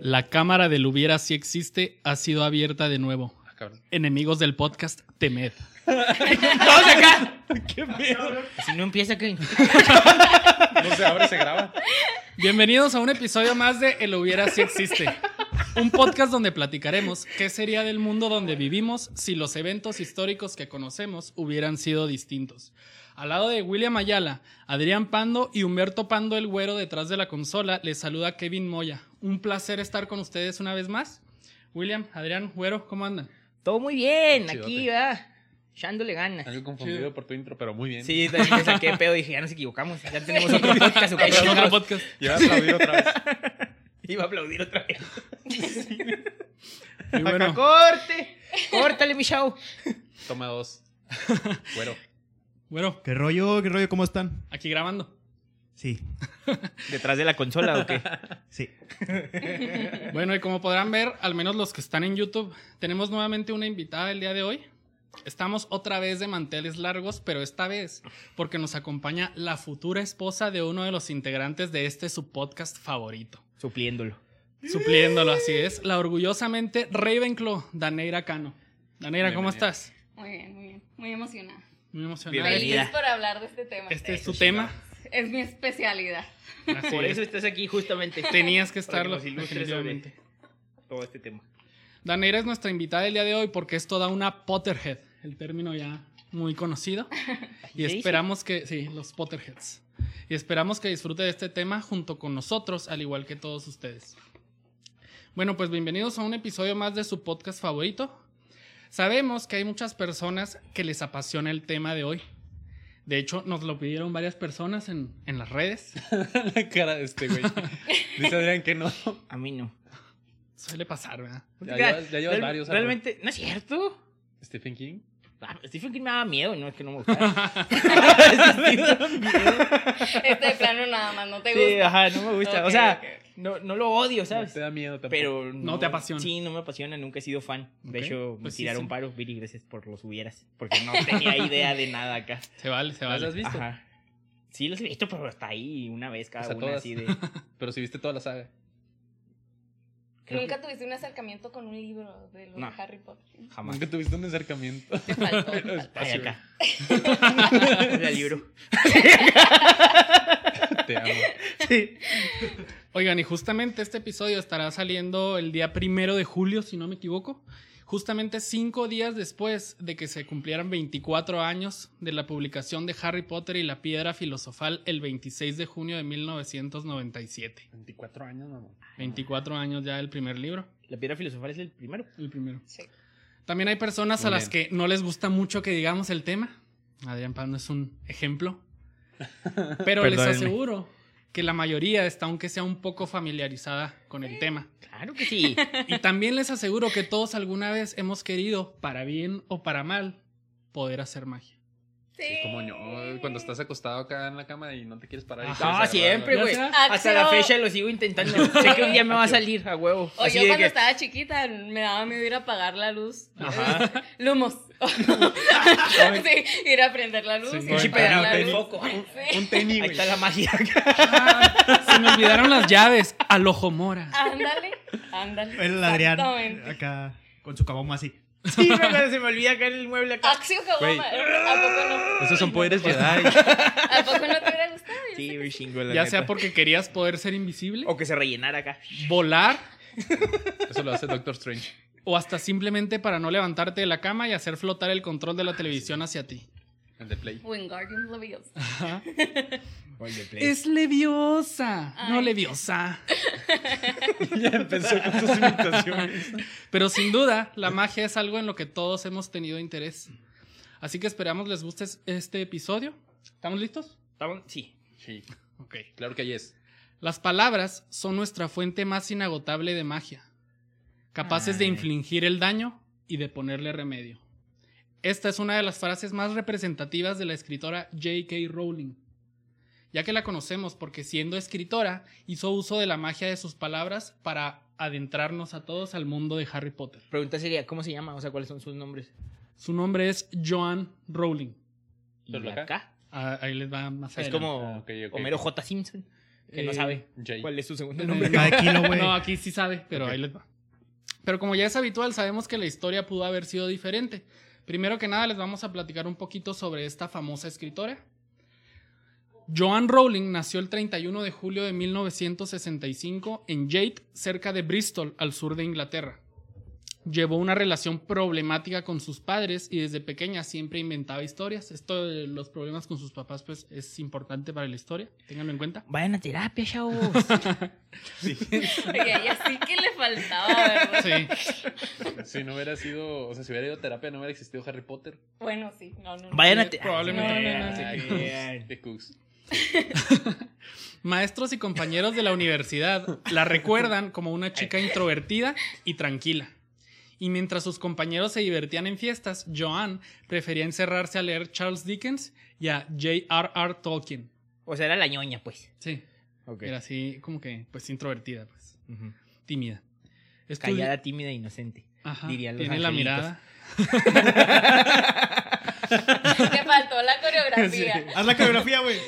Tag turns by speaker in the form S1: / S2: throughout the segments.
S1: La cámara del hubiera si existe ha sido abierta de nuevo.
S2: Ah, cabrón.
S1: Enemigos del podcast, temed.
S3: Todos acá.
S2: ¿Qué pedo?
S3: Si no empieza, ¿qué?
S2: No sé, ahora se graba.
S1: Bienvenidos a un episodio más de El hubiera si existe. Un podcast donde platicaremos qué sería del mundo donde vivimos si los eventos históricos que conocemos hubieran sido distintos. Al lado de William Ayala, Adrián Pando y Humberto Pando el Güero detrás de la consola, les saluda Kevin Moya. Un placer estar con ustedes una vez más. William, Adrián, Güero, ¿cómo andan?
S3: Todo muy bien, aquí
S2: Chidote.
S3: va. Echándole ganas.
S2: Algo confundido por tu intro, pero muy bien.
S3: Sí, también me saqué de pedo. Dije, ya nos equivocamos. Ya tenemos otro podcast. ¿o qué
S1: Otro
S3: chingados?
S1: podcast.
S2: Ya aplaudí otra vez.
S3: Iba a aplaudir otra vez.
S1: Y
S3: Acá,
S1: bueno,
S3: corte. Córtale, mi show.
S2: Toma dos. Bueno,
S1: Güero,
S4: ¿Qué rollo? ¿Qué rollo? ¿Cómo están?
S1: aquí grabando.
S4: Sí,
S3: ¿Detrás de la consola o qué?
S4: sí.
S1: Bueno, y como podrán ver, al menos los que están en YouTube, tenemos nuevamente una invitada el día de hoy. Estamos otra vez de manteles largos, pero esta vez porque nos acompaña la futura esposa de uno de los integrantes de este su podcast favorito.
S3: Supliéndolo.
S1: Supliéndolo, así es, la orgullosamente Ravenclaw, Daneira Cano. Daneira, ¿cómo
S2: Bienvenida.
S1: estás?
S5: Muy bien, muy bien. Muy emocionada.
S1: Muy emocionada.
S2: Bienvenida.
S5: Feliz por hablar de este tema.
S1: Este es tu tema.
S5: Es mi especialidad.
S1: Así
S3: Por
S1: es.
S3: eso estás aquí, justamente.
S1: Tenías que
S3: Para que
S1: estarlo,
S3: nos ilustres
S1: definitivamente.
S3: sobre todo este tema.
S1: Daneira es nuestra invitada el día de hoy porque es toda una Potterhead, el término ya muy conocido. Y
S3: ¿Ya dije?
S1: esperamos que, sí, los Potterheads. Y esperamos que disfrute de este tema junto con nosotros, al igual que todos ustedes. Bueno, pues bienvenidos a un episodio más de su podcast favorito. Sabemos que hay muchas personas que les apasiona el tema de hoy. De hecho, nos lo pidieron varias personas en, en las redes.
S2: la cara de este güey. Dice Adrián que no.
S3: A mí no.
S1: Suele pasar, ¿verdad?
S2: Ya llevas, ya llevas
S3: Real-
S2: varios. Adrián.
S3: Realmente, ¿no es cierto?
S2: Stephen King.
S3: Ah, Stephen King me daba miedo, no es que no me gustara. Es distinto.
S5: Este de plano nada más, no te
S3: Sí,
S5: gusta.
S3: ajá, no me gusta.
S5: Ok,
S3: o sea,
S5: ok.
S3: No, no lo odio, ¿sabes?
S2: No te da miedo tampoco.
S3: Pero
S1: No te apasiona.
S3: Sí, no me apasiona, nunca he sido fan. De
S1: Ok,
S3: hecho, me
S1: pues sí,
S3: tiraron
S1: sí.
S3: paro, Viri, gracias por los hubieras. Porque no tenía idea de nada acá.
S1: Se vale, se
S2: ¿Las
S1: vale.
S2: has visto?
S3: Ajá. Sí, los he visto, pero hasta ahí una vez cada
S2: O sea,
S3: una
S2: todas.
S3: así de.
S2: Pero si viste toda la saga.
S5: Nunca tuviste un acercamiento con un libro de los
S3: ah. No.
S5: de Harry Potter.
S3: Jamás.
S2: Nunca tuviste un acercamiento.
S5: Te faltó.
S2: Pero
S5: faltó.
S3: Ay,
S2: espacio.
S3: acá. Era el libro.
S2: Te amo.
S3: Sí.
S1: Oigan, y justamente este episodio estará saliendo el día primero de julio, si no me equivoco. Justamente cinco días después de que se cumplieran 24 años de la publicación de Harry Potter y la Piedra Filosofal el 26 de junio de 1997.
S2: 24 años, mamá.
S1: 24 años ya el primer libro.
S3: La piedra filosofal es el primero.
S1: El primero.
S5: Sí.
S1: También hay personas a
S2: Muy
S1: las que no les gusta mucho que digamos el tema. Adrián Pando es un ejemplo. Pero les
S2: Perdónenme.
S1: aseguro que la mayoría está, aunque sea un poco familiarizada con el tema.
S3: Claro que sí.
S1: Y también les aseguro que todos alguna vez hemos querido, para bien o para mal, poder hacer magia.
S5: Sí.
S2: como yo, cuando estás acostado acá en la cama y no te quieres parar. y
S1: Ajá.
S2: quieres
S3: No,
S2: agarrar-
S3: Ah, siempre, güey.
S1: Ya
S3: Hasta la
S5: Axel.
S3: fecha lo sigo intentando. Sé que un día me va a salir a huevo.
S5: O
S3: Así
S5: yo
S3: de
S5: cuando
S3: que-
S5: estaba chiquita me daba miedo ir a apagar la luz.
S3: Ajá.
S5: Lumos. sí, ir a prender la luz.
S1: Sí,
S5: ir
S1: no,
S5: a apagar
S3: pero
S5: la
S3: no,
S5: luz.
S3: foco.
S5: Sí.
S2: Un tenis,
S3: Ahí
S2: güey.
S3: está la magia.
S1: Ah, se me olvidaron las llaves. Al ojo mora.
S5: Ándale, ándale.
S4: El Adrián
S5: Exactamente.
S4: acá con su cabomo así.
S3: Sí, me acuerdo, se me olvida acá en el mueble acá.
S5: Axio Kawama. ¿A poco no?
S2: Esos son poderes Jedi.
S5: ¿A poco no te hubiera gustado?
S3: Sí, un chingo, la
S1: Ya
S3: neta.
S1: sea porque querías poder ser invisible,
S3: O que se rellenara acá.
S1: volar
S2: Eso lo hace Doctor Strange.
S1: o hasta simplemente para no levantarte de la cama y hacer flotar el control de la televisión hacia ti.
S2: El de Play.
S5: Wingardium Leviosa.
S1: Es leviosa, no
S5: Ay.
S1: leviosa.
S2: ya empezó con sus imitaciones.
S1: Pero sin duda, la magia es algo en lo que todos hemos tenido interés. Así que esperamos les guste este episodio. ¿Estamos listos?
S3: ¿Estamos? Sí.
S2: Sí,
S1: Ok.
S2: claro que ahí es.
S1: Las palabras son nuestra fuente más inagotable de magia, capaces de
S3: Ay.
S1: infligir el daño y de ponerle remedio. Esta es una de las frases más representativas de la escritora J.K. Rowling, ya que la conocemos porque siendo escritora hizo uso de la magia de sus palabras para adentrarnos a todos al mundo de Harry Potter.
S3: Pregunta sería, ¿cómo se llama? O sea, ¿cuáles son sus nombres?
S1: Su nombre es Joan Rowling.
S3: ¿Y
S2: Pero
S3: acá?
S2: acá.
S1: Ah, ahí les va más
S3: Es
S1: adelante.
S3: como
S2: Ah, ok, ok.
S3: Homero J. Simpson. Que no
S1: Eh,
S3: sabe
S2: Jay.
S3: cuál es su segundo
S1: el
S3: nombre.
S1: nombre.
S4: Cada kilo, güey.
S1: No, aquí sí sabe, pero ahí les va. Pero como ya es habitual, sabemos que la historia pudo haber sido diferente. Primero que nada, les vamos a platicar un poquito sobre esta famosa escritora. Joan Rowling nació el 31 de julio de 1965 en Jade, cerca de Bristol, al sur de Inglaterra. Llevó una relación problemática con sus padres y desde pequeña siempre inventaba historias. Esto de los problemas con sus papás pues es importante para la historia, ténganlo en cuenta.
S3: Vayan a terapia, chavos.
S5: Oye, y así que le faltaba, ¿verdad?
S1: Sí.
S2: Si no hubiera sido, o sea, si hubiera ido a terapia, no hubiera existido Harry Potter.
S5: Bueno, sí, no, no. no.
S3: Vayan a
S1: Sí,
S3: terapia.
S1: probablemente.
S3: Ah,
S1: No, no, no,
S3: sí.
S1: no.
S3: Bien.
S2: De Cooks.
S1: Maestros y compañeros de la universidad la recuerdan como una chica introvertida y tranquila. Y mientras sus compañeros se divertían en fiestas, Joan prefería encerrarse a leer Charles Dickens y a J.R.R. Tolkien.
S3: O sea, era la ñoña, pues.
S1: Sí,
S3: Ok.
S1: era así como que, pues introvertida, pues
S3: Ujú.
S1: tímida. Estudi-
S3: Callada, tímida, e inocente.
S1: Ajá,
S3: dirían los
S1: tiene la
S3: angelitos.
S1: mirada.
S5: Te faltó la coreografía.
S4: Haz la coreografía, güey.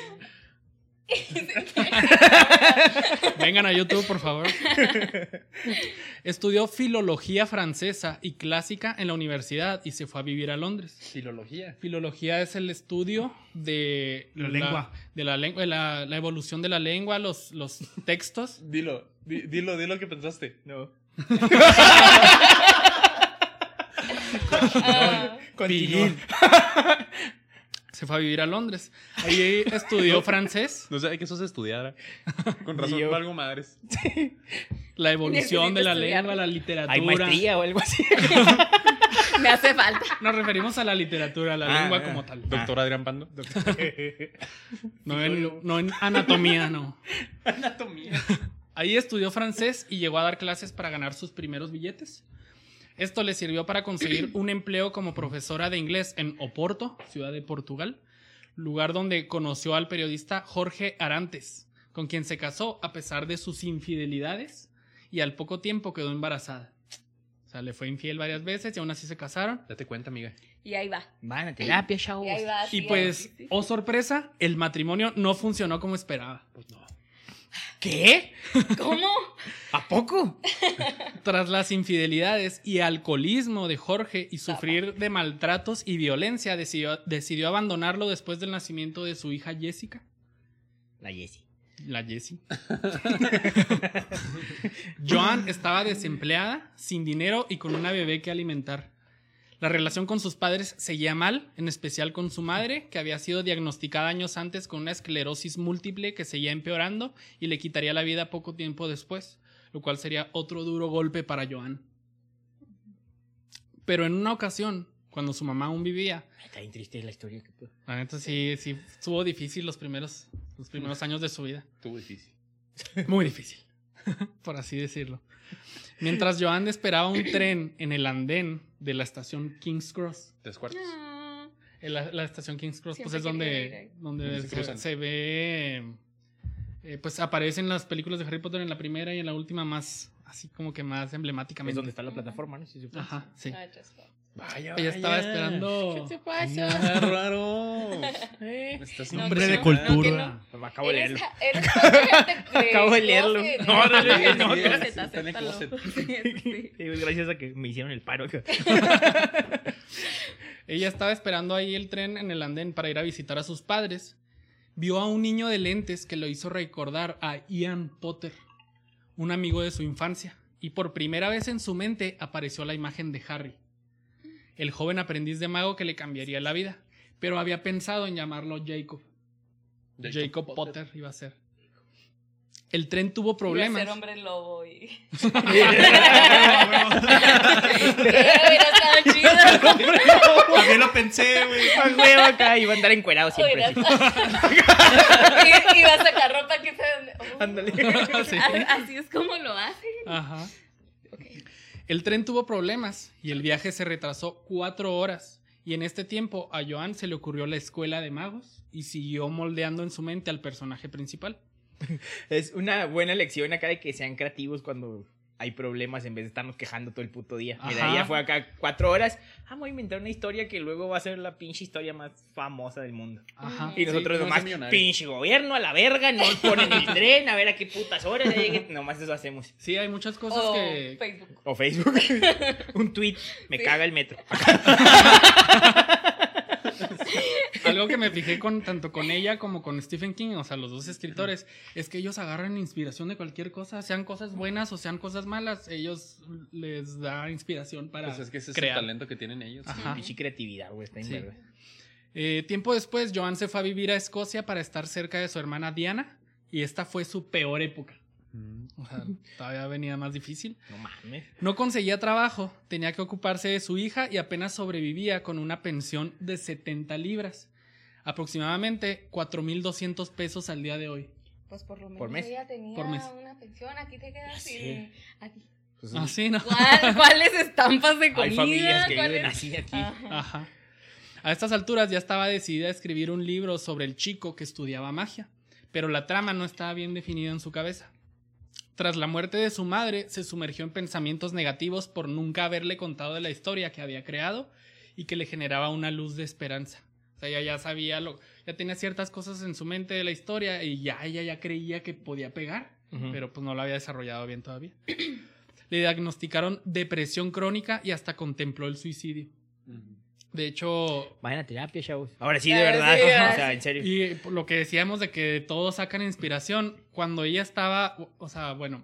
S1: Vengan a YouTube, por favor. Estudió filología francesa y clásica en la universidad y se fue a vivir a Londres.
S2: Filología.
S1: Filología es el estudio de
S4: La lengua.
S1: de la lengua, de la, la evolución de la lengua, los, los textos.
S2: Dilo, di- dilo, dilo que pensaste.
S3: No.
S5: Ah,
S3: Continúa.
S1: Se fue a vivir a Londres. Ahí estudió francés,
S2: No sabía que eso se estudiara. Con
S3: Ni
S2: razón,
S3: yo.
S2: valgo madres.
S1: la evolución
S5: Necesito
S1: de la
S5: estudiar.
S1: lengua, la
S3: Hay
S1: literatura.
S3: maestría o algo así.
S5: me hace falta.
S1: Nos referimos a la literatura, a la
S3: Ah,
S1: lengua
S3: ah.
S1: como tal.
S2: Doctor Adrián Pando.
S1: No en, no en anatomía, no.
S2: Anatomía.
S1: Ahí estudió francés y llegó a dar clases para ganar sus primeros billetes. Esto le sirvió para conseguir un empleo como profesora de inglés en Oporto, ciudad de Portugal, lugar donde conoció al periodista Jorge Arantes, con quien se casó a pesar de sus infidelidades y al poco tiempo quedó embarazada. O sea, le fue infiel varias veces y aún así se casaron.
S2: Date cuenta, amiga.
S5: Y ahí va.
S3: Van a terapia, chavos.
S5: Y ahí va.
S1: Y
S5: sí,
S1: pues,
S5: sí, sí.
S1: oh sorpresa, el matrimonio no funcionó como esperaba.
S3: ¿Qué?
S5: ¿Cómo?
S3: ¿A poco?
S1: Tras las infidelidades y alcoholismo de Jorge y sufrir de maltratos y violencia, decidió, decidió abandonarlo después del nacimiento de su hija Jessica.
S3: La Jessie.
S1: La Jessie. Joan estaba desempleada, sin dinero y con una bebé que alimentar. La relación con sus padres seguía mal, en especial con su madre, que había sido diagnosticada años antes con una esclerosis múltiple que seguía empeorando y le quitaría la vida poco tiempo después, lo cual sería otro duro golpe para Joan. Pero en una ocasión, cuando su mamá aún vivía,
S3: Está bien triste la historia. que puedo.
S1: la neta sí, sí, estuvo difícil los primeros, los primeros años de su vida.
S2: Estuvo difícil.
S1: Muy difícil, por así decirlo. Mientras Joan esperaba un tren en el andén de la estación King's Cross.
S2: Tres cuartos.
S5: Ah,
S1: Eh, La, la estación King's Cross, pues
S5: Siempre
S1: es
S5: quería ir ahí.
S1: donde, donde
S2: Donde se
S1: se,
S2: cruzan.
S1: se ve. eh, pues aparecen las películas de Harry Potter en la primera y en la última más, así como que más
S3: Es
S1: emblemáticamente.
S3: donde está la plataforma, ¿no? Si se puede.
S1: Ajá, sí.
S5: I just want-
S2: Vaya,
S1: Ella estaba
S3: Oh.
S1: esperando.
S5: ¿Qué te pasa?
S2: Nada Ah, raro.
S3: Eh,
S2: Estás
S5: No,
S4: Hombre
S5: que
S4: de
S5: no,
S4: cultura.
S5: no, que no.
S3: me acabo de
S5: Eres-
S3: leerlo.
S5: eres parte de-
S3: Acabo de leerlo.
S5: closet.
S3: No, no, no,
S5: Eres
S3: no,
S5: closet,
S2: está en el
S5: acéptalo. Sí, sí.
S3: Sí, Gracias a que me hicieron el paro acá.
S1: Ella estaba esperando ahí el tren en el andén para ir a visitar a sus padres. Vio a un niño de lentes que lo hizo recordar a Ian Potter, un amigo de su infancia, y por primera vez en su mente apareció la imagen de Harry, el joven aprendiz de mago que le cambiaría la vida, pero había pensado en llamarlo Jacob. Jacob,
S2: pues,
S1: Potter. iba a ser. El tren tuvo
S5: Iba a
S1: problemas.
S5: ser hombre lobo y...
S4: También
S5: ¿Qué? Hubiera estado chido.
S4: lo pensé, güey.
S3: A huevo acá iba a andar encuerado siempre.
S5: Hubiera
S3: así.
S5: estado- Iba a sacar ropa que se...
S3: Ándale.
S1: Sí.
S5: A- Ah, Así es como lo hace.
S1: Ajá. El tren tuvo problemas y el viaje se retrasó cuatro horas. Y en este tiempo a Joan se le ocurrió la escuela de magos y siguió moldeando en su mente al personaje principal.
S3: Es una buena lección acá de que sean creativos cuando hay problemas en vez de estarnos quejando todo el puto día. Mira,
S1: Ajá.
S3: ella fue acá cuatro horas. Ah, voy a inventar una historia que luego va a ser la pinche historia más famosa del mundo.
S1: Ajá.
S3: Y nosotros
S2: no es
S3: nomás,
S2: millonario.
S3: pinche gobierno a la verga, no ponen el tren, a ver a qué putas horas ya llegue. Nomás eso hacemos.
S1: Sí, hay muchas cosas
S5: O
S1: que.
S5: Facebook.
S3: O Facebook. Un tweet. Me
S5: Sí.
S3: caga el metro.
S1: Algo que me fijé con tanto con ella como con Stephen King, o sea, los dos escritores, es que ellos agarran inspiración de cualquier cosa, sean cosas buenas o sean cosas malas, ellos les da inspiración para
S2: Pues es que ese es
S1: crear.
S2: el talento que tienen ellos.
S1: Ajá.
S3: Pinche creatividad, güey. Está en
S1: Sí.
S3: verga.
S1: Eh, tiempo después, Joan se fue a vivir a Escocia para estar cerca de su hermana Diana y esta fue su peor época.
S2: Mm.
S1: O sea, todavía venía más difícil.
S3: No mames.
S1: No conseguía trabajo, tenía que ocuparse de su hija y apenas sobrevivía con una pensión de 70 libras, aproximadamente 4.200 pesos al día de hoy.
S5: Pues por lo menos
S3: Por mes.
S5: ella tenía
S1: Por mes.
S5: una pensión, aquí te quedas
S3: Ya
S5: sin...
S3: sé.
S5: aquí.
S3: Pues,
S1: Así, ¿no?
S5: ¿Cuál- ¿Cuáles estampas de comida?
S3: hay familias que
S5: ¿Cuáles- Ah.
S3: viven así aquí.
S5: Ajá.
S1: Ajá. A estas alturas ya estaba decidida a escribir un libro sobre el chico que estudiaba magia, pero la trama no estaba bien definida en su cabeza. Tras la muerte de su madre, se sumergió en pensamientos negativos por nunca haberle contado de la historia que había creado y que le generaba una luz de esperanza. O sea, ella ya sabía lo, ya tenía ciertas cosas en su mente de la historia y ya ella ya creía que podía pegar
S3: Ujú.
S1: pero pues no lo había desarrollado bien todavía. Le diagnosticaron depresión crónica y hasta contempló el suicidio. De hecho,
S3: Vayan a terapia, chavos. Ahora sí, de
S5: Ahora
S3: verdad.
S5: sí, ahora
S3: o sea,
S5: sí.
S3: en serio.
S1: y por lo que decíamos de que todos sacan inspiración, cuando ella estaba, o- o sea, bueno,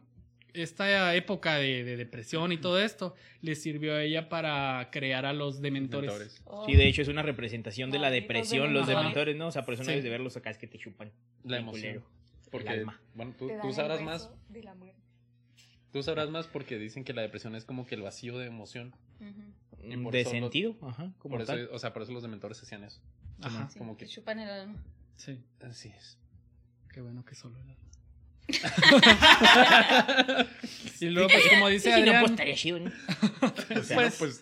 S1: esta época de, de depresión y todo esto, le sirvió a ella para crear a los dementores.
S2: Mentores.
S5: Oh.
S3: Sí, de hecho es una representación de la
S5: Malditos
S3: depresión, los
S1: dementores.
S3: dementores, ¿no? O sea, por eso no
S1: Sí.
S3: debes de verlos acá, es que te chupan.
S2: La
S3: el
S2: emoción.
S3: culero.
S2: Porque,
S3: El alma.
S2: bueno, tú,
S5: Te dan
S2: tú
S5: el
S2: sabrás más.
S5: beso De la muerte.
S2: Tú sabrás más porque dicen que la depresión es como que el vacío de emoción.
S5: Ujú.
S2: Y por
S3: De
S2: eso los-
S3: sentido, ajá, como
S2: Por eso,
S3: tal.
S2: o sea, por eso los dementores hacían eso.
S1: Ajá,
S5: Sí,
S2: Como
S5: te
S2: que-
S5: chupan el alma.
S1: sí.
S2: Así es.
S1: Qué bueno que solo era. y luego, pues, como dice
S3: Sí, si no, pues
S1: Adrián,
S3: estaría chido, ¿no? O sea,
S1: Pues-
S2: Pues, pues,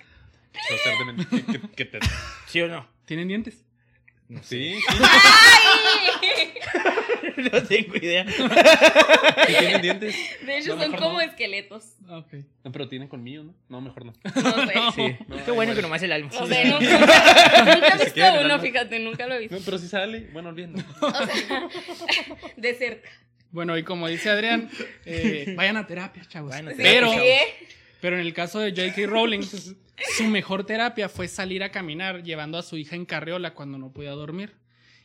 S2: o sea, de ment- que- que- que te-
S3: ¿Sí o no?
S1: ¿tienen dientes?
S3: No
S2: Sí,
S3: sé. no tengo idea.
S2: sí, tienen dientes.
S5: De hecho,
S2: No,
S5: son
S2: mejor
S5: como
S2: no.
S5: esqueletos.
S1: Ah, Ok.
S2: No, pero tienen conmigo, ¿no? No, mejor no.
S5: No sé.
S3: Sí.
S2: No,
S3: Qué bueno
S2: igual.
S3: que nomás el alma.
S5: No sé, nunca, nunca
S2: Se
S5: he visto
S2: queda en el
S5: uno,
S2: alma.
S5: fíjate, nunca lo he visto.
S2: No, pero si sale, bueno, olvidando.
S5: De cerca.
S1: Bueno, y como dice Adrián, eh, vayan a terapia, chavos.
S3: Vayan a terapia,
S1: pero,
S5: Sí, ¿eh?
S1: pero en el caso de J.K. Rowling, su mejor terapia fue salir a caminar llevando a su hija en carriola cuando no podía dormir.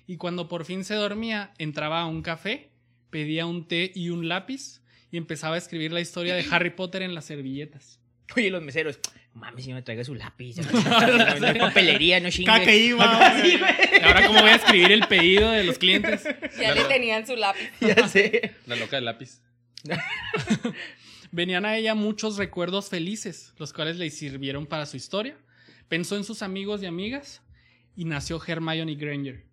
S1: Y cuando por fin se dormía, entraba a un café, pedía un té y un lápiz y empezaba a escribir la historia de Harry Potter en las servilletas.
S3: Oye, los meseros. Mames, si no me traiga su lápiz. No, no hay papelería, no chingue.
S4: Caca ahí, va, güey.
S1: ¿Y ahora cómo voy a escribir el pedido de los clientes?
S2: La
S5: Ya le
S2: verdad.
S5: tenían su lápiz.
S3: Ya sé.
S2: La loca del lápiz.
S1: Venían a ella muchos recuerdos felices, los cuales le sirvieron para su historia. Pensó en sus amigos y amigas y nació Hermione Granger.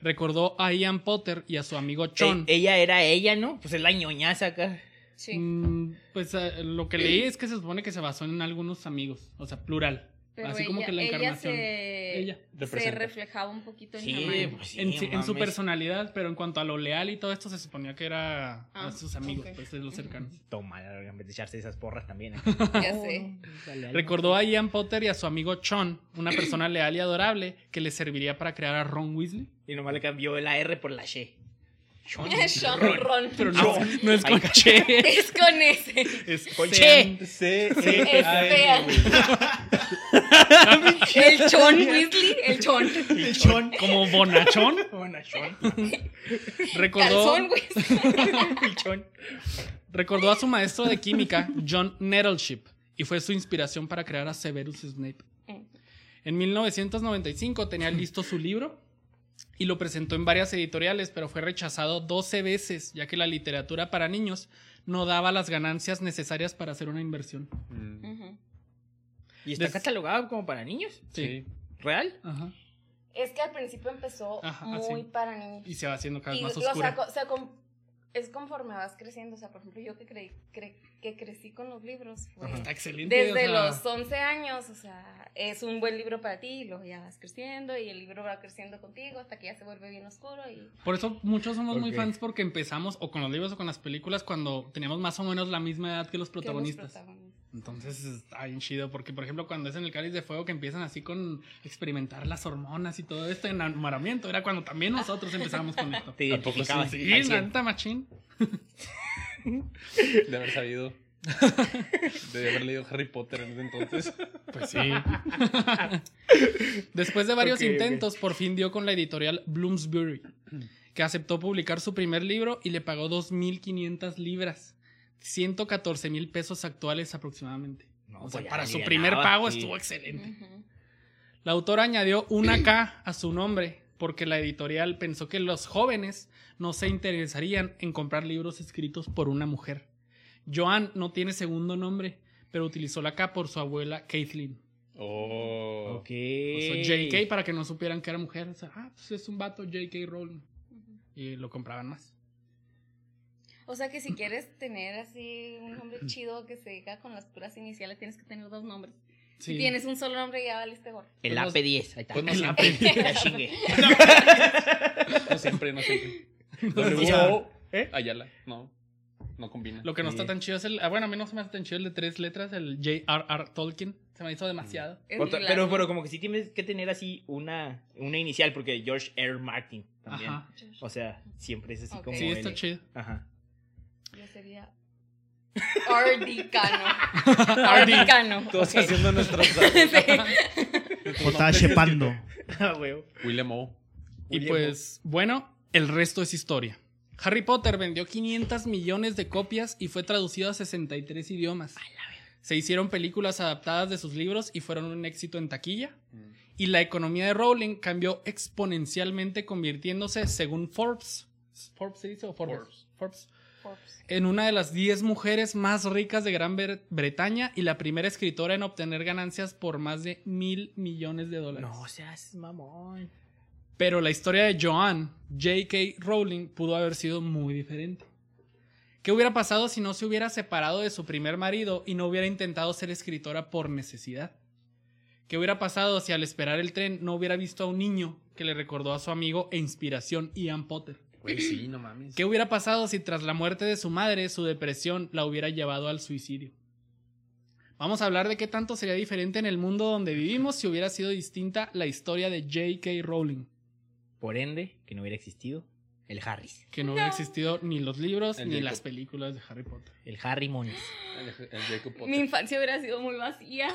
S1: Recordó a Ian Potter y a su amigo Chon.
S3: Eh, ella era ella, ¿no? Pues es la ñoñaza acá.
S5: Sí.
S1: Mm, pues eh, lo que leí es que se supone que se basó en algunos amigos, o sea, plural.
S5: Pero
S1: así como
S5: ella-
S1: que la
S5: ella
S1: encarnación.
S5: se-
S1: Ella.
S5: se
S2: Representa.
S5: reflejaba un poquito en
S3: Sí,
S5: Hermione.
S3: pues sí,
S1: en,
S3: no
S1: sí- en su
S3: mames.
S1: personalidad, pero en cuanto a lo leal y todo esto, se suponía que era
S5: Ah,
S1: a sus amigos,
S5: ok.
S1: pues de los cercanos.
S3: Toma, la verga, en vez de echarse esas porras también. acá.
S5: Ya
S3: No,
S5: sé.
S3: no, dale algo.
S1: Recordó a Ian Potter y a su amigo Chon, una persona leal y adorable que le serviría para crear a Ron Weasley.
S3: Y nomás le cambió la R por la Y. Chon.
S5: Sean
S3: Ron.
S5: Ron.
S1: Pero no,
S3: Ah,
S1: no es con
S3: ay,
S1: che.
S5: Es con ese.
S1: Es
S3: Con
S1: sean-
S2: C,
S5: Es fea. El Chon Weasley. El Chon.
S4: El chon.
S1: Como bonachón.
S3: Bueno, Chon.
S1: Recordó,
S5: Calzón Weasley.
S3: El Chon.
S1: recordó a su maestro de química, John Nettleship, y fue su inspiración para crear a Severus Snape. En 1995 tenía listo su libro y lo presentó en varias editoriales, pero fue rechazado 12 veces, ya que la literatura para niños no daba las ganancias necesarias para hacer una inversión.
S2: Mm,
S5: Ujú.
S3: ¿Y está
S1: Des-
S3: catalogado como para niños?
S1: Sí.
S2: Sí.
S3: ¿Real?
S1: Ajá.
S5: Es que al principio empezó
S1: Ajá,
S5: muy
S1: sí.
S5: para niños.
S1: Y se va haciendo cada vez
S5: Y
S1: más
S5: lo
S1: oscura.
S5: sacó- se, com- es conforme vas creciendo. O sea, por ejemplo, yo que, creí, cre- que crecí con los libros fue
S1: Está excelente. o
S5: desde
S1: sea,
S5: los 11 años. O sea, es un buen libro para ti y luego ya vas creciendo y el libro va creciendo contigo hasta que ya se vuelve bien oscuro. Y
S1: Por eso muchos somos muy
S2: Ok.
S1: fans porque empezamos o con los libros o con las películas cuando teníamos más o menos la misma edad que los
S5: que los
S1: protagonistas.
S5: protagonistas.
S1: Entonces está bien chido porque, por ejemplo, cuando es en el Cáliz de Fuego que empiezan así con experimentar las hormonas y todo este enamoramiento, era cuando también nosotros empezamos con esto.
S3: Te
S2: Tampoco
S3: identificabas.
S1: Sí,
S3: al
S1: la
S3: cien.
S1: neta, machín.
S2: De haber sabido. De haber leído Harry Potter en ese entonces.
S1: Pues sí. Después de varios
S3: Ok, ok.
S1: intentos, por fin dio con la editorial Bloomsbury, que aceptó publicar su primer libro y le pagó 2.500 libras, 114 mil pesos actuales aproximadamente.
S3: No,
S1: o
S3: pues
S1: sea,
S3: ya
S1: para su
S3: alivianaba,
S1: primer pago
S3: sí.
S1: estuvo excelente.
S5: Ujú.
S1: La autora añadió una K a su nombre porque la editorial pensó que los jóvenes no se interesarían en comprar libros escritos por una mujer. Joan no tiene segundo nombre, pero utilizó la K por su abuela Caitlin.
S2: Oh.
S3: Ok.
S1: O sea, JK para que no supieran que era mujer. O sea, ah, pues es un vato JK Rowling.
S5: Ujú.
S1: Y lo compraban más.
S5: O sea que si quieres tener así un nombre chido que se diga con las puras iniciales, tienes que tener dos nombres.
S1: Sí.
S5: Si tienes un solo nombre, ya valiste gorro.
S3: El
S2: Pues nos-
S3: AP10. Ahí está.
S2: pues nos-
S3: El AP10. La chingue.
S2: No siempre, no siempre.
S4: escuchaba.
S2: W
S3: ¿Eh?
S2: Ayala. No. No combina.
S1: Lo que no
S3: Sí.
S1: está tan chido es el. ah, Bueno, a mí no se me hace tan chido el de tres letras, el J.R.R. Tolkien. Se me hizo demasiado.
S5: Es
S3: Otra-
S5: largo.
S3: pero, pero como que sí tienes que tener así una, una inicial, porque George R. Martin también.
S1: Ajá.
S3: O sea, siempre es así
S5: Ok.
S3: como.
S1: Sí, está
S3: L.
S1: chido.
S3: Ajá.
S5: Yo sería Ardicano.
S1: Ardi.
S5: Ardicano.
S2: Todos
S5: ok.
S2: haciendo nuestras.
S5: Sí.
S4: Estaba chepando.
S3: Ah, huevo.
S2: William O.
S1: Y
S3: William
S1: pues, bueno, el resto es historia. Harry Potter vendió 500 millones de copias y fue traducido a 63 idiomas. Se hicieron películas adaptadas de sus libros y fueron un éxito en taquilla. Y la economía de Rowling cambió exponencialmente, convirtiéndose, según Forbes, Forbes se dice o Forbes?
S2: Forbes.
S1: Forbes, en una de las 10 mujeres más ricas de Gran Bre- Bretaña y la primera escritora en obtener ganancias por más de mil millones de dólares.
S3: No seas Pues, mamón.
S1: Pero la historia de Joan, J.K. Rowling, pudo haber sido muy diferente. ¿Qué hubiera pasado si no se hubiera separado de su primer marido y no hubiera intentado ser escritora por necesidad? ¿Qué hubiera pasado si al esperar el tren no hubiera visto a un niño que le recordó a su amigo e inspiración Ian Potter?
S2: Güey, sí, no mames.
S1: ¿Qué hubiera pasado si tras la muerte de su madre su depresión la hubiera llevado al suicidio? Vamos a hablar de qué tanto sería diferente en el mundo donde vivimos si hubiera sido distinta la historia de J.K. Rowling.
S3: Por ende, que no hubiera existido el Harris.
S1: que no, hubiera existido ni los libros
S2: El
S1: ni
S2: Jacob.
S1: las películas de Harry Potter.
S3: El Harry Mons.
S2: El, el Jacob Potter.
S5: Mi infancia hubiera sido muy vacía.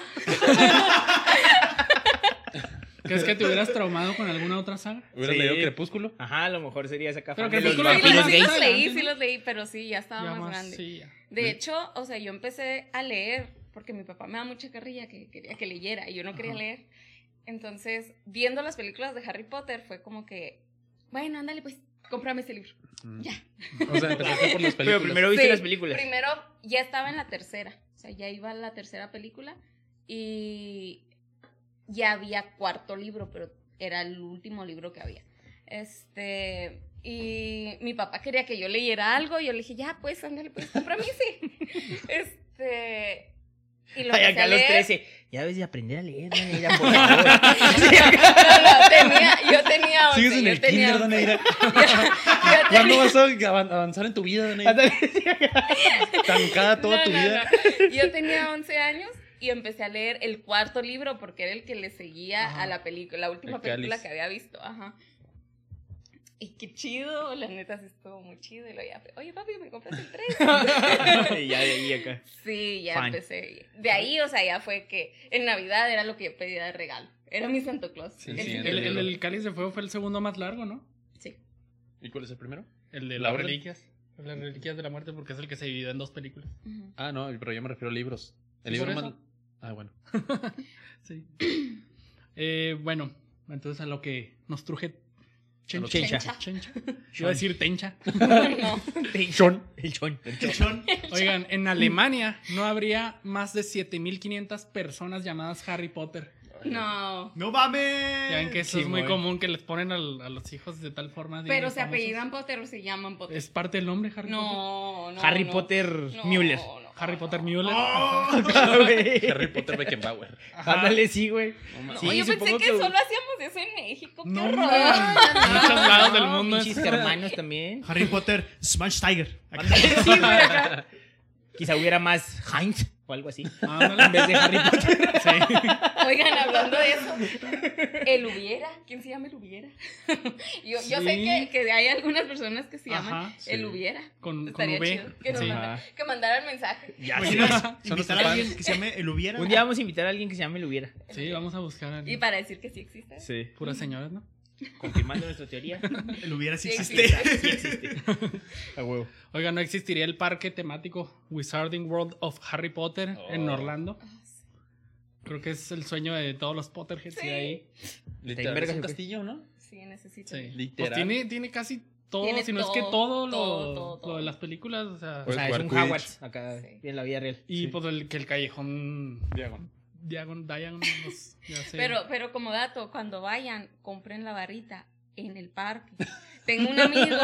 S1: ¿Crees que te hubieras traumado con alguna otra saga?
S2: ¿Hubieras
S3: Sí.
S2: leído Crepúsculo?
S3: Ajá, a lo mejor sería esa café.
S1: Pero
S3: de los
S1: Crepúsculo
S5: Sí,
S1: Pero
S5: los,
S3: vampiros
S1: apenas
S5: sí
S1: es
S3: gays.
S5: los leí,
S1: grande.
S5: sí los leí, pero sí, ya estaba
S1: Ya
S5: más
S1: más,
S5: grande.
S1: sí, ya.
S5: De hecho, o sea, yo empecé a leer porque mi papá me da mucha carrilla que quería que leyera y yo no quería
S1: Ajá.
S5: leer. Entonces, viendo las películas de Harry Potter fue como que, bueno, ándale pues, cómprame ese libro.
S2: Mm.
S5: Ya.
S2: O sea, empezaste por las películas.
S3: Pero primero viste
S5: Sí,
S3: las películas.
S5: Primero, ya estaba en la tercera, o sea, ya iba a la tercera película y ya había cuarto libro, pero era el último libro que había. Este, y mi papá quería que yo leyera algo, y yo le dije, ya, pues, ándale, pues, cómprame ese. este, y lo
S3: Ay,
S5: empecé
S3: acá
S5: a
S3: a los
S5: leer.
S3: 13. Ya debes de aprender a leer, Daniela, por favor. Sí, acá.
S5: No, no, tenía, yo tenía 11,
S2: Sigues en
S5: yo
S2: el
S5: tenía
S2: kinder,
S5: 11.
S2: Doneira.
S5: Yo
S2: ¿Cuándo
S5: tenía-
S2: vas a avan- avanzar en tu vida, Doneira?
S3: Ándale.
S2: Tancada toda
S5: No,
S2: tu
S5: no,
S2: vida.
S5: no. Yo tenía 11 años y empecé a leer el cuarto libro porque era el que le seguía
S1: Ajá.
S5: a la película, la última
S2: El
S5: película
S2: cáliz.
S5: que había visto. Ajá. Y qué chido, la neta sí estuvo muy chido. Y lo ya, oye papi, ¿me compras el 3?
S3: Y ya de ahí acá.
S5: sí, ya
S3: Fine.
S5: empecé. De ahí, o sea, ya fue que en Navidad era lo que yo pedía de regalo. Era mi Santo Claus.
S2: Sí,
S5: El-
S2: sí,
S1: El,
S2: el
S1: el-
S2: libro.
S1: el Cáliz de Fuego fue el segundo más largo, ¿no?
S5: sí.
S2: ¿Y cuál es el primero?
S1: El de
S2: La
S1: las
S2: Orden.
S1: reliquias. El de Las reliquias de la muerte porque es el que se dividió en dos películas.
S5: Ujú.
S2: Ah, no, pero yo me refiero a libros. El
S1: Sí,
S2: libro
S1: por
S2: más.
S1: eso.
S2: Ah, bueno.
S1: Sí. Eh, bueno, entonces a lo que nos truje...
S2: lo
S3: Chencha.
S1: Chencha. Iba a decir tencha.
S5: No.
S3: El Chon. El Chon.
S1: Oigan, en Alemania no habría más de 7.500 personas llamadas Harry Potter.
S5: No.
S4: ¡No mames!
S1: Ya ven que eso es muy
S2: Simón.
S1: común que les ponen al- a los hijos de tal forma. de
S5: Pero se
S1: famosos.
S5: apellidan Potter o se llaman Potter.
S1: ¿Es parte del nombre Harry Potter?
S5: No, no.
S3: Harry
S5: no.
S3: Potter
S5: No,
S3: Müller.
S5: no,
S1: Harry
S5: no,
S1: Potter
S5: no.
S1: Mueller.
S4: ¡Oh!
S3: Güey.
S2: Harry Potter Beckenbauer.
S3: Ándale, sí, güey.
S5: No,
S3: Sí,
S5: yo pensé
S3: supongo
S5: que,
S3: que-
S5: solo hacíamos eso en México. ¡Qué
S1: No,
S5: horror!
S1: hombre. Muchos lados del
S3: No,
S1: mundo. es-
S3: Pinches hermanos también.
S4: Harry Potter, Smash Tiger.
S3: Sí, güey, acá. Quizá hubiera más Heinz o algo así. En
S1: Ándale.
S3: vez de Harry Potter.
S5: Oigan, hablando de eso, el hubiera, ¿quién se llama el hubiera? Yo, yo sé
S1: Sí.
S5: que, que hay algunas personas que se llaman
S1: Ajá.
S5: el
S2: sí.
S5: hubiera.
S1: Con, con
S5: Estaría
S1: V.
S5: chido que, nos
S1: Sí.
S2: Ah.
S5: manda- que mandaran mensaje.
S3: Ya
S4: Oye,
S3: sé.
S4: ¿no?
S2: Son los
S4: Invitar a alguien
S2: fans.
S4: que se llame El Hubiera.
S3: Un día vamos a invitar a alguien que se llame Lubiera.
S1: Sí, vamos a buscar a
S5: Y para decir que sí existe.
S3: Sí.
S1: puras señoras, ¿no?
S3: Confirmando nuestra teoría.
S4: El Hubiera sí
S5: Sí
S4: existe.
S3: Sí existe. A huevo.
S1: Oiga, ¿no existiría el parque temático Wizarding World of Harry Potter en
S2: Oh.
S1: Orlando? Creo que es el sueño de todos los Potterheads
S5: Sí.
S1: y ahí.
S2: Literal,
S3: vergas,
S2: es un
S3: ¿o qué?
S2: castillo, ¿no?
S5: Sí, necesito.
S1: Sí.
S2: Literal.
S1: Pues tiene, tiene casi todo,
S5: Tiene
S1: si no es que
S5: todo,
S1: todo lo,
S5: todo, todo, todo.
S1: lo de las películas. O sea,
S3: O sea, es
S2: jugar
S3: un
S2: Quidditch.
S3: Hogwarts acá
S5: Sí.
S3: en la vida real.
S1: y
S2: Pues, sí.
S1: pues el, que el callejón
S2: Diagon.
S1: Diagon, Diagon, pues, ya sé.
S5: Pero, pero como dato, cuando vayan, compren la barrita en el parque. Tengo un amigo.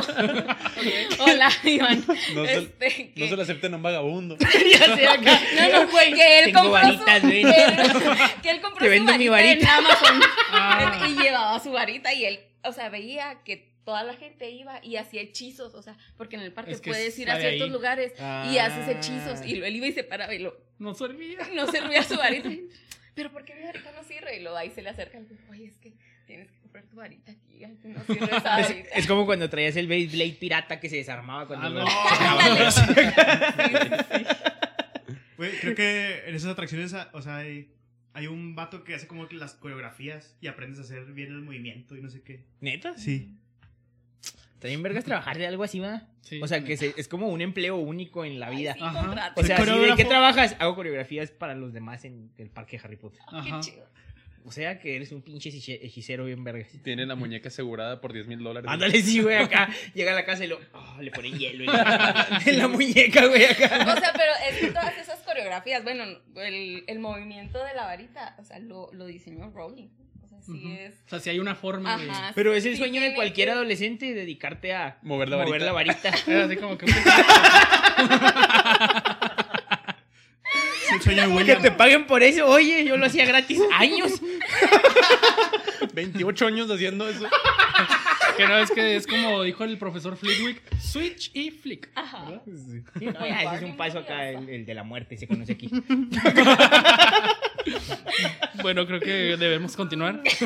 S5: Hola, Iván.
S2: No se,
S5: Este,
S2: no
S5: que-
S2: se lo acepten a un vagabundo.
S3: Ya sé acá.
S5: No, no, que él
S3: Tengo
S5: compró
S3: varitas,
S5: su,
S3: güey.
S5: que él- que él compró
S3: Te
S5: su
S3: vendo mi
S5: varita en Amazon
S1: Ah.
S5: y llevaba su varita y él, o sea, veía que toda la gente iba y hacía hechizos, o sea, porque en el parque
S1: Es que
S5: puedes ir a
S1: está de
S5: ciertos
S1: ahí.
S5: lugares y
S3: Ah.
S5: haces hechizos y lo- él iba y se paraba y lo,
S1: No servía.
S5: no servía su varita. Pero ¿por qué mi varita no sirve? Y luego ahí se le acerca y le dice, oye, es que tienes que comprar tu varita aquí, ay, no sirve esa
S3: Es,
S5: varita.
S3: es como cuando traías el Beyblade pirata que se desarmaba cuando
S1: Ah,
S3: lo-
S5: Ándale. Sí, sí, sí.
S4: Güey, creo que en esas atracciones, ah, o sea, hay, hay un vato que hace como que las coreografías y aprendes a hacer bien el movimiento y no sé qué.
S3: ¿Neta?
S4: Sí.
S3: También vergas trabajar de algo así, va.
S1: Sí,
S3: o sea, que se- es como un empleo único en la vida.
S5: Sí,
S1: Ajá.
S5: contrato.
S3: O sea,
S4: Soy
S3: así ¿de qué
S4: coreógrafo.
S3: trabajas? Hago coreografías para los demás en el parque de Harry Potter.
S1: Ajá.
S5: Qué chido.
S3: O sea, que eres un pinche hechice- hechicero bien vergas.
S2: Tiene la muñeca asegurada por 10 mil dólares.
S3: Ándale, sí, güey, acá. Llega a la casa y lo. ah, le ponen hielo en la, en la muñeca, güey, acá.
S5: O sea, pero es que todas esas coreografías, bueno, el, el movimiento de la varita, o sea, lo, lo diseñó Rowling. O sea, sí
S1: Ujú.
S5: es.
S1: O sea, si hay una forma de.
S5: Ajá.
S3: Pero es el
S5: sí
S3: sueño de
S5: tiene
S3: cualquier
S5: que-
S3: adolescente dedicarte a
S2: Mover la varita.
S3: varita.
S1: Era así como que un-
S4: Es el sueño de
S3: que
S4: William.
S3: te paguen por eso. Oye, yo lo hacía gratis años.
S2: 28 años haciendo eso.
S1: que no es que es como dijo el profesor Flitwick, switch y flick.
S5: Ajá.
S3: Ah, ese es un paso acá, el, el de la muerte, se conoce aquí.
S1: Bueno, creo que debemos continuar.
S5: Sí.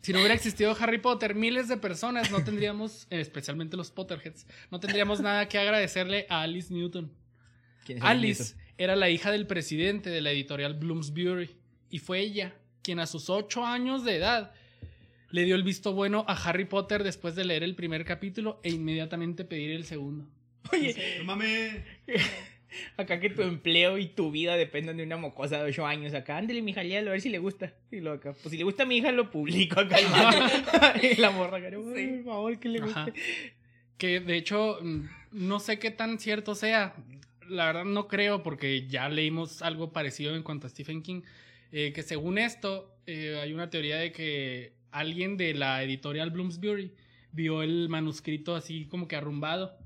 S1: Si no hubiera existido Harry Potter, miles de personas no tendríamos, eh, especialmente los Potterheads, no tendríamos nada que agradecerle a Alice Newton.
S3: ¿Quién es el
S1: Alice
S3: nieto?
S1: era la hija del presidente de la editorial Bloomsbury y fue ella quien a sus ocho años de edad le dio el visto bueno a Harry Potter después de leer el primer capítulo e inmediatamente pedir el segundo.
S4: No mames.
S3: Acá que tu empleo y tu vida dependen de una mocosa de 8 años. Acá, ándale, mi hija, léalo, a ver si le gusta. Y lo acá, pues si le gusta a mi hija, lo publico acá. el vato. Y la morra acá, "Ay,
S5: Sí.
S3: por favor, que le guste.
S1: Ajá. Que de hecho, mm, no sé qué tan cierto sea. La verdad no creo, porque ya leímos algo parecido en cuanto a Stephen King. eh, que según esto, eh, hay una teoría de que alguien de la editorial Bloomsbury vio el manuscrito así como que arrumbado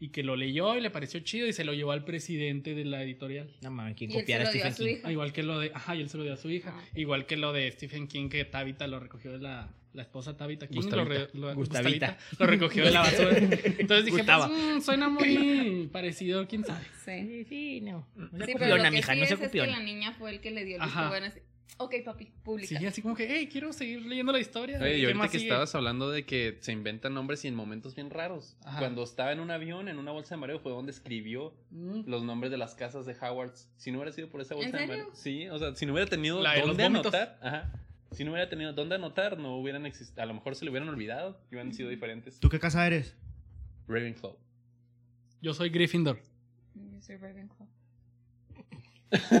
S1: y que lo leyó y le pareció chido y se lo llevó al presidente de la editorial.
S3: No mames, ¿quién este
S5: Y él se
S3: copiara a
S5: lo dio a
S3: Stephen
S5: su
S3: King?
S5: hija.
S1: Ah, Igual que lo de. Ajá, y él se lo dio a su hija.
S5: Ah.
S1: Igual que lo de Stephen King, que Tabita lo recogió de la, la esposa Tabita King.
S3: Gustavita.
S1: Lo, re- lo-
S3: Gustavita.
S1: Gustavita, Lo recogió de la basura. Entonces dije,
S3: Gustava.
S1: pues, mm, suena muy parecido, quién sabe.
S3: Sí,
S5: Sí.
S3: sí, no. No
S5: Sí,
S3: se
S5: pero lo
S3: copiona,
S5: que
S3: mija,
S5: sí
S3: no se
S5: es, es que
S3: copiona.
S5: la niña fue el que le dio el
S1: Ajá.
S5: visto bueno. así, Ok, papi,
S1: Sí,
S5: publica.
S1: así como que, hey, quiero seguir leyendo la historia.
S2: Oye,
S1: ¿Qué
S2: y ahorita
S1: más
S2: que
S1: sigue?
S2: estabas hablando de que se inventan nombres y en momentos bien raros.
S1: Ajá.
S2: Cuando estaba en un avión, en una bolsa de mareo, fue donde escribió
S1: Mm.
S2: los nombres de las casas de Howards. Si no hubiera sido por esa
S5: ¿En
S2: bolsa de
S5: serio?
S2: mareo. Sí, o sea, si no hubiera tenido
S1: La de los
S2: dónde
S1: vómitos.
S2: anotar. Ajá. Si no hubiera tenido dónde anotar, no hubieran existido. A lo mejor se le hubieran olvidado y hubieran sido diferentes.
S4: ¿Tú qué casa eres?
S2: Ravenclaw.
S1: Yo soy Gryffindor.
S5: Yo soy Ravenclaw.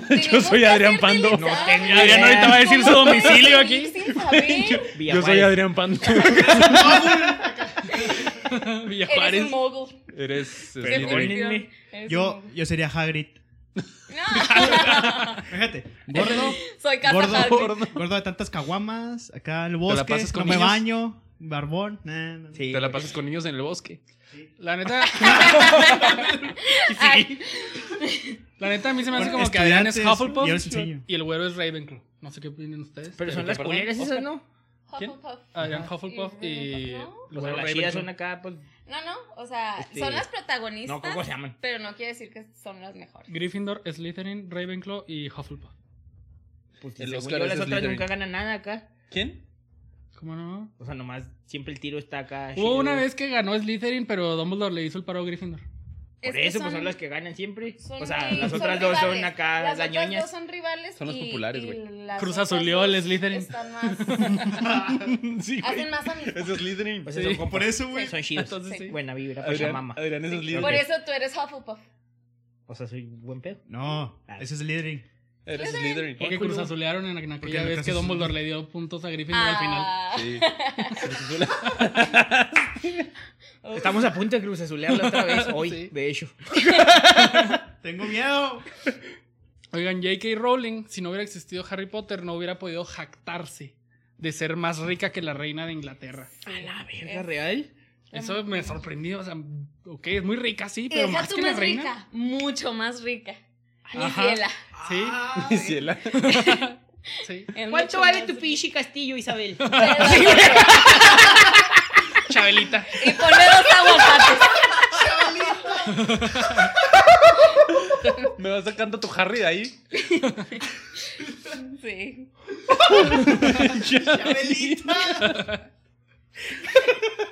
S5: Tenemos que
S2: Adrián
S5: hacer
S2: Pando.
S5: del
S2: No
S5: examen.
S1: tengo idea, ahorita va a decir su
S5: ¿Cómo
S1: domicilio
S5: puedes
S1: aquí?
S5: vivir sin saber?
S3: Villajuárez.
S2: Adrián Pando.
S1: Villa
S5: Eres
S1: Juárez.
S5: un mogul.
S2: Eres.
S5: Definitivamente, eres un
S4: Yo,
S5: mogul.
S4: yo sería Hagrid.
S5: No.
S4: Fíjate.
S1: Gordo,
S5: Soy casa
S4: gordo,
S5: Harvey.
S4: gordo, gordo de tantas caguamas, acá en el
S2: la
S4: bosque,
S2: pasas
S4: no
S2: con
S4: me
S2: niños?
S4: baño, barbón. nah, nah, nah.
S3: Sí.
S2: Te la pasas con niños en el bosque.
S1: la neta,
S5: Ay,
S1: la neta a mí se me hace
S4: Con
S1: como que Adrián es
S4: estudiantes, yo les
S1: Hufflepuff
S4: enseño.
S1: y el güero es Ravenclaw. No sé qué opinan ustedes.
S3: Pero son
S2: Pero,
S3: las
S2: perdón,
S3: culeras esas,
S2: Oscar.
S3: ¿no?
S2: ¿Quién?
S5: Hufflepuff.
S1: Adrián Hufflepuff y
S5: ¿No?
S3: O
S1: los
S3: sea,
S1: Ravenclaw.
S3: las chidas son acá, pues.
S5: No, no, o sea,
S3: Este,
S5: son las protagonistas,
S3: No, ¿cómo se llaman?
S5: pero no quiere decir que son las mejores.
S1: Gryffindor, Slytherin, Ravenclaw y Hufflepuff.
S3: Pues
S2: El
S3: según
S2: Oscar
S3: yo,
S2: es
S3: las otras
S2: Slytherin.
S3: nunca ganan nada acá.
S2: ¿Quién?
S1: ¿Cómo no?
S3: O sea, nomás siempre el tiro está acá.
S1: Hubo
S3: chido.
S1: una vez que ganó Slytherin, pero Dumbledore le hizo el paro a Gryffindor.
S5: Es
S3: Por
S5: que
S3: eso, pues son las que ganan siempre.
S5: son
S3: O sea,
S5: muy-
S3: las
S5: son
S3: otras dos son
S5: rivales.
S3: acá,
S5: las
S3: las
S5: otras dos
S3: ñoñas.
S5: son rivales.
S2: Son las
S5: y-
S2: populares,
S5: y
S2: güey.
S5: las
S1: Cruz
S5: otras
S1: azuleó
S5: dos
S1: el Slytherin.
S5: Están más.
S1: sí,
S5: hacen más amistad.
S2: es Slytherin.
S3: O sea, son compas,
S4: Por eso, güey.
S3: Son chidos.
S1: Entonces
S5: Sí.
S1: sí.
S3: Buena vibra, pues
S2: Adrián,
S3: mamá.
S2: Adrián es Slytherin.
S5: Por eso tú eres Hufflepuff.
S3: O sea, soy buen pedo.
S4: No,
S2: Ah.
S4: ese es Slytherin.
S2: Eres Slytherin.
S1: Porque
S3: culo.
S1: Cruz Azulearon en aquella
S4: Porque en el
S1: vez
S4: caso
S1: que
S4: es-
S1: Dumbledore le dio puntos a Gryffindor al final.
S5: Ah.
S2: Sí.
S3: Estamos a punto de cruzazulearla otra vez hoy,
S1: Sí.
S3: de hecho.
S4: Tengo miedo.
S1: Oigan, J.K. Rowling, si no hubiera existido Harry Potter, no hubiera podido jactarse de ser más rica que la reina de Inglaterra.
S3: A la verga
S5: Es-
S3: real.
S5: Em,
S1: Eso me sorprendió. O sea, ok, es muy rica, sí,
S5: Y
S1: pero
S5: deja
S1: más
S5: tú
S1: que la
S5: más
S1: reina.
S5: rica. Mucho más rica. Mi
S1: Ajá.
S5: ciela.
S1: Sí,
S4: Ah,
S2: Mi ciela.
S1: sí.
S5: es
S3: ¿Cuánto
S5: mucho
S3: vale
S5: más
S3: tu
S5: rica.
S3: pichi castillo, Isabel?
S1: Chabelita.
S5: Y ponle dos aguacates.
S2: Me vas sacando tu Harry de ahí.
S5: Sí.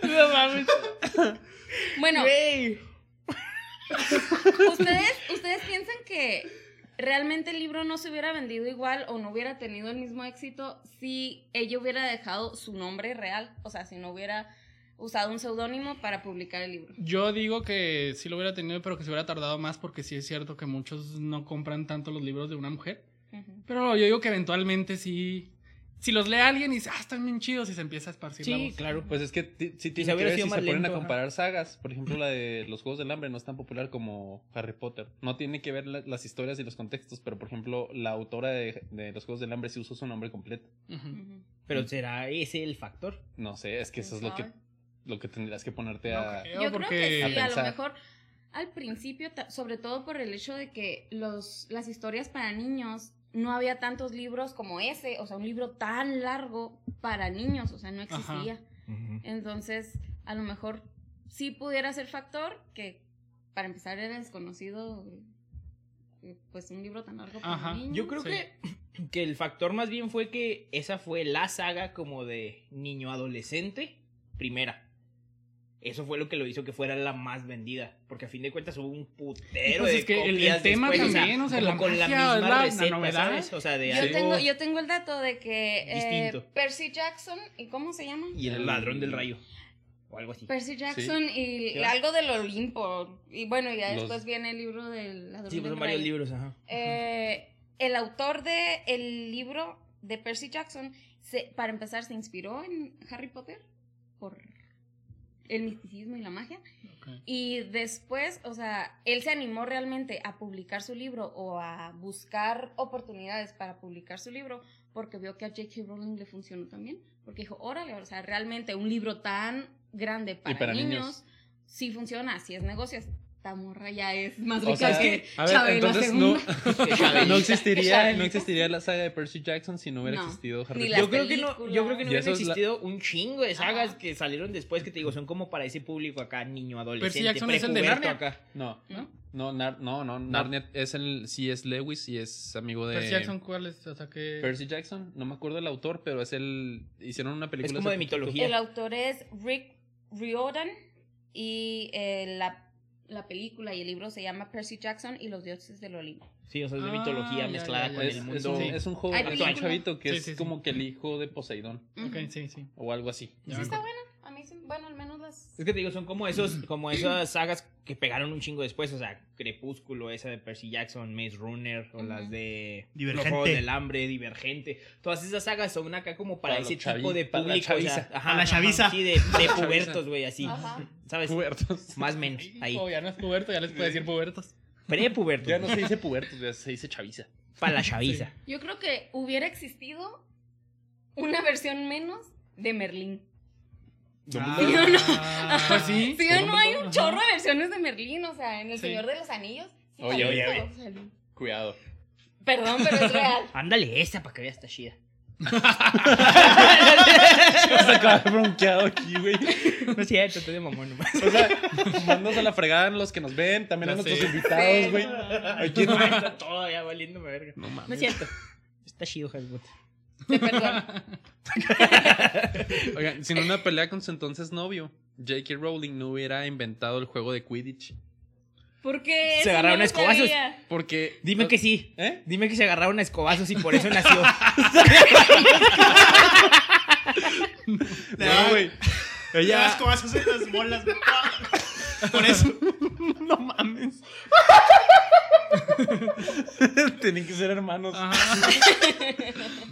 S3: No mames.
S5: Bueno,
S3: Güey.
S5: ¿Ustedes, ¿Ustedes piensan que realmente el libro no se hubiera vendido igual o no hubiera tenido el mismo éxito si ella hubiera dejado su nombre real? O sea, si no hubiera usado un seudónimo para publicar el libro.
S1: Yo digo que sí lo hubiera tenido, pero que se hubiera tardado más porque sí es cierto que muchos no compran tanto los libros de una mujer.
S5: Ujú.
S1: Pero yo digo que eventualmente sí. Si los lee alguien y dice, ah, están bien chidos y se empieza a esparcir la
S3: Sí,
S1: voz.
S3: claro.
S2: Pues es que ti- sí tiene
S3: se
S2: que
S3: hubiera
S2: ver si
S3: sido
S2: se
S3: más
S2: ponen a
S3: lento, ajá.
S2: comparar sagas. Por ejemplo, la de los Juegos del Hambre no es tan popular como Harry Potter. No tiene que ver la- las historias y los contextos, pero por ejemplo, la autora de, de los Juegos del Hambre sí usó su nombre completo.
S1: Ujú.
S5: Ujú.
S3: Pero será ese el factor.
S2: No sé, es que eso es lo que, lo que tendrás que ponerte a...
S1: No,
S5: Yo creo
S1: porque-
S5: que sí,
S2: A
S5: a lo
S2: pensar.
S5: mejor al principio, ta- sobre todo por el hecho de que los, las historias para niños no había tantos libros como ese, o sea, un libro tan largo para niños, o sea, no
S1: Ajá.
S5: existía. Entonces, a lo mejor sí pudiera ser factor que para empezar era desconocido eh, pues un libro tan largo para
S1: Ajá.
S5: niños.
S3: Yo creo
S1: Sí.
S3: que, que el factor más bien fue que esa fue la saga como de niño adolescente primera. Eso fue lo que lo hizo que fuera la más vendida. Porque a fin de cuentas hubo un putero
S1: Pues
S3: de
S1: es que el- el
S3: copias
S1: tema
S3: después,
S1: también, o sea,
S3: como
S1: la
S3: con la
S1: magia,
S3: misma
S1: la- la
S3: receta,
S1: novedad.
S3: ¿sabes? O sea, de
S5: yo
S3: algo-
S5: tengo, yo tengo el dato de que eh,
S3: Distinto.
S5: Percy Jackson, ¿y cómo se llama?
S3: Y el ladrón del rayo. O algo así.
S5: Percy Jackson y
S3: ¿Qué va?
S5: algo del Olimpo. Y bueno, ya
S2: Los-
S5: después viene el libro del Ladrón
S3: Sí, pues
S5: del
S3: son varios
S5: Rayo.
S3: libros, ajá.
S5: Eh, el autor de el libro de Percy Jackson, se- para empezar, se inspiró en Harry Potter por el misticismo y la magia.
S1: Ok.
S5: Y después, o sea, él se animó realmente a publicar su libro o a buscar oportunidades para publicar su libro porque vio que a J.K. Rowling le funcionó también. Porque dijo, órale, o sea, realmente un libro tan grande para,
S2: para
S5: niños,
S2: niños.
S5: sí funciona, sí es negocio. Esta morra ya es más
S2: O
S5: rica
S2: sea,
S5: que
S2: a ver,
S5: Chabela
S2: entonces
S5: segunda.
S2: no, no existiría, no existiría la saga de Percy Jackson si no hubiera
S5: No,
S2: existido Harry
S5: ni
S2: Potter.
S5: las
S3: Yo creo, que no, yo creo que
S2: películas. Y eso
S3: no hubieran
S2: es la-
S3: existido un chingo de sagas
S5: Ajá.
S3: que salieron después que te digo, son como para ese público acá, niño adolescente.
S1: Jackson es el de
S3: prepuberto
S1: Narnia.
S3: acá.
S2: No,
S5: ¿No?
S2: no, Nar- no, no, Narnia es el sí es Lewis y es amigo de
S1: Percy Jackson, ¿cuál es? O sea, que...
S2: Percy Jackson, no me acuerdo el autor, pero es el hicieron una película
S3: como
S2: hace
S3: de
S2: poquito.
S3: mitología.
S5: El autor es Rick Riordan y eh, la, la película y el libro se llama Percy Jackson y los dioses del Olimpo.
S3: Sí, o sea, es de
S1: Ah,
S3: mitología
S1: ya,
S3: mezclada
S1: ya,
S3: con
S1: ya,
S2: Es,
S3: el
S1: ya.
S2: es
S3: mundo.
S2: un,
S1: Sí.
S2: es un joven,
S5: Hay
S2: es un
S5: película.
S2: chavito que
S1: Sí,
S2: es
S1: sí, sí.
S2: como que el hijo de Poseidón
S1: Ok,
S5: Ujú.
S1: sí, sí.
S2: o algo así.
S1: Ya
S5: Sí
S1: me
S5: Mm. está
S1: acuerdo.
S5: buena. A mí, sí- bueno, al menos las...
S3: Es que te digo, son como esos, como esas sagas que pegaron un chingo después. O sea, Crepúsculo, esa de Percy Jackson, Maze Runner, o
S5: Ujú.
S3: las de Los
S4: Divergente.
S3: Juegos del Hambre, Divergente. Todas esas sagas son acá como para,
S2: Para
S3: ese
S2: los chavi-
S3: tipo de
S2: para la
S3: público. o sea,
S2: chaviza.
S3: ajá,
S4: Para la
S3: ajá,
S4: chaviza.
S3: Sí, de, de pubertos, güey, así.
S5: Ajá.
S3: ¿Sabes?
S2: Pubertos.
S3: Más o menos, ahí.
S1: O ya no es puberto, ya les puedo decir pubertos.
S3: Prepuberto.
S2: Ya no se dice pubertos, ya se dice chaviza.
S3: Para la chaviza.
S5: Yo creo que hubiera existido una versión menos de Merlín.
S4: Ah.
S2: Dumbledore.
S1: Pues sí.
S5: Sí, o no hay
S2: Dumbledore,
S5: un
S2: ajá.
S5: chorro de versiones de Merlín, o sea, en El
S1: Sí.
S5: Señor de los Anillos. sí
S2: Oye,
S5: salió
S2: oye,
S5: todo,
S2: oye.
S5: salió.
S2: Cuidado.
S5: Perdón, pero es real.
S3: Ándale esa para que veas esta chida.
S2: Se acaba bronqueado aquí, güey.
S3: No es cierto, estoy de mamón nomás.
S2: O sea, mandas a la fregada a los que nos ven, también a
S1: Ya
S2: nuestros
S1: sé.
S2: invitados,
S5: Sí,
S2: güey. Aquí
S3: No, está todo ya valiéndome verga.
S2: No
S3: No es
S2: mames.
S3: cierto. Está chido, Hasbot.
S5: Te perdono.
S2: Oigan, sin una pelea con su entonces novio, J.K. Rowling no hubiera inventado el juego de Quidditch.
S5: Porque
S3: Se agarraron escobazos.
S2: Porque.
S3: Dime que sí.
S2: ¿Eh?
S3: Dime que se agarraron a escobazos y por eso nació.
S2: No, güey.
S4: Ya.
S2: Ella.
S4: Asco, vas a hacer las bolas. güey. Por eso.
S2: No mames. Tienen que ser hermanos.
S1: Ajá.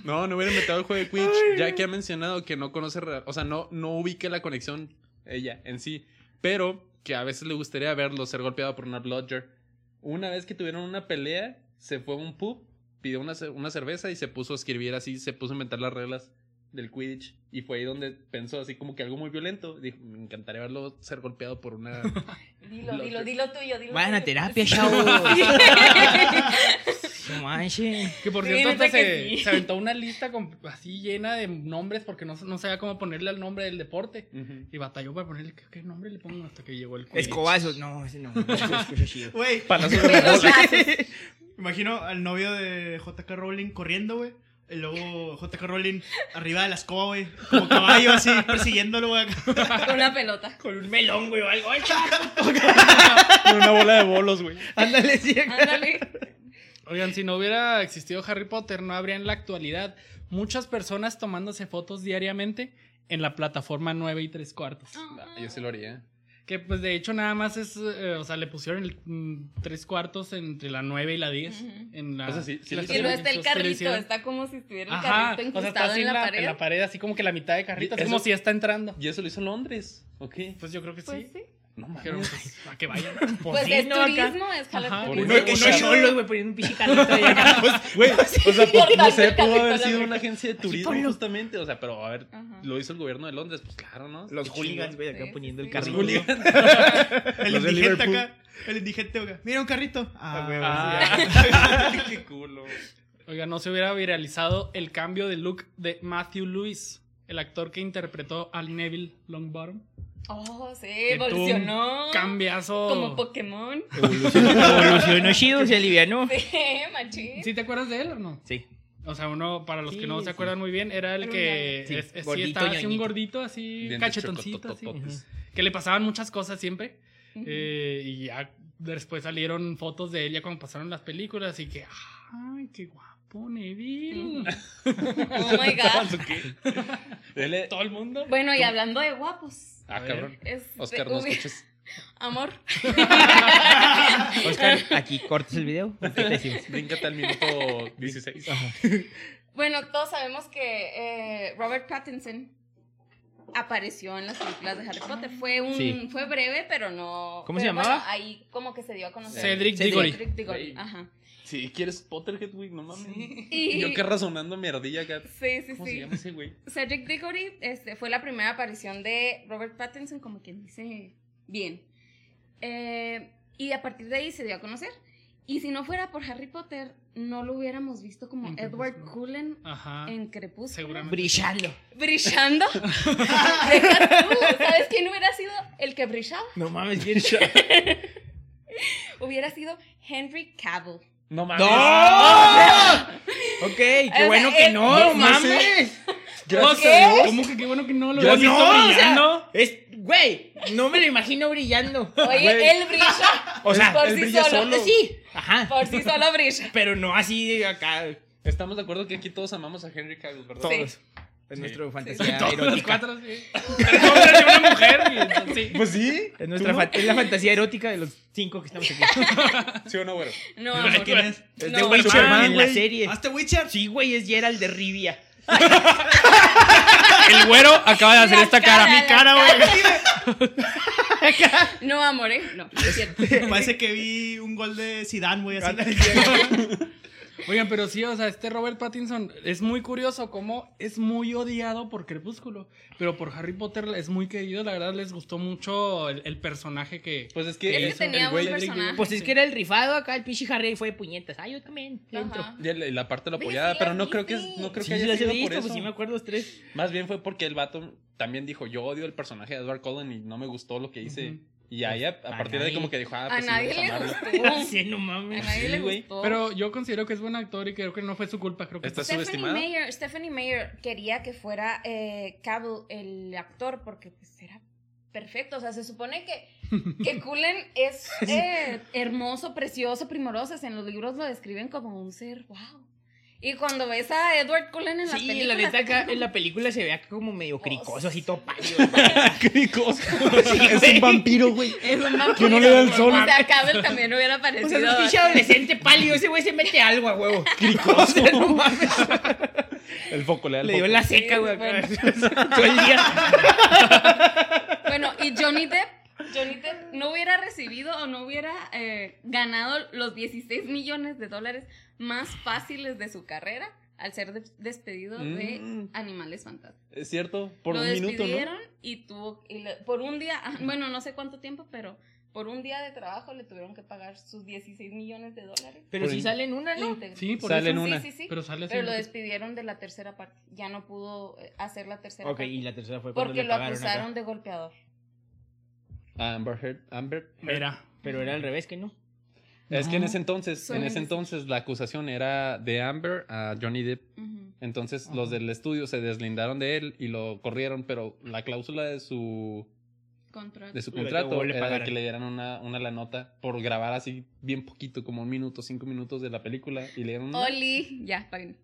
S2: No, no hubiera inventado el juego de Quidditch, ya que ha mencionado que no conoce, re- o sea, no, no ubique la conexión ella en sí, pero que a veces le gustaría verlo ser golpeado por una bludger. Una vez que tuvieron una pelea, se fue a un pub, pidió una, ce- una cerveza y se puso a escribir así, se puso a inventar las reglas del Quidditch. Y fue ahí donde pensó así como que algo muy violento. Dijo, me encantaría verlo ser golpeado por una...
S5: Dilo, dilo, dilo tuyo, dilo
S3: Vayan a
S5: tuyo.
S3: terapia, chavos. No manches.
S1: Que por
S5: Sí,
S1: cierto, hasta
S5: neta que
S1: se,
S5: sí.
S1: se aventó una lista con- así llena de nombres porque no, no sabía cómo ponerle al nombre del deporte.
S2: Ujú.
S1: Y batalló para ponerle, ¿qué, qué nombre le pongo hasta que llegó el Quidditch?
S3: Escobazos. No, ese no. Escucha chido.
S4: Güey,
S2: Palazo de
S5: Pero, o sea,
S4: imagino al novio de JK Rowling corriendo, güey. Y luego JK Rowling arriba de la escoba, güey. Como caballo así, persiguiéndolo, güey.
S5: Con una pelota.
S3: Con un melón, güey, o algo. ¡Ay, chaval!
S2: una bola de bolos, güey.
S3: Ándale, sí.
S5: Ándale.
S1: Oigan, si no hubiera existido Harry Potter, no habría en la actualidad muchas personas tomándose fotos diariamente en la plataforma 9 y 3 cuartos.
S2: No, Ah, yo sí lo haría.
S1: Que pues de hecho nada más es, eh, o sea, le pusieron el 3 cuartos entre la 9 y la 10.
S5: Ujú.
S1: en la,
S2: O sea, sí- sí
S1: la
S2: le
S5: Y luego está el
S1: estación- sí le
S5: carrito,
S1: hicieron.
S5: está como si estuviera el
S1: Ajá,
S5: carrito
S1: o sea, está
S5: incrustado
S1: así
S5: en la pared.
S1: en la pared, así como que la mitad de carrito, así
S2: Eso-
S1: como si ya está entrando.
S2: Y eso lo hizo en Londres, ¿ok?
S1: Pues yo creo que
S5: Pues
S1: sí.
S5: sí.
S2: No
S1: Pero
S2: mames.
S1: pues, a que vayan.
S5: Pues es
S3: no, acá.
S5: turismo, es jalar
S1: Ajá,
S5: turismo.
S2: por
S3: Uno
S2: eso.
S3: uno solo, güey, poniendo un pichicalito ahí acá.
S2: Güey, o sea, pues, no sé, pudo haber sido una agencia de
S3: Así
S2: turismo
S3: ponlo.
S2: justamente, o sea, pero a ver,
S5: Ajá.
S2: lo hizo el gobierno de Londres, pues claro, ¿no? Qué
S3: Los hooligans, güey, acá
S5: Sí,
S3: poniendo
S5: sí,
S3: el
S5: sí.
S2: chingón. Los
S3: carrito.
S2: hooligans.
S4: El
S2: Los de
S4: indigente
S2: Liverpool.
S4: acá. El indigente, güey. Mira un carrito. Ah, güey.
S2: Qué culo.
S1: Oiga, no se hubiera viralizado el cambio de look de Matthew Lewis, el actor que interpretó al Neville Longbottom.
S5: Oh, sí,
S1: Que tuvo un
S5: evolucionó.
S1: Cambiazo.
S5: Como Pokémon.
S3: Evolucionó chido, se alivianó.
S5: Sí, machín.
S1: ¿Sí te acuerdas de él o no?
S3: Sí.
S1: O sea, uno, para los que no
S3: Sí,
S1: se
S3: sí.
S1: acuerdan muy bien, era el
S5: Era
S1: que
S5: un
S1: sí,
S3: ñoño.
S1: es-
S3: Sí,
S1: sí,
S3: gordito,
S1: estaba así un
S3: ñoñito.
S1: gordito, así
S2: Dientes
S1: cachetoncito, así,
S2: chocotototes.
S1: que le pasaban muchas cosas siempre.
S5: Ujú.
S1: Eh, y ya después salieron fotos de él ya cuando pasaron las películas y que, ay, qué guapo
S3: Mm.
S1: Neville.
S5: Oh my god.
S2: Dele-
S1: Todo el mundo.
S5: Bueno, y hablando de guapos.
S1: A
S2: Ah,
S1: ver.
S2: cabrón.
S5: este,
S2: Oscar, no
S5: hubi-
S2: escuches.
S5: Amor.
S3: Oscar, aquí cortas el video. ¿Qué te decimos?
S2: Bríncate al minuto 16.
S5: Bueno, todos sabemos que eh, Robert Pattinson apareció en las películas de Harry Potter. Fue un
S3: Sí.
S5: fue breve, pero no.
S3: ¿Cómo se
S5: pero
S3: llamaba?
S5: bueno, ahí como que se dio a conocer.
S1: Cedric
S3: Cedric
S1: Diggory.
S5: Cedric Diggory,
S2: Güey.
S5: Ajá.
S2: Si quieres Potterhead, güey, no mames.
S5: Y-
S2: Yo que razonando mierdilla acá.
S5: Sí, sí,
S2: ¿Cómo se
S5: sí.
S2: llama ese güey?
S5: Cedric Diggory este, fue la primera aparición de Robert Pattinson, como quien dice, bien. Eh, y a partir de ahí se dio a conocer. Y si no fuera por Harry Potter, no lo hubiéramos visto como
S1: En
S5: Edward
S1: Crepúsculo.
S5: Cullen
S1: Ajá.
S5: en Crepúsculo.
S1: Seguramente.
S3: Brillando.
S5: ¿Brillando? Deja tú, ¿Sabes quién hubiera sido el que brillaba?
S3: No mames, bien
S5: Hubiera sido Henry Cavill.
S2: No mames.
S3: ¡No! Ok, qué
S5: O sea,
S3: bueno que
S5: él-
S3: no,
S5: no
S3: mames.
S1: O sea, ¿Cómo que qué bueno que no lo
S3: Yo
S1: has visto
S3: no, o sea,
S1: brillando?
S3: Es, güey, no me lo imagino brillando.
S5: Oye,
S2: Güey.
S5: él brilla.
S3: O sea,
S5: por
S2: él
S5: sí
S2: brilla
S5: solo.
S2: solo.
S3: Sí, ajá.
S5: Por sí solo brilla.
S3: Pero no así de acá,
S2: Estamos de acuerdo que aquí todos amamos a Henry Cavill, ¿verdad?
S3: todos. Es
S2: Sí.
S3: nuestra
S1: Sí,
S3: fantasía
S1: todos los
S3: erótica.
S1: cuatro, sí. Pero no, pero de una mujer. y entonces, sí.
S2: Pues sí.
S3: Es, nuestra
S2: ¿Tú
S3: fa- es la fantasía erótica de los cinco que estamos aquí.
S2: no? ¿Sí o no, güey?
S5: No,
S4: ¿Sabes
S5: amor.
S4: quién es?
S3: Es
S5: No.
S3: de Witcher
S4: Superman,
S3: Ah, en la
S4: güey.
S3: serie.
S4: ¿Hazte Witcher?
S3: Sí, güey, es Gerald de Rivia.
S1: El güero acaba de hacer
S5: La
S1: esta cara.
S5: cara,
S1: Mi cara, güey.
S5: No, amor, ¿eh? No, no es cierto.
S4: Parece que vi un gol de Zidane, güey, así.
S2: Ah,
S1: Oigan, pero sí, o sea, este Robert Pattinson es muy curioso cómo es muy odiado por Crepúsculo, pero por Harry Potter es muy querido. La verdad les gustó mucho el, el personaje que.
S2: Pues es
S5: Es
S2: que
S5: que
S2: eso,
S5: tenía
S2: el
S5: un
S2: güey-
S5: personaje.
S3: Pues es que era el rifado acá, el pinche Harry fue de puñetas. Ah, yo también. le entro.
S5: Ajá.
S2: Y el- y la parte de la
S5: Oye,
S2: apoyada,
S5: sí,
S2: pero
S5: las
S2: no creo que,
S5: viste.
S2: no creo
S3: Sí,
S2: que haya
S3: las he
S2: sido por
S3: visto,
S2: eso.
S3: pues sí me acuerdo los tres.
S2: Más bien fue porque el vato también dijo, yo odio el personaje de Edward Cullen y no me gustó lo que hice.
S1: Ujú.
S2: Y ahí a, a
S3: Pues, a
S2: partir de ahí
S3: nadie-
S2: como que dijo, ah,
S5: A
S2: pues sí,
S5: nadie
S2: vamos a
S5: le
S2: amarlo".
S5: gustó.
S3: Ah, Sí, no
S5: A
S3: mames.
S5: nadie le
S2: Sí, güey.
S5: gustó.
S1: Pero yo considero que es buen actor y creo que no fue su culpa. Creo que
S2: Estás-
S5: Stephanie
S2: subestimada?
S5: Mayer, Stephanie Mayer quería que fuera eh, Cavill el actor porque pues era perfecto. O sea, se supone que, que Cullen es eh, hermoso, precioso, primoroso. O sea, En los libros lo describen como un ser, wow. Y cuando ves a Edward Cullen en la
S3: Sí, la
S5: película...
S3: neta acá en la película se ve acá como medio cricoso, así todo pálido.
S2: Qué cosa.
S3: güey.
S2: vampiro, güey.
S5: es un
S2: Que no le da el sol.
S5: O sea, Cavill también hubiera
S3: O
S5: parecido...
S3: sea, es un pinche adolescente pálido, ese güey se mete algo a huevo.
S2: Cricoso.
S3: O sea, no mames.
S2: El foco le da el
S3: Le dio
S2: foco.
S3: la seca, güey. acá.
S5: Sí,
S3: Todo el día.
S5: Bueno, y Johnny Depp, Johnny Depp no hubiera recibido o no hubiera eh, ganado los 16 millones de dólares más fáciles de su carrera al ser des- despedido de
S2: Mm.
S5: Animales Fantásticos.
S2: Es cierto, por
S5: Lo
S2: un minuto, ¿no?
S5: despidieron y tuvo, y le- por un día, ah, bueno, no sé cuánto tiempo, pero por un día de trabajo le tuvieron que pagar sus 16 millones de dólares.
S3: Pero
S2: Por
S3: si
S2: ahí.
S3: sale en una, ¿no?
S5: íntegro.
S1: Sí, por
S2: Sale
S1: eso.
S2: en una.
S5: Sí, sí, sí.
S1: Pero sale
S5: Pero lo
S1: así.
S5: despidieron de la tercera parte. Ya no pudo eh, hacer la tercera
S3: Ok, y
S5: parte.
S3: la tercera fue cuando
S5: Porque
S3: le
S5: lo
S3: pagaron acá.
S5: acusaron de golpeador.
S2: Amber Heard. Amber Heard.
S1: Mira.
S3: Pero era al revés que no.
S2: Es que en ese entonces,
S5: Son
S2: en ese
S5: indecisos.
S2: entonces la acusación era de Amber a Johnny Depp.
S5: Ujú.
S2: Entonces
S1: Ajá.
S2: los del estudio se deslindaron de él y lo corrieron, pero la cláusula de su
S5: Contrato.
S2: de su
S3: Lo que
S2: contrato
S3: le
S2: era
S3: pagaran.
S2: que le dieran una, una la nota por grabar así bien poquito, como un minuto, cinco minutos de la película y le dieron una
S5: Oli, ya, paguen.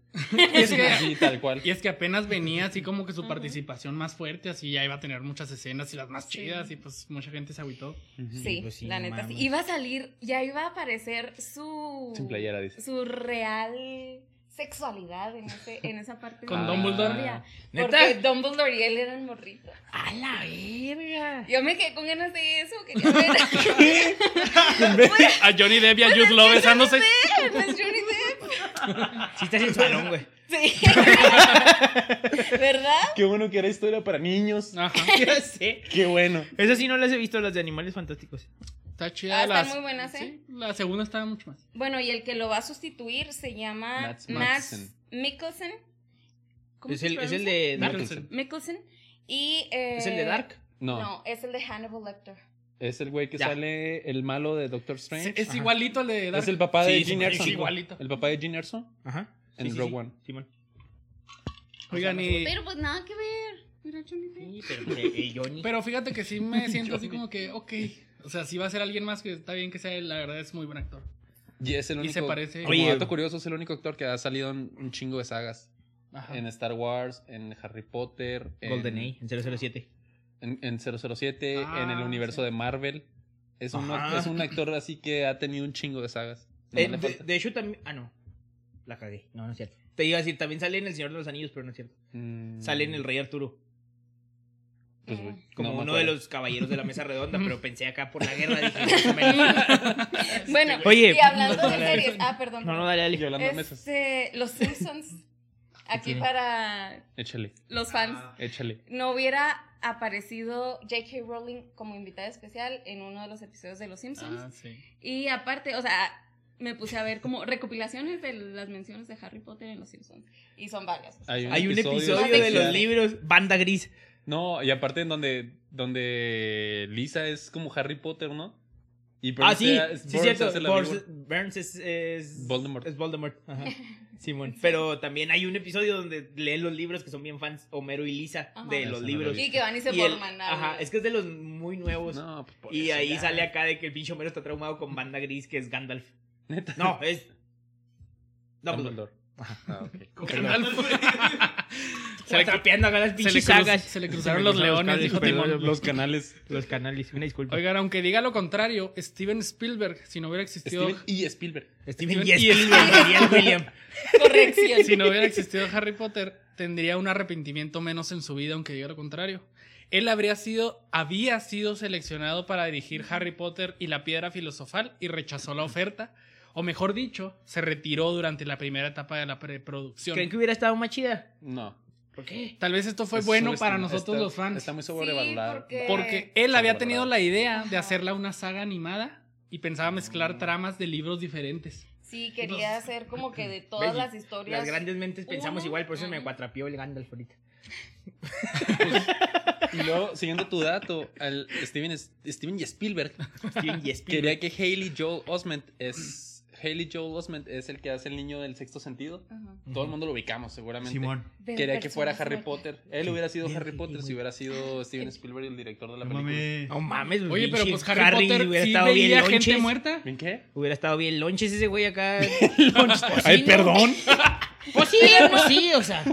S1: es que-
S2: así tal cual.
S1: Y es que apenas venía así como que su
S5: Ujú.
S1: participación más fuerte, así ya iba a tener muchas escenas y las más
S5: Sí.
S1: chidas y pues mucha gente se agüitó.
S5: Sí,
S3: pues sí,
S5: la
S3: no
S5: neta. sí.
S3: mames.
S5: Iba a salir, ya iba a aparecer su.
S2: Sin playera, dice.
S5: Su real sexualidad en, ese, en esa parte.
S1: Con
S5: de la
S1: Dumbledore.
S5: historia. Porque
S3: ¿Neta?
S5: Dumbledore y él eran morritos.
S3: A la verga.
S5: Yo me quedé con ganas de eso. Quería ver.
S1: A Johnny Depp y a Jude Law besándose.
S5: Pues Johnny Depp.
S3: Sí estás en salón, güey.
S5: Sí. ¿Verdad?
S2: Qué bueno que era historia para niños.
S1: Ajá.
S3: Ya sé.
S2: Qué bueno.
S3: Esas sí no las he visto, las de Animales Fantásticos.
S1: Está chida
S5: Ah,
S1: la.
S5: están muy buenas, ¿eh?
S1: sí, la segunda estaba mucho más.
S5: Bueno, y el que lo va a sustituir se llama
S2: Mads
S5: Max
S2: Mikkelsen.
S5: Mikkelsen. ¿Cómo
S3: Es
S5: se
S3: el, es el
S5: pronuncia?
S3: de Dark.
S1: Mikkelsen.
S5: Mikkelsen. Y. eh,
S3: ¿Es el de Dark?
S2: No,
S5: No, es el de Hannibal Lecter.
S2: es el güey que
S3: Ya.
S2: sale el malo de Doctor Strange. Ah,
S1: Es igualito al de Dark.
S2: Es el papá de
S3: Sí,
S2: Gene
S3: sí,
S2: Erso.
S1: es igualito.
S2: El papá de Gene Erso
S3: Ajá.
S2: en
S3: Sí, sí,
S2: Rogue
S3: sí.
S2: One.
S3: Simón.
S1: Oigan, y.
S5: Pero pues nada que ver. Mira, Johnny Depp.
S3: Sí, pero eh, eh, Johnny.
S1: Pero fíjate que sí me siento así como que, ok. O sea, si va a ser alguien más que está bien que sea él, la verdad es muy buen actor.
S2: Y es el
S1: Y
S2: único.
S1: se parece-
S2: Como
S3: Oye.
S2: dato curioso, es el único actor que ha salido en un chingo de sagas.
S1: Ajá.
S2: En Star Wars, en Harry Potter,
S3: Eh,
S2: en
S3: GoldenEye, en 007.
S2: En, en 007,
S1: Ah,
S2: en el universo
S1: sí.
S2: de Marvel. Es un,
S3: Ajá.
S2: es un actor así que ha tenido un chingo de sagas. No
S3: Eh,
S2: le
S3: de,
S2: falta.
S3: de hecho, también. Ah, no. La cagué. No, no es cierto. Te iba a decir, también sale en El Señor de los Anillos, pero no es cierto.
S2: Mm,
S3: Sale en El Rey Arturo.
S2: pues, güey,
S3: Como
S2: no me
S3: uno de
S2: acuerdo.
S3: los caballeros de la mesa redonda, pero pensé acá por la guerra. Dije, no, me-
S5: Bueno,
S3: Oye,
S5: y hablando
S3: no,
S5: de
S3: dale,
S5: series. Ah, perdón.
S3: no, no, dale, dale.
S2: Y hablando de mesas.
S5: Este, los Simpsons. Aquí para
S2: Échale,
S5: los fans.
S2: échale.
S5: No hubiera aparecido J.K. Rowling como invitada especial en uno de los episodios de Los Simpsons.
S1: Ah, sí.
S5: Y aparte, o sea, me puse a ver como recopilaciones de las menciones de Harry Potter en Los Simpsons. Y son varias.
S3: Hay un episodio
S5: episodio
S3: de los
S2: especial.
S3: libros, Banda Gris.
S2: No, y aparte en donde, donde Lisa es como Harry Potter, ¿no? Y
S3: Ah,
S2: Burns
S3: sí,
S2: era- es-
S3: sí,
S2: Burns
S3: cierto.
S2: hace la
S3: Burns,
S2: víbora.
S3: Burns es, es.
S2: Voldemort.
S3: Es Voldemort. Ajá. Simón. Pero también hay un episodio donde leen los libros que son bien fans, Homero y Lisa,
S5: Ajá.
S3: de
S2: Eso
S3: los
S2: Ah, no lo
S3: libros.
S2: vi.
S5: Y que van y se
S3: Y el-
S5: forman.
S1: ah,
S5: ¿no?
S3: ajá, es que es de los muy nuevos.
S2: No, pues por
S3: y
S2: eso
S3: ahí
S2: ya.
S3: sale acá de que el pinche Homero está traumado con Banda Gris, que es Gandalf.
S2: Neta.
S3: No, es. pues, Dumbledore.
S2: Dumbledore. Ah, ok.
S3: Se le trapeando acá las
S1: Se le,
S3: pinches
S1: cruz-
S3: sagas.
S1: se le cruzaron los
S3: Se me cruzaron
S1: leones,
S3: cables,
S1: dijo
S3: perdón,
S1: Timón.
S2: Los canales.
S3: Los canales, una disculpa.
S1: Oigan, aunque diga lo contrario, Steven Spielberg, si no hubiera existido.
S2: Steven y Spielberg.
S3: Steven
S1: Steven
S3: y Spielberg, diría el William.
S5: Corrección.
S1: Si no hubiera existido Harry Potter, tendría un arrepentimiento menos en su vida, aunque diga lo contrario. Él habría sido, había sido seleccionado para dirigir Harry Potter y la Piedra Filosofal y rechazó la oferta. O mejor dicho, se retiró durante la primera etapa de la preproducción.
S3: ¿Creen que hubiera estado más chida?
S2: No.
S3: ¿Por qué?
S1: Tal vez esto fue
S2: Es
S1: bueno
S2: subestim-
S1: para nosotros
S2: está-
S1: los fans.
S2: Está muy
S5: Sí,
S2: sobrevalorado.
S5: porque-
S1: Porque él había
S2: Sobrevalorado.
S1: tenido la idea de
S5: Ajá.
S1: hacerla una saga animada y pensaba mezclar
S2: Mm.
S1: tramas de libros diferentes.
S5: Sí, quería hacer como que de todas
S3: Belly,
S5: las historias.
S3: Las grandes mentes pensamos
S5: Uno,
S3: igual, por eso me
S5: ajá.
S3: cuatrapió el Gandalf ahorita.
S2: Y luego, siguiendo tu dato, al Steven, Steven y Spielberg
S3: Steven y Spielberg.
S2: quería que Haley Joel Osment es. Haley Joel Osment es el que hace el niño del sexto sentido.
S5: Ajá.
S2: Todo el mundo lo ubicamos, seguramente.
S4: Simón.
S5: Del
S2: Quería que fuera
S5: personaje.
S2: Harry Potter. Él hubiera sido
S3: Bien,
S2: Harry Potter
S3: güey.
S2: si hubiera sido Steven Spielberg el director de la
S4: No
S2: película.
S4: mames.
S3: No mames,
S1: Oye, pero
S3: pinche
S1: pues Harry, Potter
S3: hubiera
S1: sí
S3: estado bien
S1: veía gente
S3: lonches.
S1: muerta.
S2: ¿Ven qué?
S3: Hubiera estado bien lonches ese güey acá.
S2: Ay, perdón.
S3: pues sí, pues sí, o sea.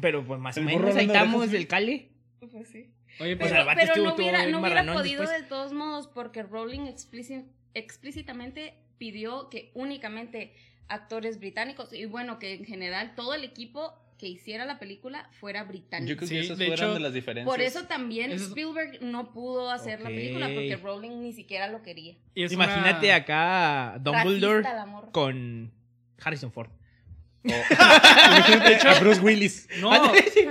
S3: Pero pues más o
S2: El
S3: menos
S2: burro
S3: ahí
S2: hablando de
S3: estamos
S2: orejas.
S3: del cale.
S5: Pues sí.
S1: Oye,
S3: O
S1: pues,
S3: sea, el
S5: Pero,
S3: vato
S5: pero
S3: estuvo-
S5: no hubiera,
S3: estuvo
S5: no hubiera
S3: marranón
S5: podido
S3: después.
S5: de todos modos porque Rowling explíci- explícitamente pidió que únicamente actores británicos y bueno, que en general todo el equipo que hiciera la película fuera
S2: Yo
S5: británico.
S2: creo
S1: Sí,
S2: que esas
S1: de
S2: fueron
S1: hecho,
S2: de las diferencias.
S5: Por eso también
S1: Eso es-
S5: Spielberg no pudo hacer la película
S3: Ok.
S5: porque Rowling ni siquiera lo quería.
S1: y es
S3: Imagínate
S1: una-
S3: acá a Dumbledore
S5: Racista la morra.
S3: con Harrison Ford.
S2: Oh, de hecho, Bruce Willis.
S1: No,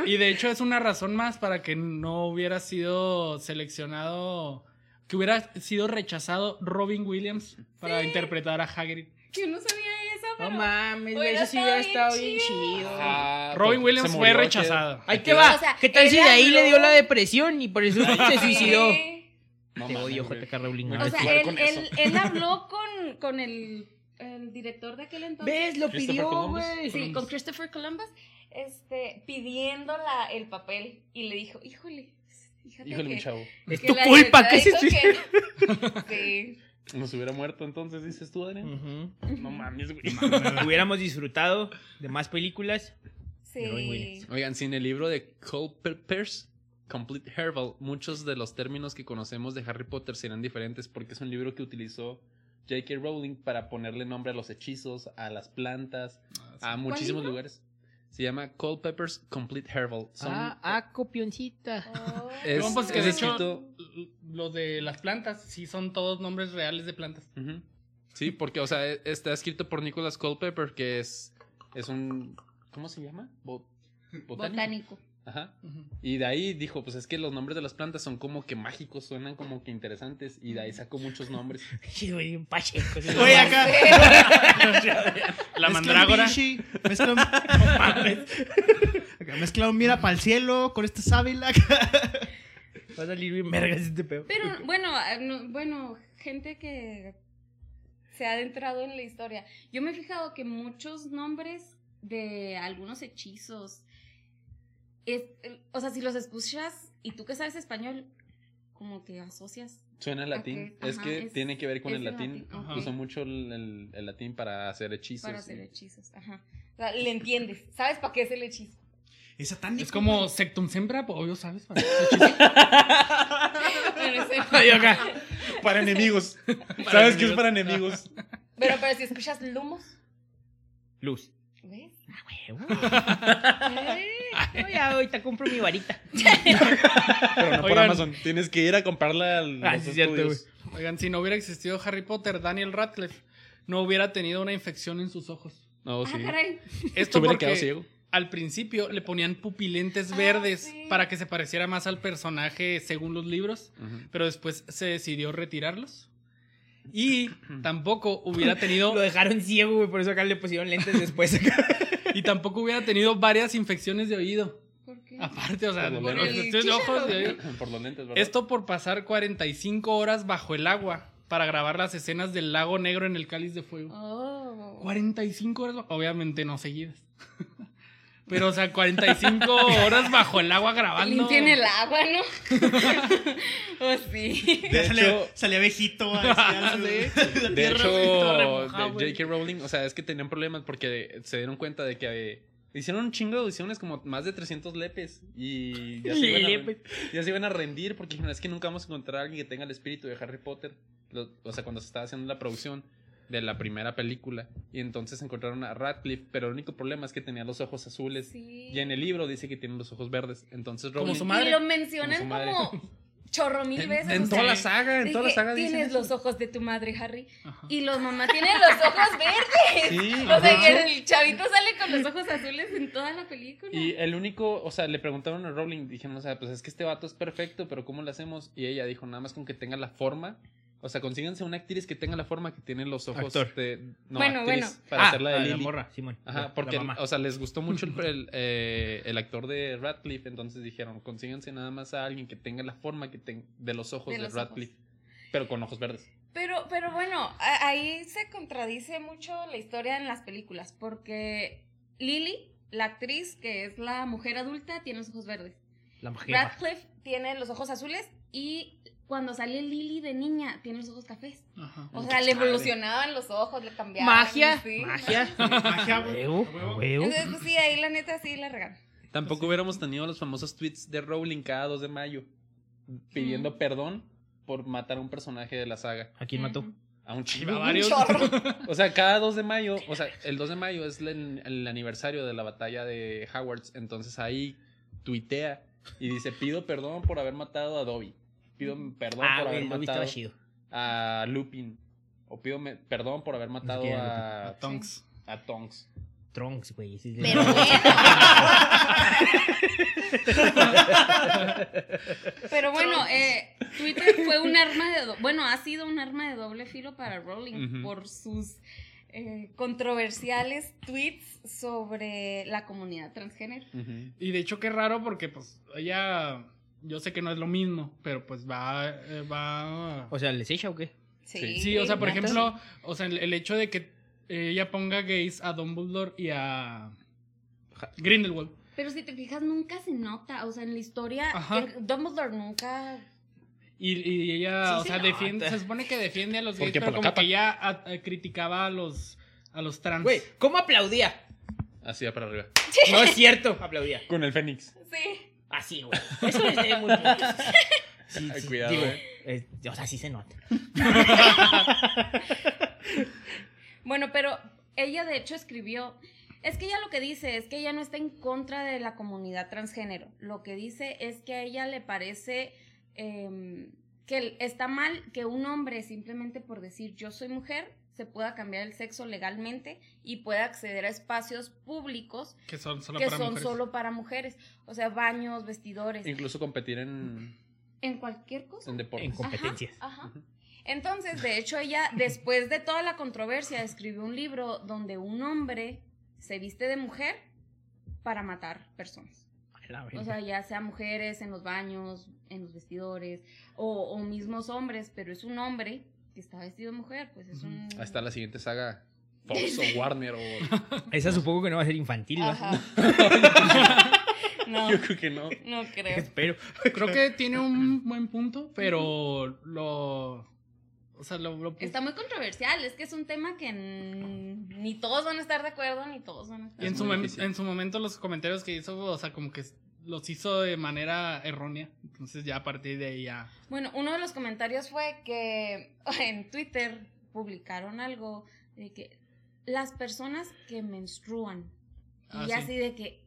S1: y de hecho es una razón más para que no hubiera sido seleccionado, que hubiera sido rechazado Robin Williams para interpretar a Hagrid.
S5: Yo no sabía eso,
S3: No
S5: pero
S3: mames, güey,
S5: hubiera
S3: eso sí hubiera
S5: estado
S3: estado bien
S5: bien
S3: chido.
S2: ah,
S1: Robin Williams fue rechazado.
S3: Ahí te va.
S5: O sea,
S3: ¿Qué tal si de
S5: él
S3: ahí le dio
S5: habló-
S3: la depresión y por eso se
S5: Sí.
S3: suicidó?
S2: No,
S3: Te
S2: mames,
S3: odio,
S2: güey.
S3: JK Rowling.
S2: O
S5: O
S3: no, es
S5: sea,
S2: Jugar
S5: él,
S2: con
S5: él,
S2: eso.
S5: él habló con, con el, el director de aquel
S3: cierto.
S5: entonces.
S3: ¿Ves? Lo
S2: Christopher
S3: pidió,
S2: Columbus.
S3: güey.
S5: Sí, con Christopher Columbus, este, pidiendo la- el papel y le dijo, híjole, fíjate
S2: Híjole, mi
S5: que,
S2: chavo.
S3: Es
S5: que
S3: tu
S5: la
S3: culpa
S5: directora
S3: que se
S5: dijo
S3: suicidó.
S5: que- sí.
S2: Nos hubiera muerto entonces, dices tú, Adrián.
S3: Ujú.
S2: No mames, güey.
S3: Hubiéramos disfrutado de más películas. De Robin
S5: Sí.
S3: Williams.
S2: Oigan, sin el libro de Cole Pe- Pearce, Complete Herbal, muchos de los términos que conocemos de Harry Potter serán diferentes porque es un libro que utilizó J.K. Rowling para ponerle nombre a los hechizos, a las plantas, a muchísimos lugares. Se llama Culpepper's Complete Herbal. Son-
S3: Ah, ah, copioncita.
S5: Oh.
S2: Es-
S1: No, pues que
S2: es
S1: de hecho,
S2: escrito-
S1: lo de las plantas, sí son todos nombres reales de plantas.
S2: Ujú. Sí, porque, o sea, e- está escrito por Nicholas Culpepper, que es, es un... ¿Cómo se llama? Bo- botánico.
S5: Botánico.
S2: Ajá.
S1: Ujú.
S2: Y de ahí dijo, pues es que los nombres de las plantas son como que mágicos, suenan como que interesantes. Y de
S5: Mm.
S2: ahí sacó muchos nombres.
S3: Sí, güey, un pacheco. sí,
S4: Oye,
S3: no
S4: acá.
S1: La
S4: Mezcla un
S1: mandrágora.
S4: bishi, Mezcla un... No mames. Acá, Mezcla un mira para el cielo con esta sábila.
S3: Va a salir bien vergas este pedo.
S5: Pero bueno, eh, no- bueno, gente que se ha adentrado en la historia. Yo me he fijado que muchos nombres de algunos hechizos, es- eh, o sea, si los escuchas y tú que sabes español, como que asocias.
S2: Suena en latín.
S5: Ok,
S2: es
S5: ajá,
S2: que
S5: es-
S2: tiene que ver con
S5: es
S2: el
S5: en
S2: latín.
S5: latín,
S1: ok.
S2: Usó mucho el, el- el latín para hacer hechizos.
S5: para
S2: sí.
S5: hacer hechizos. Ajá. O sea, le entiendes. ¿Sabes para qué es el hechizo?
S4: Es satánico.
S1: Es como Sectum Sembra, obvio, ¿sabes? Para-
S5: Pero, ese-
S3: Ay, acá.
S2: Para enemigos.
S1: Para enemigos.
S2: enemigos?
S5: pero, pero si escuchas lumos,
S3: Luz.
S5: ¿ves?
S3: Ah, huevo.
S2: Oh,
S3: No, ya ahorita compro mi varita.
S2: Pero no por
S1: Oigan.
S2: Amazon. Tienes que ir a comprarla al.
S3: Ah,
S2: los
S3: sí, cierto,
S2: estudios.
S1: Oigan, si no hubiera existido Harry Potter, Daniel Radcliffe no hubiera tenido una infección en sus ojos.
S2: No,
S5: Ah,
S2: Oh, sí.
S5: caray.
S1: Esto
S2: Se hubiera
S1: porque
S2: quedado ciego.
S1: al principio le ponían pupilentes
S5: Ah,
S1: verdes
S5: sí.
S1: para que se pareciera más al personaje según los libros,
S2: Ujú.
S1: pero después se decidió retirarlos. Y tampoco hubiera tenido
S3: Lo dejaron ciego, güey, por eso acá le pusieron lentes después.
S1: y tampoco hubiera tenido varias infecciones de oído.
S5: ¿Por qué?
S2: Ah,
S1: Aparte, o sea,
S2: Por lo
S1: por
S2: menos.
S1: infecciones de ojos, de oído.
S2: Por los lentes, ¿verdad?
S1: Esto por pasar 45 horas bajo el agua para grabar las escenas del lago negro en el cáliz de fuego.
S5: Oh.
S1: 45 horas, bajo- obviamente no seguidas. Pero, o sea, 45 horas bajo el agua grabando.
S5: Limpien el agua, ¿no? oh, sí.
S2: De hecho-
S4: Salía, salía abejito. así,
S1: Sí.
S4: la
S2: De
S4: tierra,
S2: hecho,
S4: güey, toda
S2: de
S4: remojada, güey.
S2: J.K. Rowling, o sea, es que tenían problemas porque se dieron cuenta de que eh, hicieron un chingo de audiciones, como más de 300 lepes. Y ya se, iban a,
S3: Lepes.
S2: ren- ya se iban a rendir porque dijeron, es que nunca vamos a encontrar a alguien que tenga el espíritu de Harry Potter. Lo- o sea, cuando se estaba haciendo la producción. de la primera película. Y entonces encontraron a Radcliffe, pero el único problema es que tenía los ojos azules.
S5: Sí.
S2: Y en el libro dice que tiene los ojos verdes. Entonces
S1: Como
S2: Rowling-
S1: su
S5: Y
S1: madre.
S5: lo mencionan
S2: Como su
S5: como, chorro mil
S2: en,
S5: veces.
S2: en
S5: o
S2: toda
S5: sea,
S2: la saga, en
S5: de
S2: toda la
S5: que
S2: saga dicen
S5: Tienes
S2: eso.
S5: los ojos de tu madre, Harry.
S1: Ajá.
S5: Y los mamás tienen los ojos verdes.
S2: Sí,
S5: O
S2: de
S5: sea,
S2: hecho,
S5: que el chavito sale con los ojos azules en toda la película.
S2: Y el único, o sea, le preguntaron a Rowling, dijeron, o sea, pues es que este vato es perfecto, pero ¿cómo lo hacemos? Y ella dijo, nada más con que tenga la forma. O sea, consíganse una actriz que tenga la forma que tiene los ojos
S1: Actor.
S2: de. No,
S5: Bueno,
S2: actriz,
S5: bueno.
S2: Para
S3: Ah,
S2: hacerla de
S3: la
S2: Lily.
S3: morra, Simón.
S2: Ajá,
S3: La-
S2: porque,
S3: la mamá.
S2: o sea, les gustó mucho el, el, eh, el actor de Radcliffe, entonces dijeron, consíganse nada más a alguien que tenga la forma que ten- de los ojos
S5: De
S2: de,
S5: los ojos.
S2: Radcliffe, pero con ojos verdes.
S5: Pero, pero bueno, a- ahí se contradice mucho la historia en las películas, porque Lily, la actriz que es la mujer adulta, tiene los ojos verdes.
S3: la jefa.
S5: Radcliffe tiene los ojos azules y cuando sale Lily de niña, tiene los ojos cafés.
S1: Ajá.
S5: O sea, le evolucionaban los ojos, le cambiaban.
S3: Magia.
S5: sí.
S3: Magia.
S4: Magia, güey.
S3: Huevo,
S4: Huevo.
S3: huevo.
S5: Entonces, pues sí, ahí la neta sí la regalan.
S2: Tampoco hubiéramos tenido los famosos tweets de Rowling cada 2 de mayo pidiendo
S5: Mm.
S2: perdón por matar a un personaje de la saga.
S3: ¿A quién mató?
S2: A un
S1: Y va
S2: chivo.
S1: varios.
S2: O sea, cada 2 de mayo, o sea, el 2 de mayo es el, el aniversario de la batalla de Howards. Entonces ahí tuitea y dice: Pido perdón por haber matado a Dobby. Pido perdón
S3: Ah,
S2: por haber
S3: güey, lo viste,
S2: matado
S3: estaba chido.
S2: a Lupin. O pido me- perdón por haber matado
S3: quién era
S2: a,
S1: A Ah, Tonks.
S2: a Tonks.
S3: Trunks, güey. ese es de-
S5: Pero bueno. Pero bueno, eh, Twitter fue un arma de do- bueno, ha sido un arma de doble filo para Rowling
S2: Ujú.
S5: por sus eh, controversiales tweets sobre la comunidad transgénero.
S2: Ujú.
S1: Y de hecho, qué raro porque, pues, ella. Yo sé que no es lo mismo, pero pues va. eh, va...
S3: O sea, ¿les echa o qué?
S5: Sí,
S1: Sí, o sea, por
S5: güey,
S1: ejemplo, o sea, el, el hecho de que ella ponga gays a Dumbledore y a Grindelwald.
S5: Pero si te fijas, nunca se nota. O sea, en la historia,
S1: Ajá.
S5: el- Dumbledore nunca.
S1: Y, y ella,
S3: Sí,
S1: o
S3: sí,
S5: Ah,
S1: sea,
S3: no,
S1: defiende,
S3: te-
S1: se supone que defiende a los gays,
S2: Porque
S1: pero
S2: por
S1: como
S2: la capa.
S1: que ella a- a- criticaba a los, a los trans.
S3: Güey, ¿cómo aplaudía?
S2: Así va para arriba.
S3: No es cierto, aplaudía.
S2: Con el Fénix.
S5: Sí.
S3: Así, güey. Eso es de muy bien. Sí,
S2: Ay,
S3: sí,
S2: cuidado,
S3: digo,
S2: eh.
S3: eh, o sea, sí se nota.
S5: Bueno, pero ella de hecho escribió. Es que ella lo que dice es que ella no está en contra de la comunidad transgénero. Lo que dice es que a ella le parece em, que el- está mal que un hombre simplemente por decir yo soy mujer se pueda cambiar el sexo legalmente y pueda acceder a espacios públicos
S1: Que son solo
S5: que
S1: para
S5: son
S1: mujeres.
S5: solo para mujeres. O sea, baños, vestidores,
S2: Incluso competir en,
S5: en cualquier cosa.
S2: en deportes.
S3: En com-
S5: Ajá,
S3: competencias.
S5: ajá.
S2: Ujú.
S5: Entonces, de hecho, ella, después de toda la controversia, escribió un libro donde un hombre se viste de mujer para matar personas.
S3: A la verga.
S5: O sea, ya sea mujeres en los baños, en los vestidores, o, o mismos hombres, pero es un hombre que está vestido de mujer, pues es
S1: Ujú.
S5: un...
S2: Ahí está la siguiente saga. Fox o Warner o
S3: Esa supongo que no va a ser infantil, ¿no?
S5: Ajá. No,
S2: Yo creo que no.
S5: no creo.
S3: Espero.
S1: Creo que tiene un buen punto, pero lo. O sea, lo. lo-
S5: Está muy controversial, es que es un tema que mm, ni todos van a estar de acuerdo, ni todos van a estar
S1: y
S5: de
S1: en
S2: Es
S1: su,
S2: muy
S1: mom-
S2: difícil.
S1: en su momento, los comentarios que hizo, o sea, como que los hizo de manera errónea. Entonces, ya a partir de ahí ya.
S5: Bueno, uno de los comentarios fue que en Twitter publicaron algo de que las personas que menstruan,
S1: Ah,
S5: y
S1: sí.
S5: así de que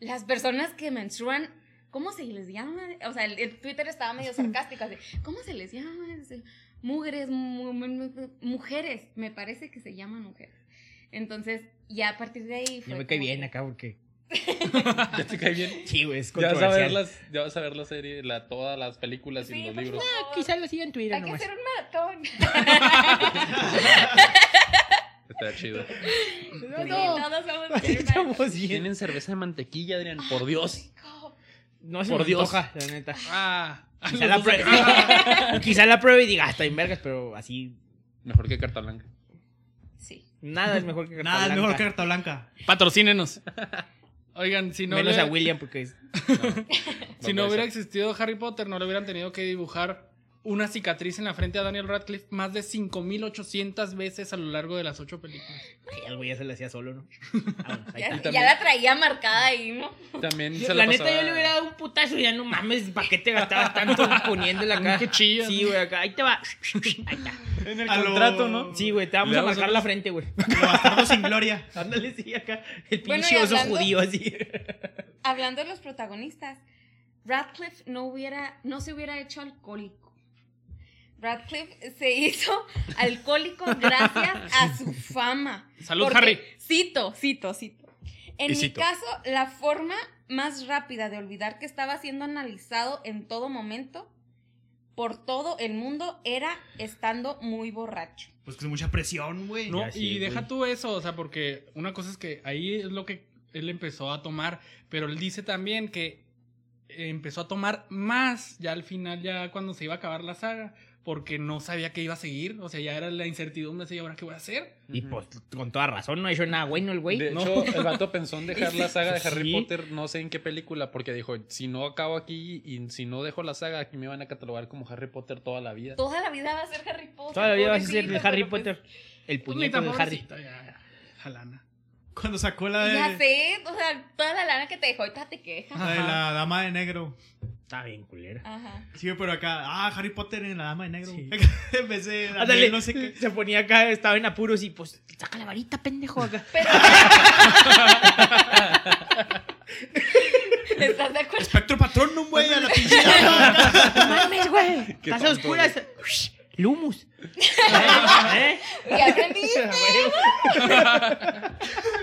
S5: las personas que menstruan, ¿cómo se les llama? O sea, el, el Twitter estaba medio sarcástico, así, ¿cómo se les llama? Así, Mugres, mu- mu- mu- mujeres, me parece que se llaman mujeres. Entonces, ya a partir de ahí...
S3: Ya
S5: fue
S3: me cae
S5: como
S3: bien
S5: que-
S3: acá porque.
S2: Ya te cae bien.
S3: Sí, güey, es
S2: Ya vas, a ver
S3: controversial.
S2: las, ya vas a ver la serie, la, todas las películas
S5: Sí,
S2: y los
S5: por
S2: libros.
S5: favor,
S3: Quizás lo siga en Twitter
S5: Hay que
S3: Ah, nomás.
S5: hacer un maratón.
S2: Está chido.
S5: Sí,
S3: No, no.
S5: todos somos
S3: Así
S5: Spider-Man.
S3: estamos bien.
S2: Tienen cerveza de mantequilla, Adrián. Por Dios.
S5: Chico,
S3: No se
S2: Por
S3: me
S2: Dios.
S3: antoja, la neta.
S1: Ah,
S3: Quizá la, prue- Quizá la pruebe y diga, hasta en vergas, pero así.
S2: Mejor que carta blanca.
S5: Sí.
S3: Nada es mejor que carta
S4: Nada, es mejor
S3: blanca,
S4: carta blanca.
S1: Patrocínenos. Oigan, si no.
S3: Menos
S1: le-
S3: a William porque es.
S1: Si no hubiera existido Harry Potter, no le hubieran tenido que dibujar una cicatriz en la frente a Daniel Radcliffe más de 5800 veces a lo largo de las ocho películas.
S3: Ay, El güey ya se lo hacía solo, ¿no? Ah, bueno, ahí
S5: Ya,
S3: está.
S5: ya la traía marcada ahí, ¿no?
S2: También
S3: Yo-
S2: se
S3: la
S2: la,
S3: neta,
S2: pasaba-
S3: yo le hubiera dado un putazo y ya no mames, ¿para qué te gastabas tanto poniéndole acá?
S1: Un cuchillo,
S3: Sí,
S1: ¿no?
S3: güey, acá. Ahí te va. Ahí está.
S2: En el
S4: A lo-
S2: contrato, ¿no?
S3: Sí, güey, te vamos
S2: Le
S3: a
S2: damos
S3: marcar
S2: un-
S3: la frente, güey.
S4: Lo bastardo sin gloria.
S3: Ándale, sí, acá. El
S5: Bueno, y
S3: pinche oso
S5: hablando-
S3: judío, así.
S5: Hablando de los protagonistas, Radcliffe no, hubiera, no se hubiera hecho alcohólico. Radcliffe se hizo alcohólico gracias a su fama.
S1: Salud,
S5: Porque-
S1: Harry.
S5: Cito, cito, cito. En
S2: Y
S5: mi
S2: cito.
S5: caso, la forma más rápida de olvidar que estaba siendo analizado en todo momento por todo el mundo era estando muy borracho.
S4: Pues que es mucha presión, güey.
S1: No,
S3: Ya
S1: y
S3: sí, güey.
S1: deja tú eso, o sea, porque una cosa es que ahí es lo que él empezó a tomar, pero él dice también que empezó a tomar más ya al final, ya cuando se iba a acabar la saga, porque no sabía que iba a seguir, o sea, ya era la incertidumbre, así, ¿ahora qué voy a hacer?
S3: Y pues, con toda razón, no ha hecho nada bueno el güey.
S2: De
S1: no.
S2: hecho, el vato pensó en dejar la saga de Harry
S3: Sí.
S2: Potter, no sé en qué película, porque dijo, si no acabo aquí y si no dejo la saga, aquí me van a catalogar como Harry Potter toda la vida.
S5: Toda la vida va a ser Harry Potter.
S3: Todavía vas a ser
S5: pobrecito,
S3: el Harry
S5: pero pues-
S3: Potter. El
S1: Pues ni
S3: puñeto
S1: tan
S3: de Harry.
S1: pobrecito, ya, ya, jalana.
S4: Cuando sacó la de,
S5: Ya sé, o sea, toda la lana que te dejó, ahorita te queja.
S4: la de la dama de negro.
S3: Está bien, culera.
S5: Ajá.
S4: Sí, güey, pero acá, ah, Harry Potter en la dama de negro.
S3: Sí.
S4: en vez de Daniel,
S3: Ándale,
S4: no sé qué.
S3: se ponía acá, estaba en apuros y pues, saca la varita, pendejo, acá.
S5: Pero. ¿Estás de acuerdo?
S4: Espectro Patronum, güey, a la pinche dama.
S3: ¡No mames, güey!
S2: Qué
S3: Estás
S2: tonto,
S3: a oscuras. Ush, Lumus. ¿Eh?
S5: Ya aprendiste.
S4: Güey,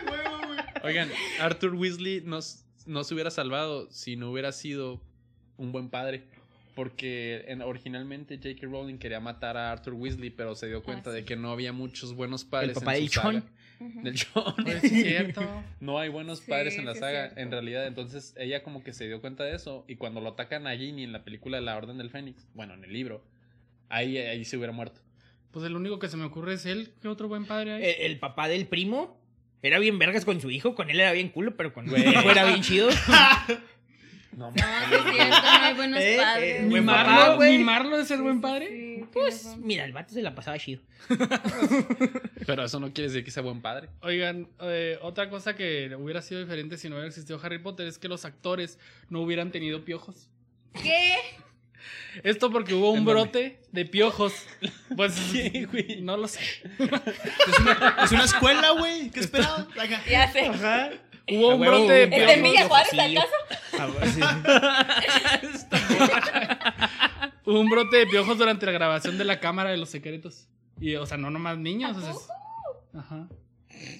S4: güey.
S2: Oigan, Arthur Weasley nos, no se hubiera salvado si no hubiera sido un buen padre. Porque en- originalmente J.K. Rowling quería matar a Arthur Weasley, pero se dio cuenta
S5: Ah, sí.
S2: de que no había muchos buenos
S3: El
S2: padres.
S3: papá
S2: en
S3: del
S2: su saga.
S3: John.
S5: Ujú.
S2: Del John.
S1: Pues sí, es cierto.
S2: No hay buenos
S5: Sí,
S2: padres en la
S5: sí es
S2: saga,
S5: cierto.
S2: en realidad. Entonces ella como que se dio cuenta de eso. Y cuando lo atacan a Ginny en la película La Orden del Fénix, bueno, en el libro, ahí, ahí se hubiera muerto.
S1: Pues el único que se me ocurre es él, ¿qué otro buen padre hay?
S3: El, Eh, el papá del primo era bien vergas con su hijo, con él era bien culo, pero con
S2: Güey.
S3: él era bien chido.
S2: No,
S5: No, sí es cierto, no hay buenos
S3: Eh, eh,
S5: padres.
S3: buen
S1: ¿Mimarlo-
S3: papá, güey.
S1: ¿Mimarlo es ser buen padre?
S5: Sí,
S3: Pues,
S5: tienes razón.
S3: mira, el vato se la pasaba chido.
S2: Pero eso no quiere decir que sea buen padre.
S1: Oigan, eh, otra cosa que hubiera sido diferente si no hubiera existido Harry Potter es que los actores no hubieran tenido piojos.
S5: ¿Qué?
S1: Esto porque hubo un
S2: ¿En dónde?
S1: brote de piojos. Pues
S2: ¿Qué, güey?
S1: no lo sé.
S4: Es una, es una escuela, güey. ¿Qué esperaba? Acá.
S5: Ya sé.
S3: Ajá.
S1: Hubo un brote de
S5: ¿Este en
S1: piojos.
S5: Villa Juárez
S3: Sí. Ah,
S4: Sí.
S1: Hubo un brote de piojos durante la grabación de la Cámara de los Secretos. Y, o sea, no nomás niños. o sea, es- ajá.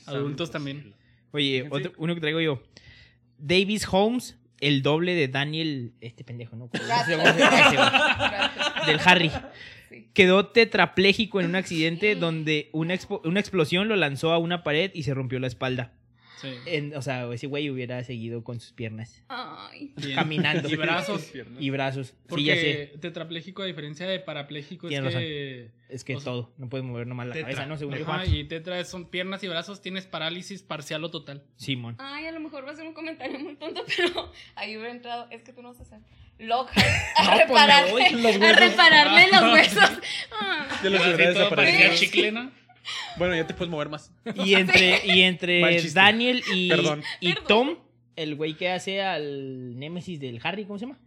S1: Adultos también.
S3: Oye,
S1: En fin.
S3: otro- uno que traigo yo. Davis Holmes, el doble de Daniel, este pendejo, ¿no? ¿Cómo se llama ese güey? Del Harry.
S5: Sí.
S3: Quedó tetrapléjico en un accidente donde una, expo- una explosión lo lanzó a una pared y se rompió la espalda.
S1: Sí.
S3: En- o sea, ese güey hubiera seguido con sus piernas
S5: Ay.
S1: Bien.
S3: Caminando.
S1: Y brazos.
S3: y brazos. Sí, ya sé.
S1: Porque tetrapléjico, a diferencia de parapléjico, es
S3: Tienes
S1: que.
S3: Es que
S1: o sea,
S3: todo. No puedes mover nomás la
S4: tetra.
S3: cabeza, ¿no? Según yo.
S1: Ajá, y tetra son piernas y brazos, tienes parálisis parcial o total.
S3: Simón.
S5: Ay, a lo mejor va a ser un comentario muy tonto, pero ahí hubiera entrado. Es que tú no sabes hacer. Lockhart. A
S3: No, pues, me
S5: repararme.
S3: voy, los
S5: a
S3: huesos.
S5: repararme los huesos. Ah,
S2: Ya los
S1: Así
S2: hubiera
S1: todo parecía
S2: desaparecido.
S1: chicle, ¿no?
S2: Bueno, ya te puedes mover más.
S3: Y entre, y
S2: Mal
S3: entre
S2: chiste.
S3: Daniel y,
S2: Perdón.
S3: y
S5: Perdón.
S3: Tom, el güey que hace al némesis del Harry, ¿cómo se llama?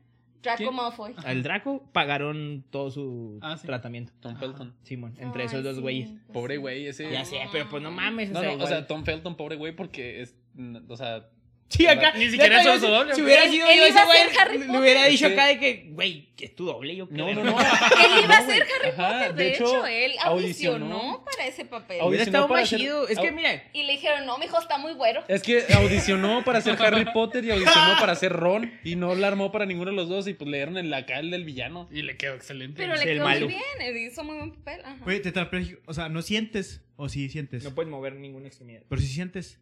S5: Draco
S1: ¿Quién?
S5: Malfoy.
S3: Al Draco, pagaron todo su
S1: Ah, sí.
S3: tratamiento.
S2: Tom Felton.
S3: Simón, entre esos
S5: Ay,
S3: dos
S5: sí,
S3: güeyes.
S5: pues
S2: Pobre
S5: sí.
S2: güey, ese.
S3: Ya sé, pero pues no mames.
S2: No,
S3: o sea,
S2: no, o
S3: igual.
S2: sea, Tom Felton, pobre güey, porque es. n- O sea.
S3: Sí, acá.
S1: Ni siquiera
S3: neta,
S1: son su
S3: si-
S1: doble,
S3: Si
S1: ¿o
S3: hubiera
S5: qué?
S3: sido
S5: Él
S3: yo
S5: iba
S3: ese
S5: a ser Harry
S3: güey, le hubiera
S2: Potter.
S3: dicho
S2: Sí.
S3: acá de que, güey, que es tu doble, yo
S2: No,
S3: creo.
S2: no, no.
S5: Él iba a
S2: No,
S5: ser
S2: güey.
S5: Harry
S2: Ajá,
S5: Potter. De,
S2: Ah, de
S5: hecho,
S2: hecho,
S5: él
S2: audicionó.
S5: audicionó para ese papel.
S2: Audi-
S3: Hubiera estado
S2: para
S3: más
S2: ser-
S3: chido. Es
S2: au-
S3: que, mira,
S5: Y le dijeron, no, mijo, está muy bueno.
S2: Es que audicionó para ser Harry Potter y audicionó para ser Ron. Y no la armó para ninguno de los dos. Y pues le dieron el acá el del villano.
S1: Y le quedó excelente.
S5: Pero le
S3: el
S5: quedó
S3: malo.
S5: muy bien. Él hizo muy buen papel. Ajá.
S4: Güey, tetrapléjico. O sea, ¿no sientes? ¿O sí sientes?
S3: no puedes mover ninguna extremidad.
S4: Pero si sientes.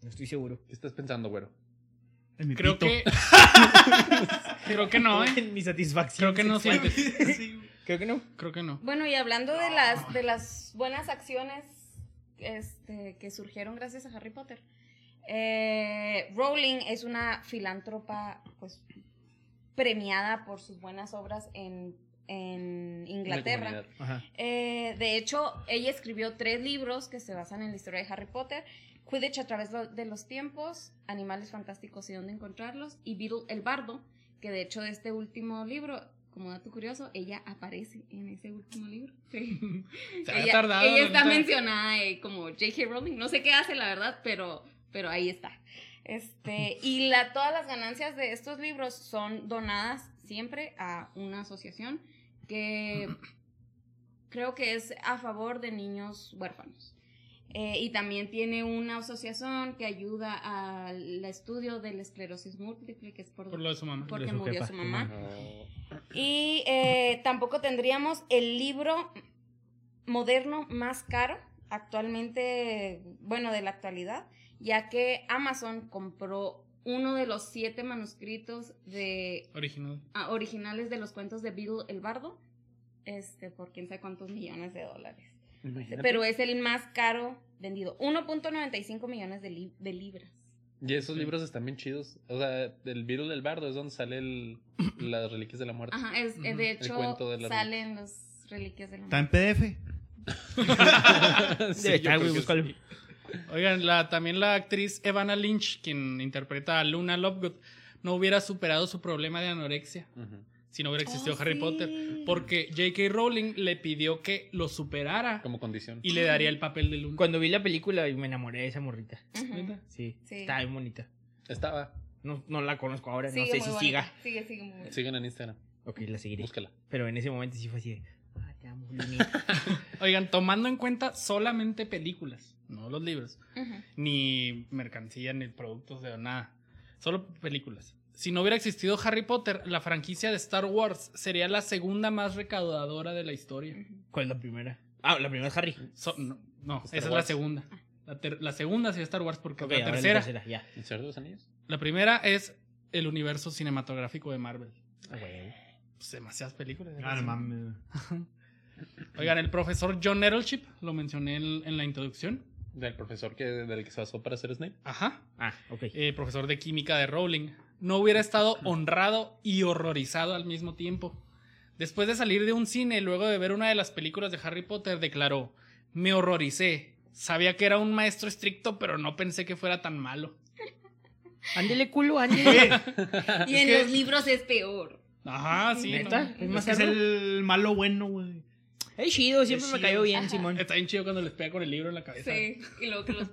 S3: No estoy seguro.
S2: ¿Qué estás pensando, güero?
S4: En mi
S1: Creo
S4: pito.
S1: que. creo que no, ¿eh?
S3: En mi satisfacción.
S1: Creo que no
S3: sexual.
S1: sientes.
S4: Sí, güey.
S3: Creo que no.
S1: Creo que no.
S5: Bueno, y hablando de las, de las buenas acciones este, que surgieron gracias a Harry Potter, eh, Rowling es una filántropa pues, premiada por sus buenas obras en, en
S2: Una
S5: Inglaterra.
S2: comunidad.
S3: Ajá.
S5: Eh, de hecho, ella escribió tres libros que se basan en la historia de Harry Potter. Quidditch a través lo- de los tiempos, Animales Fantásticos y dónde encontrarlos, y Beedle el Bardo, que de hecho de este último libro como dato curioso, ella aparece en ese último libro. Sí.
S2: Se
S5: ella,
S2: ha tardado.
S5: ella está
S2: neta.
S5: mencionada eh, como J.K. Rowling. No sé qué hace, la verdad, pero, pero ahí está. Este, y la, todas las ganancias de estos libros son donadas siempre a una asociación que creo que es a favor de niños huérfanos. Eh, y también tiene una asociación que ayuda al estudio de la esclerosis múltiple, que es por,
S1: Por lo de su mamá.
S5: porque
S6: de su
S5: murió
S6: jefa,
S5: su
S6: sí,
S5: mamá.
S2: No.
S5: Y eh, tampoco tendríamos el libro moderno más caro actualmente, bueno, de la actualidad, ya que Amazon compró uno de los siete manuscritos de
S1: Original.
S5: ah, originales de los cuentos de Beedle el Bardo, este, por quién sabe cuántos millones de dólares. Pero es el más caro vendido, 1.95 millones de, li- de libras.
S2: Y esos libros están bien chidos. O sea, el virus del bardo es donde sale el- las reliquias de la muerte.
S5: Ajá, es,
S1: Ujú.
S5: de
S2: El
S5: hecho
S2: cuento de las-
S5: salen los reliquias de la
S4: Está en PDF.
S2: Sí,
S6: Debe
S2: yo
S6: estar,
S2: creo
S6: güey,
S2: que
S6: búscalo.
S2: sí.
S1: Oigan, la, también la actriz Evana Lynch, quien interpreta a Luna Lovegood, no hubiera superado su problema de anorexia
S2: Ujú.
S1: si no hubiera existido
S5: Oh,
S1: Harry
S5: sí.
S1: Potter. Porque J.K. Rowling le pidió que lo superara
S2: Como condición.
S1: y le daría el papel de Luna.
S3: Cuando vi la película y me enamoré de esa morrita.
S5: Ujú.
S1: ¿Neta?
S3: Sí,
S5: Sí.
S3: está bien bonita.
S2: Estaba.
S3: No, no la conozco ahora, no
S5: Sigue
S3: sé
S5: muy
S3: si
S5: bonita.
S3: siga.
S5: Sigue, sigue muy bonita.
S2: Sigan en Instagram.
S3: Ok, la seguiré.
S2: Búscala.
S3: Pero en ese momento sí fue así de, ah, te amo, Lunita.
S1: Oigan, tomando en cuenta solamente películas, no los libros,
S5: Ujú.
S1: ni mercancía, ni productos de nada. Solo películas. Si no hubiera existido Harry Potter, la franquicia de Star Wars sería la segunda más recaudadora de la historia.
S5: Ujú.
S3: ¿Cuál es la primera? Ah, la primera es Harry.
S1: So- no, no, esa
S2: Star
S1: es la
S2: Wars.
S1: segunda. La, ter- la segunda sería Star Wars porque
S3: Ok,
S1: la
S3: ahora
S1: tercera.
S3: ya.
S2: ¿El Señor de los Anillos?
S1: La primera es el universo cinematográfico de Marvel.
S3: Ah, güey.
S1: Pues demasiadas películas.
S4: Ah, no
S1: demasiadas.
S4: mames.
S1: Oigan, el profesor John Nettleship, lo mencioné en, en la introducción.
S2: Del profesor que, del que se basó para hacer Snape.
S1: Ajá.
S3: Ah, ok.
S1: eh, profesor de química de Rowling, no hubiera estado honrado y horrorizado al mismo tiempo. Después de salir de un cine, luego de ver una de las películas de Harry Potter, declaró, me horroricé. Sabía que era un maestro estricto, pero no pensé que fuera tan malo.
S3: Ándele culo, ándele.
S5: Y en los libros es peor.
S1: Ajá, sí. no.
S3: ¿Neta? Es
S4: Es
S3: más
S4: que es
S3: arro-
S4: el malo bueno, güey.
S3: Es chido, siempre
S4: Es
S3: me
S4: chido.
S3: cayó bien,
S5: Ajá.
S3: Simón.
S1: Está bien chido cuando les pega con el libro en la cabeza.
S5: Sí. Y luego que los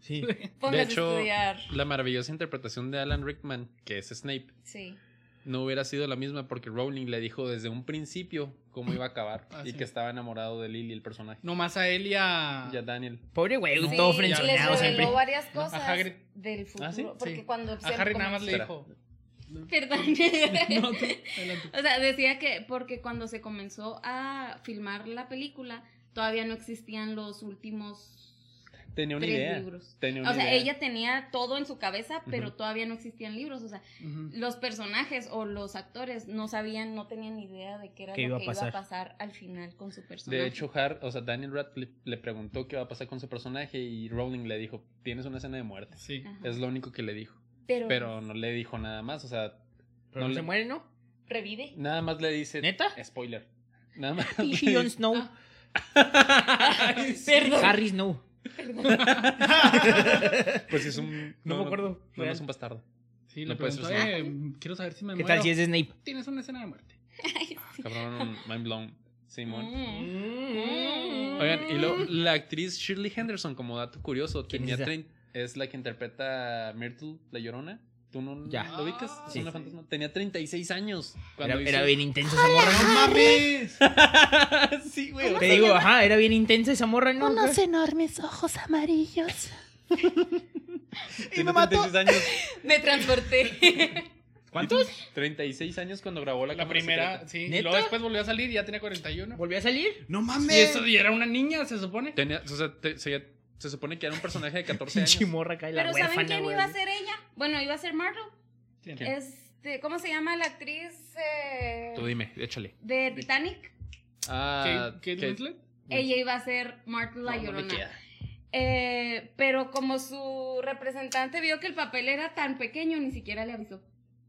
S3: Sí.
S5: pongas
S2: hecho-
S5: a estudiar.
S2: La maravillosa interpretación de Alan Rickman, que es Snape,
S5: Sí.
S2: no hubiera sido la misma porque Rowling le dijo desde un principio cómo iba a acabar
S1: Ah,
S2: y
S1: sí.
S2: que estaba enamorado de Lily, el personaje.
S1: Nomás a él y a...
S2: Y a Daniel.
S3: Pobre güey,
S1: No,
S5: Sí,
S3: todo
S5: les
S3: frencionado
S5: reveló
S3: siempre.
S5: varias cosas
S1: A Hagrid.
S5: del futuro.
S2: Ah, ¿sí?
S5: Porque
S1: Sí.
S5: cuando
S1: a Harry nada más le
S2: Espera.
S1: dijo.
S5: Perdón.
S1: No, tú, adelante.
S5: o sea, decía que porque cuando se comenzó a filmar la película, todavía no existían los últimos
S2: Tenía una
S5: tres
S2: idea.
S5: libros.
S2: Tenía una
S5: O sea,
S2: idea.
S5: ella tenía todo en su cabeza, pero
S2: Ujú.
S5: todavía no existían libros. O sea,
S1: Ujú.
S5: los personajes o los actores no sabían, no tenían idea de qué era
S3: ¿Qué
S5: lo
S3: iba a
S5: que iba a
S3: pasar?
S5: pasar al final con su personaje.
S2: De hecho, Har, o sea, Daniel Radcliffe le preguntó qué va a pasar con su personaje y Rowling le dijo, tienes una escena de muerte.
S1: Sí.
S5: Ajá.
S2: Es lo único que le dijo.
S5: pero,
S2: Pero no le dijo nada más, o sea,
S3: Pero no
S2: No
S3: se
S2: le-
S3: muere, ¿no?
S5: revive.
S2: nada más le dice...
S3: ¿Neta?
S2: Spoiler. Nada más.
S3: Pichi Jon Snow.
S5: Ah. Perdón.
S3: Harry Snow.
S2: Pues es un...
S3: No me acuerdo.
S2: No, no es un bastardo.
S1: Sí,
S2: No
S1: le
S2: puedes
S1: preguntó,
S2: usar.
S1: "Eh, quiero saber si me
S3: ¿Qué
S1: muero.
S3: tal si es de Snape?
S1: Tienes una escena de muerte.
S2: Cabrón, mind blown. Simón.
S5: Mm.
S2: Oigan, y luego la actriz Shirley Henderson, como dato curioso,
S3: ¿Quién
S2: tenía
S3: es esa?
S2: trein- es la que interpreta a Myrtle, la llorona. ¿Tú no
S3: Ya.
S2: lo ubicas?
S1: Ah,
S2: Es
S1: sí.
S2: una fantasma. Tenía 36 años.
S3: Era,
S2: Cuando hizo-
S3: era bien intensa esa morra,
S4: ¡No mames!
S2: Ah, sí, güey.
S3: ¿no? Te digo, ajá, era bien intensa esa morra, ¿no?
S7: Unos enormes ojos amarillos.
S4: ¡Y me
S2: Tenía
S4: mató!
S2: 36 años.
S5: Me transporté.
S2: ¿Cuántos? 36 años cuando grabó la,
S1: La
S2: Cámara
S1: primera,
S2: Secreta.
S1: sí. Y
S3: ¿Neta?
S1: luego después volvió a salir y ya tenía 41.
S3: ¿Volvió a salir?
S4: ¡No
S1: Y
S4: mames!
S1: eso y era una niña, se supone.
S2: Tenía, o sea, te- se, se supone que era un personaje de 14 años.
S3: Pinche morra cae la
S5: pero ¿saben
S3: huérfana,
S5: quién
S3: güey.
S5: iba a ser ella? Bueno, iba a ser Marvel.
S1: ¿Quién?
S2: ¿Quién?
S5: Este, ¿Cómo se llama la actriz eh,
S2: Tú dime, échale.
S5: de Titanic?
S2: Ah,
S1: Kate- Kate
S2: que-
S1: Winslet.
S5: Ella iba a ser Marvel
S2: No,
S5: la
S2: no me
S5: Llorona.
S2: queda.
S5: Eh, pero como su representante vio que el papel era tan pequeño, ni siquiera le avisó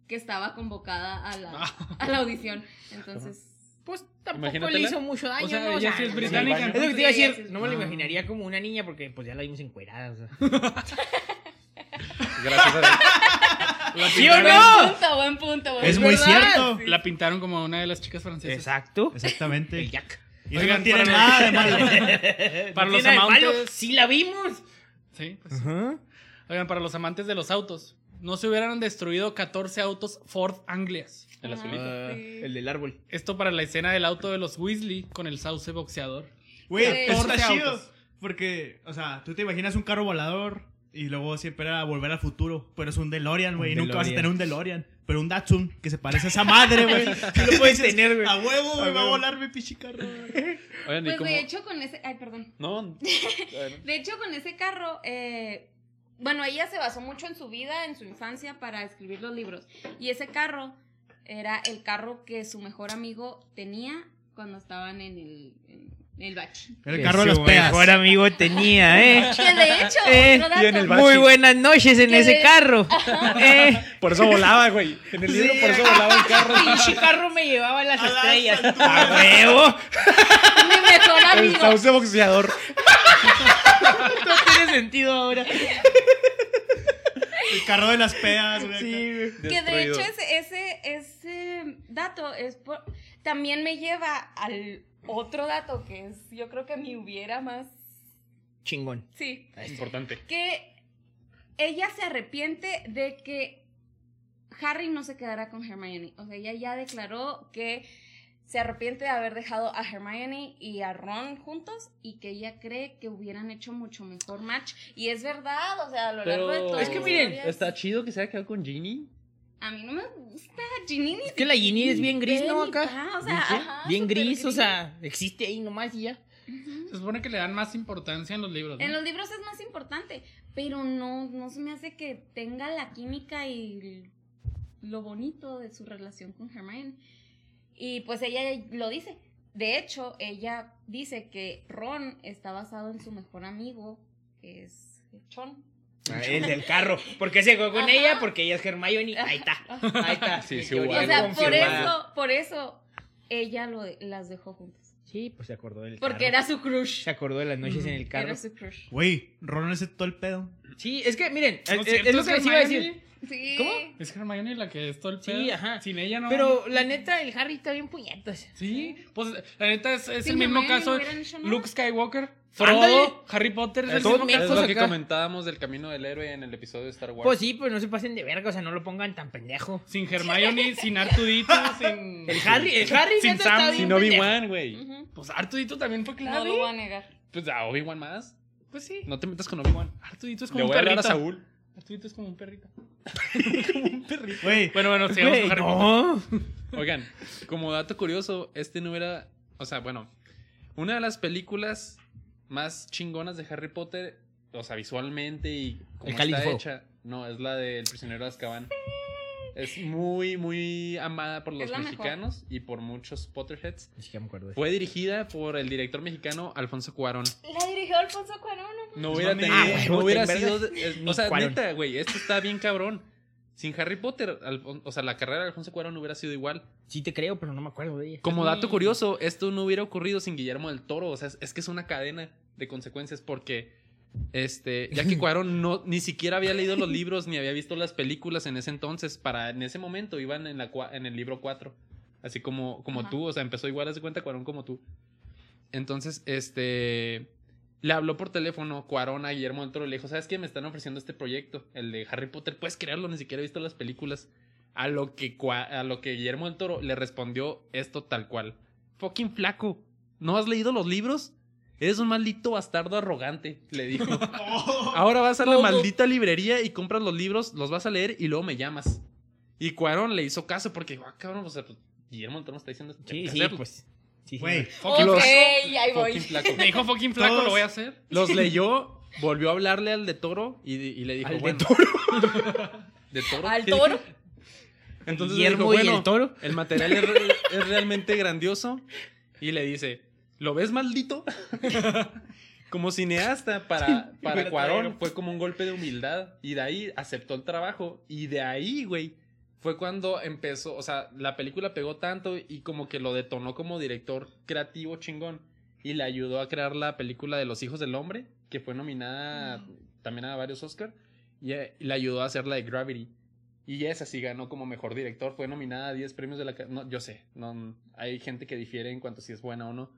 S5: que estaba convocada a la, a la audición. Entonces,
S3: Pues tampoco
S2: Imagínatela.
S3: le hizo mucho daño,
S1: O sea,
S3: ¿no?
S1: ella sí es británica, Ah. ¿no?
S3: sí, Es lo que te iba a
S5: Sí, ella sí
S3: decir.
S5: es
S3: No me lo
S1: británica.
S3: imaginaría como una niña porque pues ya la vimos encuerada, o sea.
S2: Gracias a Dios.
S1: La
S3: ¿Sí o
S1: pintaron-
S3: no?
S5: Buen punto, buen punto. buen
S4: Es
S5: punto.
S4: muy
S5: ¿Verdad?
S4: cierto.
S1: La pintaron como una de las chicas francesas.
S3: Exacto.
S4: Exactamente.
S3: El Jack.
S4: Y eso
S1: Oigan,
S4: no tiene
S1: para-
S4: nada de malo.
S1: Para
S3: No
S1: los
S3: tiene nada de malo,
S1: amantes-
S3: Sí la vimos.
S1: Sí, pues. Oigan, para los amantes de los autos, no se hubieran destruido 14 autos Ford Anglias.
S2: El azulito.
S5: Ah,
S3: Ah,
S5: sí.
S3: el del árbol.
S1: Esto para la escena del auto de los Weasley con el sauce boxeador.
S4: Güey,
S5: Sí.
S4: eso está
S1: 14
S4: chido.
S1: autos.
S4: Porque, o sea, tú te imaginas un carro volador y luego siempre era volver al futuro. Pero es un DeLorean, güey.
S3: Un
S4: y Nunca vas a
S3: DeLorean.
S4: tener un DeLorean. Pero un Datsun que se parece a esa madre, güey. lo puedes
S3: tener, güey.
S4: A huevo, güey. Va a
S3: huevo.
S4: volar mi pinche carro. güey.
S2: Oigan, ¿y
S5: Pues
S2: cómo?
S5: de hecho con ese, ay, perdón.
S2: No.
S5: De hecho con ese carro, eh, bueno, ella se basó mucho en su vida, en su infancia para escribir los libros. Y ese carro era el carro que su mejor amigo tenía cuando estaban en el, en el bache.
S4: Era el
S3: Que
S4: carro de los
S3: su
S4: pedas.
S3: Mejor amigo tenía, ¿eh?
S5: Que de hecho,
S3: Eh,
S5: otro dato,
S2: y en el bache.
S3: Muy buenas noches en
S5: Que
S3: ese
S5: de-
S3: carro. Eh.
S2: Por eso volaba, güey. En el libro, por eso volaba el carro.
S3: Pinche carro me llevaba a las
S4: A las
S3: estrellas.
S4: alturas.
S3: A huevo.
S5: mi mejor
S2: El
S5: amigo.
S2: sauce boxeador.
S3: No tiene sentido ahora.
S4: El carro de las pedas, güey.
S3: Sí, güey.
S5: Que de
S2: Destruido.
S5: hecho ese, ese, ese dato es por- también me lleva al otro dato que es, yo creo que me hubiera más,
S3: Chingón.
S5: sí,
S2: Importante.
S5: que ella se arrepiente de que Harry no se quedará con Hermione. O sea, ella ya declaró que se arrepiente de haber dejado a Hermione y a Ron juntos y que ella cree que hubieran hecho mucho mejor match. Y es verdad, o sea, a lo largo de
S2: Pero-
S5: todo.
S3: Es que miren,
S2: Está chido que se haya quedado con Ginny.
S5: A mí no me gusta Ginny ni
S3: Es que la Ginny es bien gris, ¿no?
S5: Ven y
S3: Acá.
S5: pa, o sea,
S3: Dice,
S5: ajá,
S3: bien
S5: súper
S3: gris, o sea, existe ahí nomás y ya.
S1: Se supone que le dan más importancia en los libros. ¿no?
S5: En los libros es más importante, pero no, no se me hace que tenga la química y el- lo bonito de su relación con Hermione. Y pues ella lo dice. De hecho, ella dice que Ron está basado en su mejor amigo, que es Chon.
S3: Ah, El del carro. ¿Por qué se quedó con
S5: Ajá.
S3: ella? Porque ella es Hermione. Ahí está. Ahí está.
S2: Sí, sí, hubo
S3: Teoría
S5: O
S2: Igual
S5: sea, por
S3: confirmada.
S5: eso, por eso ella lo, de- las dejó juntas.
S3: Sí, pues se acordó del
S5: Porque
S3: carro.
S5: era su crush.
S3: Se acordó de las noches en el carro.
S5: Era su crush.
S4: Güey, Ron ese todo el pedo.
S3: Sí, es que miren, eh,
S1: ¿No
S3: es,
S1: es cierto?
S3: es lo que
S1: ¿Es
S3: les iba a
S1: Hermione?
S3: decir.
S5: Sí.
S3: ¿Cómo?
S1: Es Hermione la que es todo el
S3: Sí,
S1: pedo.
S3: ajá.
S1: Sin ella no.
S3: Pero la neta, el Harry está bien puñetas.
S1: Sí, pues la neta es, es
S5: Sin
S1: el mismo
S5: Hermione
S1: caso.
S5: no hubieran hecho nada.
S1: Luke Skywalker, Frodo,
S3: Ándale.
S1: Harry Potter.
S5: Pues
S1: Es el
S2: Es,
S3: Todo
S1: mismo
S2: es
S1: caso.
S2: lo
S3: miércoles
S2: que
S3: acá.
S2: comentábamos del camino del héroe en el episodio de Star Wars.
S3: Pues sí, pues no se pasen de verga, o sea, no lo pongan tan pendejo.
S1: Sin Hermione, sin Artudito, sin.
S3: El Harry, el Harry
S1: Sin
S3: neta
S1: Sam,
S3: está bien
S2: Sin
S3: pendejo.
S2: Obi-Wan, güey.
S5: Ujú.
S1: Pues Artudito también fue
S5: No
S1: clave.
S5: lo voy a negar.
S2: Pues a Obi-Wan más.
S1: Pues sí.
S2: No te metas con Obi-Wan.
S1: Artudito es como
S2: Le
S1: un
S2: voy a hablar
S1: perrito.
S2: a Saúl.
S1: Artudito es como un perrito.
S4: Güey,
S1: Bueno, bueno, sí, vamos
S3: Güey,
S1: con Harry Potter.
S3: no.
S2: Oigan, como dato curioso, este no era. O sea, bueno, una de las películas más chingonas de Harry Potter, o sea, visualmente y como
S3: El Cáliz de
S2: está
S3: Fuego.
S2: hecha, no, es la del prisionero de Azkaban. Es muy, muy amada por
S5: Es
S2: los
S5: la mejor.
S2: mexicanos y por muchos Potterheads.
S3: Ni siquiera me acuerdo de eso.
S2: Fue dirigida por el director mexicano Alfonso Cuarón.
S5: La dirigió Alfonso Cuarón, ¿no?
S2: No hubiera,
S4: mames.
S2: tenido-
S4: Ah, güey,
S2: no
S3: no
S2: hubiera
S3: te
S2: sido.
S3: envergas.
S2: eh,
S3: Ni
S2: o sea,
S3: Cuarón.
S2: neta, güey, esto está bien cabrón. Sin Harry Potter, Alfon- o sea, la carrera de Alfonso Cuarón hubiera sido igual.
S3: Sí te creo, pero no me acuerdo de ella.
S2: Como dato
S1: Mm.
S2: curioso, esto no hubiera ocurrido sin Guillermo del Toro. O sea, es, es que es una cadena de consecuencias porque, este, ya que Cuarón no, ni siquiera había leído los libros ni había visto las películas en ese entonces, para en ese momento iban en, la, cua- en el libro 4. Así como, como
S5: Ajá.
S2: tú, o sea, empezó igual, haz de cuenta Cuarón como tú. Entonces, este, le habló por teléfono Cuarón a Guillermo del Toro y le dijo, ¿sabes qué? Me están ofreciendo este proyecto, el de Harry Potter. Puedes creerlo, ni siquiera he visto las películas. A lo que, Cua- a lo que Guillermo del Toro le respondió esto tal cual. Fucking flaco, ¿no has leído los libros? Eres un maldito bastardo arrogante, le dijo.
S5: Oh.
S2: Ahora vas a la
S1: Todo.
S2: maldita librería y compras los libros, los vas a leer y luego me llamas. Y Cuarón le hizo caso porque, ah, cabrón, o sea, pues, Guillermo del Toro me está diciendo... que hay
S3: Sí,
S2: que
S3: sí,
S2: hacerlo".
S3: pues. Sí, sí.
S4: güey.
S1: Fucking
S5: ok,
S2: los-
S5: ahí voy.
S2: Fucking flaco.
S1: Me dijo fucking flaco,
S4: Todos-
S1: lo voy a hacer.
S2: Los leyó, volvió a hablarle al de Toro y, y le dijo,
S3: Al de
S2: bueno, Toro. ¿De Toro?
S5: Al
S2: ¿Qué dije?
S5: toro.
S2: Entonces le dijo,
S3: Guillermo y
S2: bueno,
S3: el toro.
S2: el material es, re- es realmente grandioso. Y le dice, ¿lo ves maldito? Como cineasta para, para Cuarón fue como un golpe de humildad. Y de ahí aceptó el trabajo. Y de ahí, güey, fue cuando empezó, o sea, la película pegó tanto y como que lo detonó como director creativo chingón. Y le ayudó a crear la película de Los Hijos del Hombre, que fue nominada también a varios Oscar. Y eh, le ayudó a hacer la de Gravity. Y esa sí ganó como mejor director. Fue nominada a 10 premios de la... Aca- No, yo sé. No, hay gente que difiere en cuanto a si es buena o no.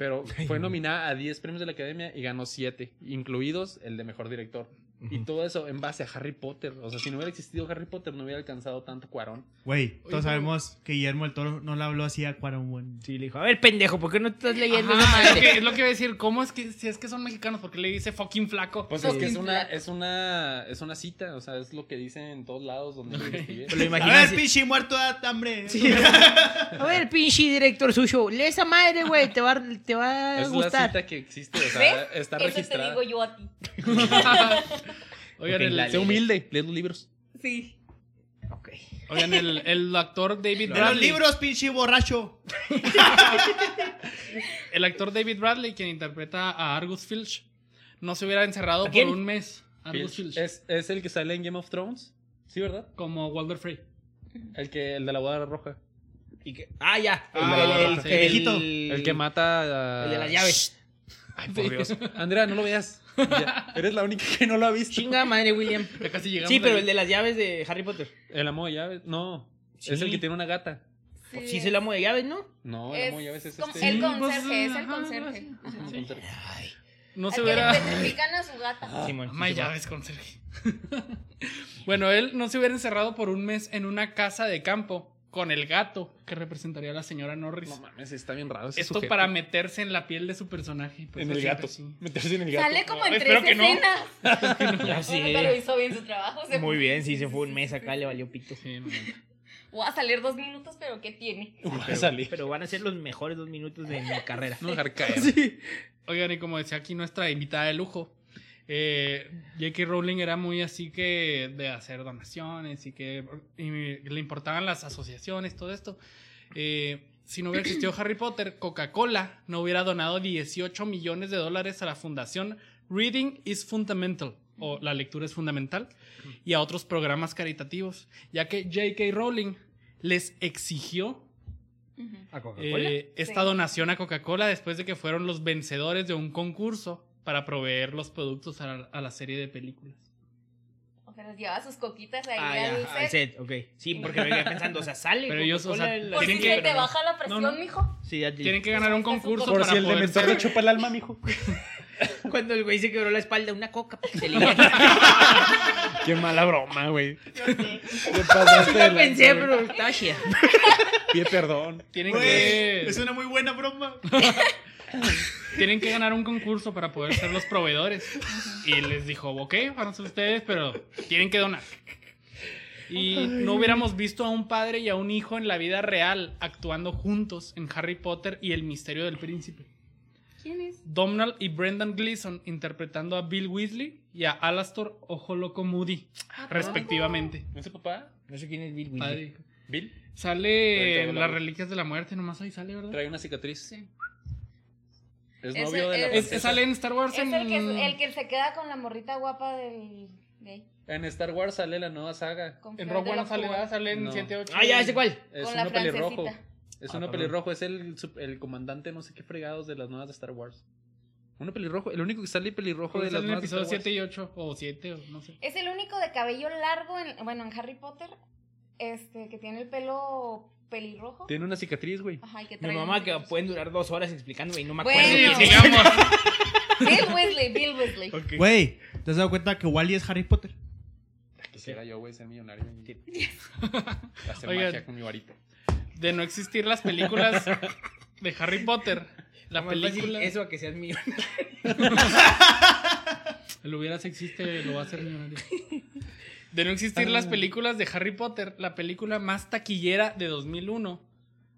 S2: Pero fue nominada a 10 premios de la Academia y ganó 7, incluidos el de mejor director. Y todo eso en base a Harry Potter. O sea, si no hubiera existido Harry Potter, no hubiera alcanzado tanto Cuarón.
S4: Güey,
S1: pero-
S4: todos sabemos que Guillermo el Toro no le habló así a Cuarón, güey.
S3: Sí, le dijo, a ver, pendejo, ¿por qué no estás leyendo esa
S1: Ajá, es,
S3: madre?
S1: que- es lo que iba a decir. ¿Cómo es que si es que son mexicanos? ¿Por qué le dice fucking flaco?
S2: Pues es que es una, es una, es una cita, o sea, es lo que dicen en todos lados donde yo investigué.
S3: Pero lo
S4: A
S3: imaginas.
S4: ver, pichi, muerto de hambre.
S3: a ver, pinche director suyo, lee esa madre, güey, te va, a- te va a
S2: Es la
S3: gustar.
S2: cita que existe, o sea, está
S5: Eso
S2: registrada.
S5: te digo yo a ti.
S1: Oigan,
S3: Ok,
S1: el,
S3: dale.
S2: Sé humilde, lee los libros.
S5: Sí.
S3: Ok.
S1: oigan, el, el actor David
S4: De los
S1: Bradley.
S4: libros, pinche borracho.
S1: El actor David Bradley, quien interpreta a Argus Filch, no se hubiera encerrado por
S3: quién?
S1: un mes.
S2: Ah,
S1: Argus Filch.
S2: Es, es el que sale en Game of Thrones, ¿sí, verdad?
S1: Como Walter Frey.
S2: El que, el de la boda roja.
S3: Y que- ah, ya.
S1: Ah, sí. El
S4: viejito.
S2: El que mata a...
S3: El de las llaves.
S2: Ay, por Dios. Andrea, no lo veas. Ya, eres la única que no lo ha visto.
S3: Chinga madre, William.
S1: Ya casi llegamos.
S3: Sí, pero
S1: ahí.
S3: el de las llaves de Harry Potter.
S2: El amo de llaves, no. Es
S3: Sí.
S2: el que tiene una gata.
S5: Sí,
S3: Sí, es el amo de llaves, ¿no?
S2: No, el
S5: Es
S2: amo de llaves es
S5: como-
S2: este.
S5: el
S1: Sí, pues,
S5: conserje, es el
S1: ajá,
S5: conserje.
S1: sí.
S5: Ajá.
S2: Sí.
S1: No se
S5: Al que le
S1: hubiera.
S5: petrifican a su gata.
S3: Simón.
S1: Ama
S3: sí,
S1: de
S3: Simón.
S1: llaves con Sergio. bueno, él no se hubiera encerrado por un mes en una casa de campo con el gato que representaría a la señora Norris.
S2: No mames, está bien raro ese
S1: Esto
S2: sujeto.
S1: para meterse en la piel de su personaje. Pues,
S2: en el
S1: siempre
S2: gato.
S1: así.
S2: Meterse en el gato.
S5: Sale como
S1: No,
S5: en tres
S1: espero que no.
S5: escenas.
S3: Ya
S5: Bueno, pero
S3: sé.
S5: hizo bien su trabajo. se
S3: Ah, Muy
S5: fue.
S3: bien, sí, se fue un mes acá, le valió pito.
S1: Sí, no, no.
S5: Voy a salir dos minutos, pero ¿qué tiene?
S2: Voy a
S3: Pero,
S2: salir.
S3: pero van a ser los mejores dos minutos de mi carrera.
S2: No dejar caer.
S1: Oigan, y como decía aquí nuestra invitada de lujo, eh, J.K. Rowling era muy así que de hacer donaciones y que y le importaban las asociaciones, todo esto. Eh, si no hubiera existido Harry Potter, Coca-Cola no hubiera donado 18 millones de dólares a la fundación Reading is Fundamental o La Lectura es Fundamental y a otros programas caritativos, ya que J.K. Rowling les exigió
S5: Ujú.
S3: ¿A
S1: eh, esta
S5: Sí.
S1: donación a Coca-Cola después de que fueron los vencedores de un concurso para proveer los productos a la, a la serie de películas.
S5: O sea, les lleva sus coquitas ahí
S3: Ah,
S5: al
S3: ya, al
S5: set.
S3: set, ok. Sí, porque me quedé pensando, o sea, sale.
S1: Pero ellos, o sea,
S3: Coca-Cola en la-
S5: Por si
S1: Tienen
S5: se
S1: que-
S5: te baja la presión,
S1: No, no.
S5: mijo.
S3: Sí, ya te-
S1: Tienen que ganar un concurso
S2: pues,
S5: Por
S1: para poder ser-
S2: chupa el alma, mijo.
S3: Cuando el güey se quebró la espalda, una coca. porque Se le Nunca
S2: Qué mala broma, güey.
S3: pensé, pero está chida.
S2: Pie perdón.
S1: tienen
S4: Güey,
S1: que
S4: es una muy buena broma.
S1: tienen que ganar un concurso para poder ser los proveedores. Y les dijo, ok, van a ser ustedes, pero tienen que donar. Y no hubiéramos visto a un padre y a un hijo en la vida real actuando juntos en Harry Potter y el misterio del príncipe.
S5: ¿Quién es?
S1: Domhnall y Brendan Gleeson interpretando a Bill Weasley y a Alastor Ojo Loco Moody,
S5: Ah,
S1: respectivamente.
S2: ¿No es su papá?
S3: No sé quién es Bill Willis.
S1: Padre.
S2: Bill.
S1: Sale
S2: Ah. Ahorita
S1: en
S2: no la
S1: las
S2: veo.
S1: reliquias de la muerte, nomás ahí sale, ¿verdad?
S2: Trae una cicatriz.
S1: Sí.
S2: Es
S5: Ese-
S2: novio de
S1: Es-
S2: la
S5: es-
S2: princesa.
S1: sale en Star Wars
S5: Es
S1: en...
S5: el que, el que se queda con la morrita guapa del gay.
S2: En Star Wars sale la nueva saga.
S5: con
S1: En Rogue
S5: Flor de
S1: One no
S5: la
S1: sale,
S5: Fuga.
S1: ¿verdad? sale en
S2: No.
S1: 7, 8.
S3: Ah, ya, ¿ese cuál?
S2: Es
S5: Con la
S2: uno pelirrojo.
S5: francesita.
S2: Es
S3: Ah,
S2: uno
S3: perdón.
S2: pelirrojo. Es el, sup- el comandante no sé qué fregados de las nuevas de Star Wars. Uno pelirrojo. El único que sale pelirrojo de
S1: Sale
S2: las
S1: en el
S2: nuevas de Star
S1: episodio
S2: Wars.
S1: 7 y 8, o 7, o no sé.
S5: Es el único de cabello largo, en, bueno, en Harry Potter, este, que tiene el pelo pelirrojo.
S2: Tiene una cicatriz, güey.
S5: Ajá, y que
S3: Mi
S5: trae
S3: mamá
S5: unos-
S3: que pueden durar dos horas explicándome y no me
S5: Bueno.
S3: acuerdo.
S1: Pues Sí,
S5: Bueno.
S3: quién es.
S1: sigamos.
S5: Bill Weasley, Bill Weasley.
S4: Güey, ¿te has dado cuenta que Wally es Harry Potter?
S5: Ah,
S2: Quisiera yo, güey, ser millonario. Hacer
S1: Oigan.
S2: magia con mi varita.
S1: De no existir las películas de Harry Potter, la
S3: Más fácil
S1: película...
S3: Eso a que seas mío.
S1: Lo hubieras existe, lo va a hacer millonario. De no existir las
S3: Ah.
S1: películas de Harry Potter, la película más taquillera de 2001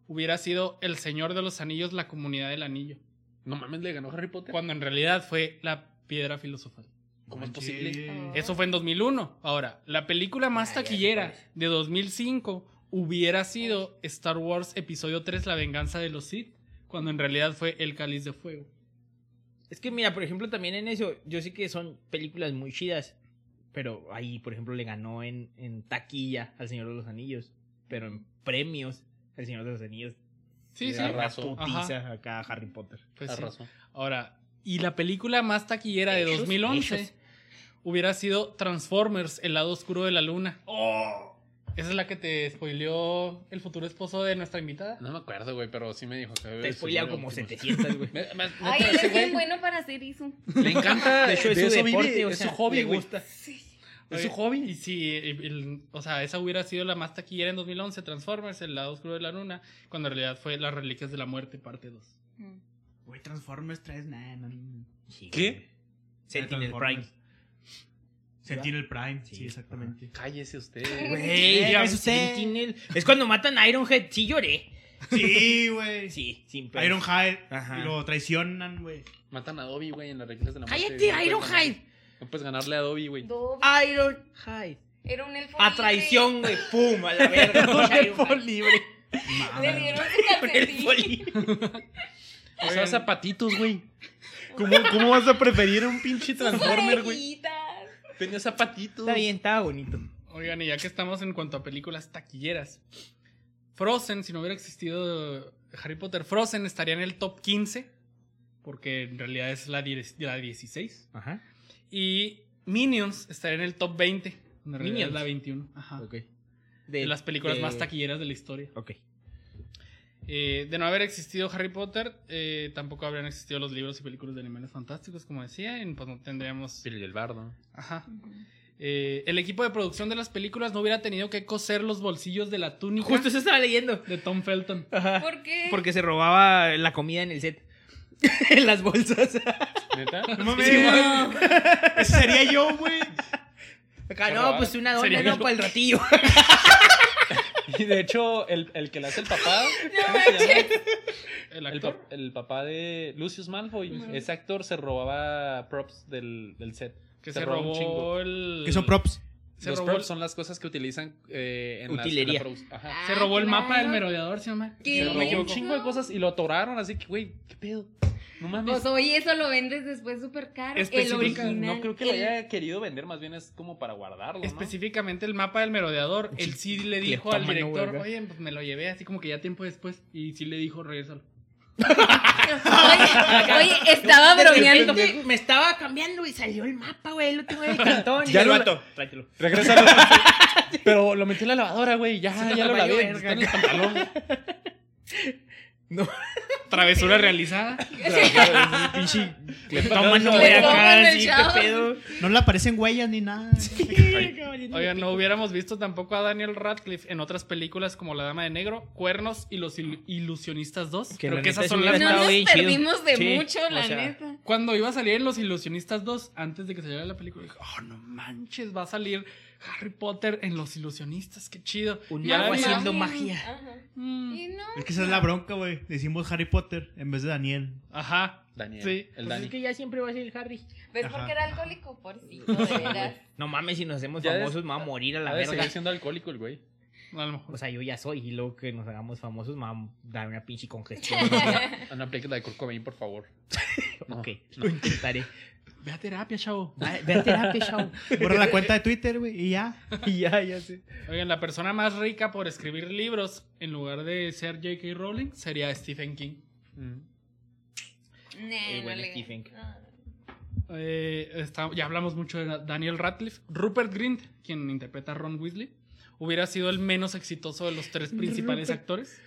S1: hubiera sido El Señor de los Anillos, la comunidad del anillo.
S2: No mames, le ganó Harry Potter.
S1: Cuando en realidad fue la piedra filosofal.
S2: ¿Cómo es posible?
S5: Ah.
S1: Eso fue en 2001. Ahora, la película más
S3: Ah, ya sé
S1: taquillera
S3: cuál es.
S1: de 2005 hubiera sido Star Wars Episodio 3, La venganza de los Sith, cuando en realidad fue El Cáliz de Fuego.
S3: Es que mira, por ejemplo, también en eso, yo sé que son películas muy chidas, pero ahí, por ejemplo, le ganó en, en taquilla al Señor de los Anillos, pero en premios el Señor de los Anillos
S1: Sí,
S2: Le
S1: sí.
S3: le da una
S2: arrasó.
S3: putiza acá a Harry Potter.
S1: Pues
S2: Tienes
S1: sí.
S2: razón.
S1: Ahora, y la película más taquillera de
S3: Ellos,
S1: 2011
S3: ellos.
S1: hubiera sido Transformers, El lado oscuro de la luna.
S4: Oh,
S1: Esa es la que te spoileó el futuro esposo de nuestra invitada.
S2: No me acuerdo, güey, pero sí me dijo que
S3: Te he spoileado como
S2: se te
S3: 700, güey.
S5: Ay, él es bien bueno para hacer eso.
S2: Le encanta.
S3: De hecho, es
S2: de
S3: su
S2: eso vive,
S3: deporte, o
S2: es
S3: sea,
S2: su hobby,
S3: le
S2: güey.
S3: gusta.
S2: Es su hobby.
S1: Y si, el- el- o sea, esa hubiera sido la más taquillera en 2011, Transformers, El lado oscuro de la luna, cuando en realidad fue Las Reliquias de la Muerte, parte 2.
S5: Mm.
S4: Güey, Transformers 3, nah, no, no, no.
S3: Sí,
S2: ¿Qué?
S3: güey. Sentinel Prime.
S4: Transformers. Sentinel Prime, sí,
S3: Sí.
S4: exactamente.
S2: Cállese usted.
S3: Güey,
S4: ¿Qué
S3: ya,
S4: es usted?
S3: Sentinel. Es cuando matan a Ironhead. Sí lloré.
S4: Sí, güey.
S3: Sí, sin
S2: pues.
S3: pedo.
S4: Ironhide.
S3: Ajá.
S4: Y lo traicionan, güey.
S2: Matan a Dobby, güey, en las reglas de la muerte.
S3: ¡Cállate,
S2: No puedes ganar-
S3: Ironhide!
S2: No puedes ganarle a Dobby, güey.
S5: Dobby.
S3: ¡Ironhide!
S5: Era un elfo.
S3: A
S5: libre.
S3: traición, güey. ¡Pum! A la verga.
S2: Un elfo
S3: Ironhide.
S2: libre.
S3: Ah,
S5: Le
S4: Madre.
S5: dieron su
S3: Un elfo
S5: calcetín.
S3: libre.
S2: Usaba zapatitos, güey. ¿Cómo, ¿Cómo vas a preferir un pinche Transformer, güey?
S5: Orejitas.
S2: Tenía zapatitos.
S3: Está bien, estaba bonito.
S1: Oigan, y ya que estamos en cuanto a películas taquilleras, Frozen, si no hubiera existido Harry Potter, Frozen estaría en el top 15, porque en realidad es la, 10 la 16.
S3: Ajá.
S1: Y Minions estaría en el top 20. En realidad
S3: Minions.
S1: es la 21. Ajá.
S3: Ah, Ok. Eh.
S1: De las películas
S3: de-
S1: más taquilleras de la historia.
S3: Ok.
S1: Eh, de no haber existido Harry Potter, eh, tampoco habrían existido los libros y películas de animales fantásticos, como decía, y pues no tendríamos...
S2: Billy el bardo.
S1: Ajá. Eh, el equipo de producción de las películas no hubiera tenido que coser los bolsillos de la túnica
S3: Justo eso estaba leyendo.
S1: de Tom Felton.
S3: Ajá.
S5: ¿Por qué?
S3: Porque se robaba la comida en el set. en las bolsas.
S2: ¿Neta?
S4: No mames.
S3: Sí, güey.
S4: Ese sería yo, güey.
S3: Acá,
S2: Se
S3: no,
S2: robaba.
S3: pues una
S1: Sería
S3: dona, no,
S1: yo.
S3: para el ratillo.
S2: Y de hecho, el, el que le hace el papá.
S5: No
S2: ¿cómo se llama?
S1: El
S2: El,
S1: actor.
S2: pa- el papá de Lucius Malfoy, ese actor se robaba props del, del set.
S1: Que
S2: Se
S1: se,
S2: robó un chingo.
S1: robó el.
S4: Que son props.
S1: Se
S2: Los
S1: robó,
S2: props
S1: el,
S2: son las cosas que utilizan eh, en
S3: Utilería.
S2: las en la produ- Ajá.
S5: Ah,
S1: se robó el mapa del
S5: claro.
S1: merodeador, si no me-
S5: ¿Qué?
S1: si
S2: Se
S1: no
S2: robó
S1: me
S2: un
S1: equivoco.
S2: chingo de cosas y lo atoraron, así que, güey, qué pedo. No mames.
S5: Pues oye, eso lo vendes después súper caro. El
S1: Especifica,
S5: original.
S2: no creo que lo
S5: el-
S2: haya querido vender, más bien es como para guardarlo, ¿no?
S1: Específicamente el mapa del merodeador.
S3: Un
S1: Él sí le
S3: cleptómano,
S1: dijo al director,
S3: verga.
S1: oye, pues me lo llevé así como que ya tiempo después. Y sí le dijo, regrésalo.
S5: Oye, oye, estaba
S3: De
S5: bromeando.
S3: repente Me estaba cambiando y salió el mapa, güey. Lo tengo en el cantón.
S2: Ya
S3: Y
S2: lo-
S3: el vato, Tráetelo.
S2: Regrésalo. Pero lo metí en la lavadora, güey, ya,
S3: Se
S2: ya lo
S3: valió
S2: lavé.
S3: verga.
S2: Está en el pantalón.
S1: Travesura realizada.
S3: Pinche
S2: tómano,
S3: cleptómano,
S2: güey,
S3: güey,
S5: acá,
S3: acá,
S5: sí,
S3: sí,
S5: qué
S3: qué
S5: pedo.
S3: pedo.
S4: No le aparecen huellas ni nada.
S1: Oigan, no hubiéramos visto tampoco a Daniel Radcliffe en otras películas como La Dama de Negro, Cuernos y Los Il- Ilusionistas 2.
S3: Que
S1: Creo
S3: la
S1: que
S3: neta
S1: esas
S3: sí
S1: son
S3: hubiera
S1: las
S5: No
S3: estado
S5: nos
S3: bien chido.
S5: perdimos de
S3: Sí,
S5: mucho, la
S3: o sea,
S5: neta.
S1: Cuando iba a salir en Los Ilusionistas 2, antes de que saliera la película, dije, oh, no manches, va a salir Harry Potter en Los Ilusionistas, qué chido.
S3: Un
S1: Y
S3: mago
S1: ahora
S3: haciendo
S5: Ajá.
S3: magia.
S5: Ajá.
S1: Mm,
S5: Y no.
S4: Es que esa es la bronca, güey. Decimos Harry Potter en vez de Daniel.
S1: Ajá.
S2: Daniel,
S1: Sí.
S2: el Dani.
S3: que ya siempre va a ser el Harry.
S5: ¿Ves
S4: Ajá.
S5: por qué era alcohólico? Por si, de veras.
S3: No mames, si nos hacemos
S2: Ya
S3: famosos,
S2: des-
S3: me va a morir a la
S2: Ha de
S3: verga.
S2: seguir siendo alcohólico el güey.
S1: A lo mejor.
S3: O sea, yo ya soy. Y luego que nos hagamos famosos, me va a dar una pinche congestión.
S2: Ah, No apliques la de Kurt Cobain, por favor. No,
S3: ok,
S2: no.
S3: lo intentaré.
S1: Ve a terapia, chavo.
S3: Ah, Ve a terapia, chavo.
S4: Borra la cuenta de Twitter, güey, y ya.
S3: Y ya, ya sé.
S1: Oigan, la persona más rica por escribir libros, en lugar de ser J.K. Rowling, sería Stephen King.
S2: Mm.
S5: Nah, no
S3: buen
S5: le-
S3: Stephen.
S5: Ah.
S1: Eh, está- ya hablamos mucho de Daniel Radcliffe. Rupert Grint, quien interpreta a Ron Weasley, hubiera sido el menos exitoso de los tres principales actores.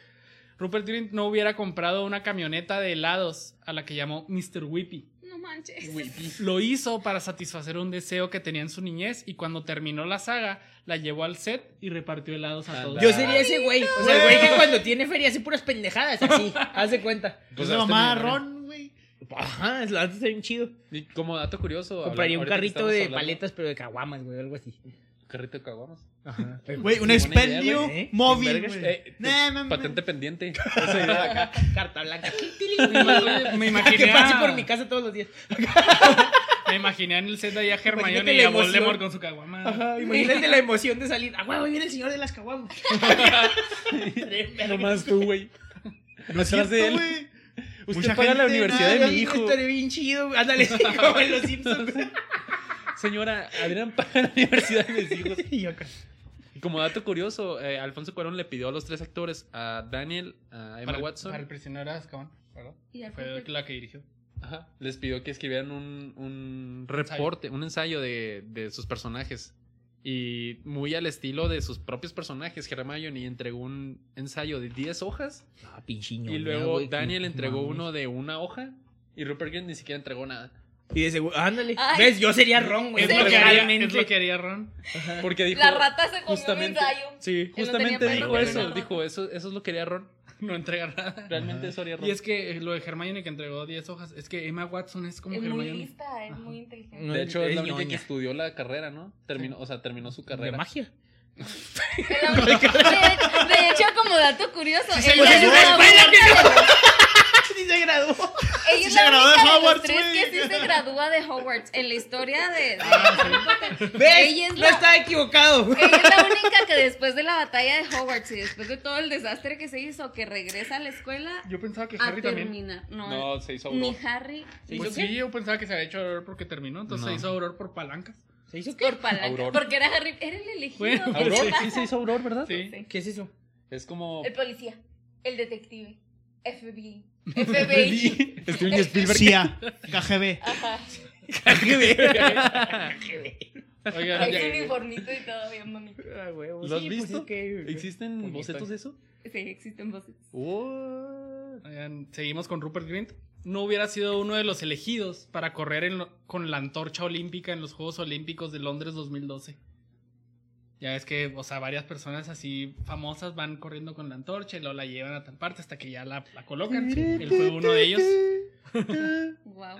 S1: Rupert Grint no hubiera comprado una camioneta de helados a la que llamó Mr. Whippy.
S5: No manches.
S1: Lo hizo para satisfacer un deseo que tenía en su niñez y cuando terminó la saga, la llevó al set y repartió helados a todos.
S2: Anda.
S3: Yo sería ese güey. O sea, el güey que cuando tiene feria hace puras pendejadas así. Haz de cuenta.
S4: Pues
S2: Pues
S4: la
S2: hazte
S4: mamá
S2: millonario.
S4: Ron, güey.
S3: Ajá, es- la antes sería bien chido.
S2: Y como dato curioso.
S3: Compraría un
S2: ahorita que
S3: carrito
S2: estamos
S3: de
S2: hablando-
S3: paletas, pero de caguamas, güey, algo así.
S2: Carrito de caguamas.
S3: Ajá.
S4: Güey, un
S2: buena idea,
S4: expendio
S3: güey. ¿Eh?
S4: móvil,
S2: Vergas,
S4: güey.
S2: eh,
S4: Nah, mames.
S2: Patente pendiente. Esa idea de acá.
S3: Carta blanca.
S1: Me
S3: Que
S1: imaginé,
S3: pase
S1: a-
S3: por mi casa todos los días.
S1: me imaginé en el set de allá a Hermione
S3: Imagínate
S1: y
S3: la
S1: a Voldemort
S3: emoción.
S1: con su caguama.
S3: Ajá, imagínate la emoción de salir. ¡Ah, huevo! Viene el señor de las caguamas.
S2: Nomás tú, güey.
S4: No es
S2: Atrás de
S4: cierto,
S2: él.
S4: güey.
S2: Usted
S4: Mucha
S2: paga la
S4: gente,
S2: universidad
S4: nada,
S2: de mi hijo.
S3: Estaré bien chido. güey. Ándale, como en los Simpsons. güey.
S2: Señora, Adrián paga la universidad de mis hijos.
S3: Y yo acá.
S2: Y como dato curioso, eh, Alfonso Cuarón le pidió a los tres actores, a Daniel, a Emma
S1: Para,
S2: Watson,
S1: para el prisionero de Azkaban, ¿verdad?
S5: Y al
S1: Fue
S5: final-
S1: la que dirigió.
S2: ajá, les pidió que escribieran un, un reporte, un ensayo de, de sus personajes. Y muy al estilo de sus propios personajes, Hermione entregó un ensayo de 10 hojas
S3: Ah, pinchiño.
S2: y luego Daniel entregó uno de una hoja y Rupert Grint ni siquiera entregó nada.
S3: Y de seguro, ándale.
S5: Ay.
S3: ¿Ves? Yo sería Ron, güey.
S1: Es
S5: Sí,
S1: lo, que haría,
S3: Pues Realmente.
S1: es lo que haría Ron.
S2: Porque dijo
S5: La rata se comió un
S2: justamente,
S5: ensayo.
S2: sí,
S5: tenía
S2: justamente
S5: pelo,
S2: dijo
S5: pero
S2: eso,
S5: era rata.
S2: dijo eso, eso es lo que haría Ron.
S1: No entregar nada.
S2: Realmente eso haría Ron.
S1: Y es que eh, lo de Hermione que entregó 10 hojas, es que Emma Watson es como
S5: Es muy
S1: Hermione.
S5: lista, es
S1: Ajá.
S5: muy inteligente.
S2: de hecho, es, la
S3: Es
S2: única que
S3: ñoña.
S2: estudió la carrera, ¿no? Terminó, o sea, terminó su
S3: De
S2: carrera.
S3: magia.
S5: Es la única- de, de hecho, como dato curioso,
S4: se
S5: ella, es
S4: graduó,
S5: la
S4: güey,
S5: única,
S3: Pues Sí se graduó.
S5: ella es
S4: se
S5: la
S4: graduó de
S5: única de los
S4: Hogwarts,
S5: tres que
S4: güey. Ah,
S5: sí se gradúa de Hogwarts. En la historia de, de Harry Potter, ella
S3: ¿Ves?
S5: es
S3: No
S5: la- Eh.
S3: estaba equivocado.
S5: Ella es la única que después de la batalla de Hogwarts y después de todo el desastre que se hizo, que regresa a la escuela
S1: Yo pensaba que
S5: a
S1: Harry también.
S5: terminar. No,
S2: No, se hizo
S5: ni
S2: Aurora.
S5: Harry
S3: ¿Se
S1: Pues
S3: hizo
S1: sí,
S3: qué?
S1: yo pensaba que se había hecho auror porque terminó, entonces
S3: No.
S1: se hizo auror por palancas.
S3: ¿Se hizo qué?
S5: por palanca.
S2: Aurora.
S5: Porque era Harry, era el elegido.
S1: Bueno,
S5: ¿qué
S1: Aurora,
S5: te
S2: Auror, sí
S5: pasa?
S2: se hizo Auror, ¿verdad?
S1: Sí.
S5: Sí.
S3: ¿Qué es eso?
S2: Es como
S5: El policía, el detective, FBI, FBI.
S2: Steven Spielberg.
S4: CIA, KGB.
S5: Ajá.
S1: Oigan,
S5: Trae
S1: ya-
S5: su uniformito y todo bien bonito.
S3: Ah,
S2: ¿Lo has
S3: pues
S2: visto? ¿Existen
S3: Puñetas.
S2: bocetos de eso?
S5: Sí, existen voces.
S2: Oh.
S1: oigan, seguimos con Rupert Grint. No hubiera sido uno de los elegidos para correr en lo- con la antorcha olímpica en los Juegos Olímpicos de Londres 2012. Ya es que, o sea, varias personas así famosas van corriendo con la antorcha y luego la llevan a tal parte hasta que ya la, la colocan. Él fue uno de ellos.
S5: Wow.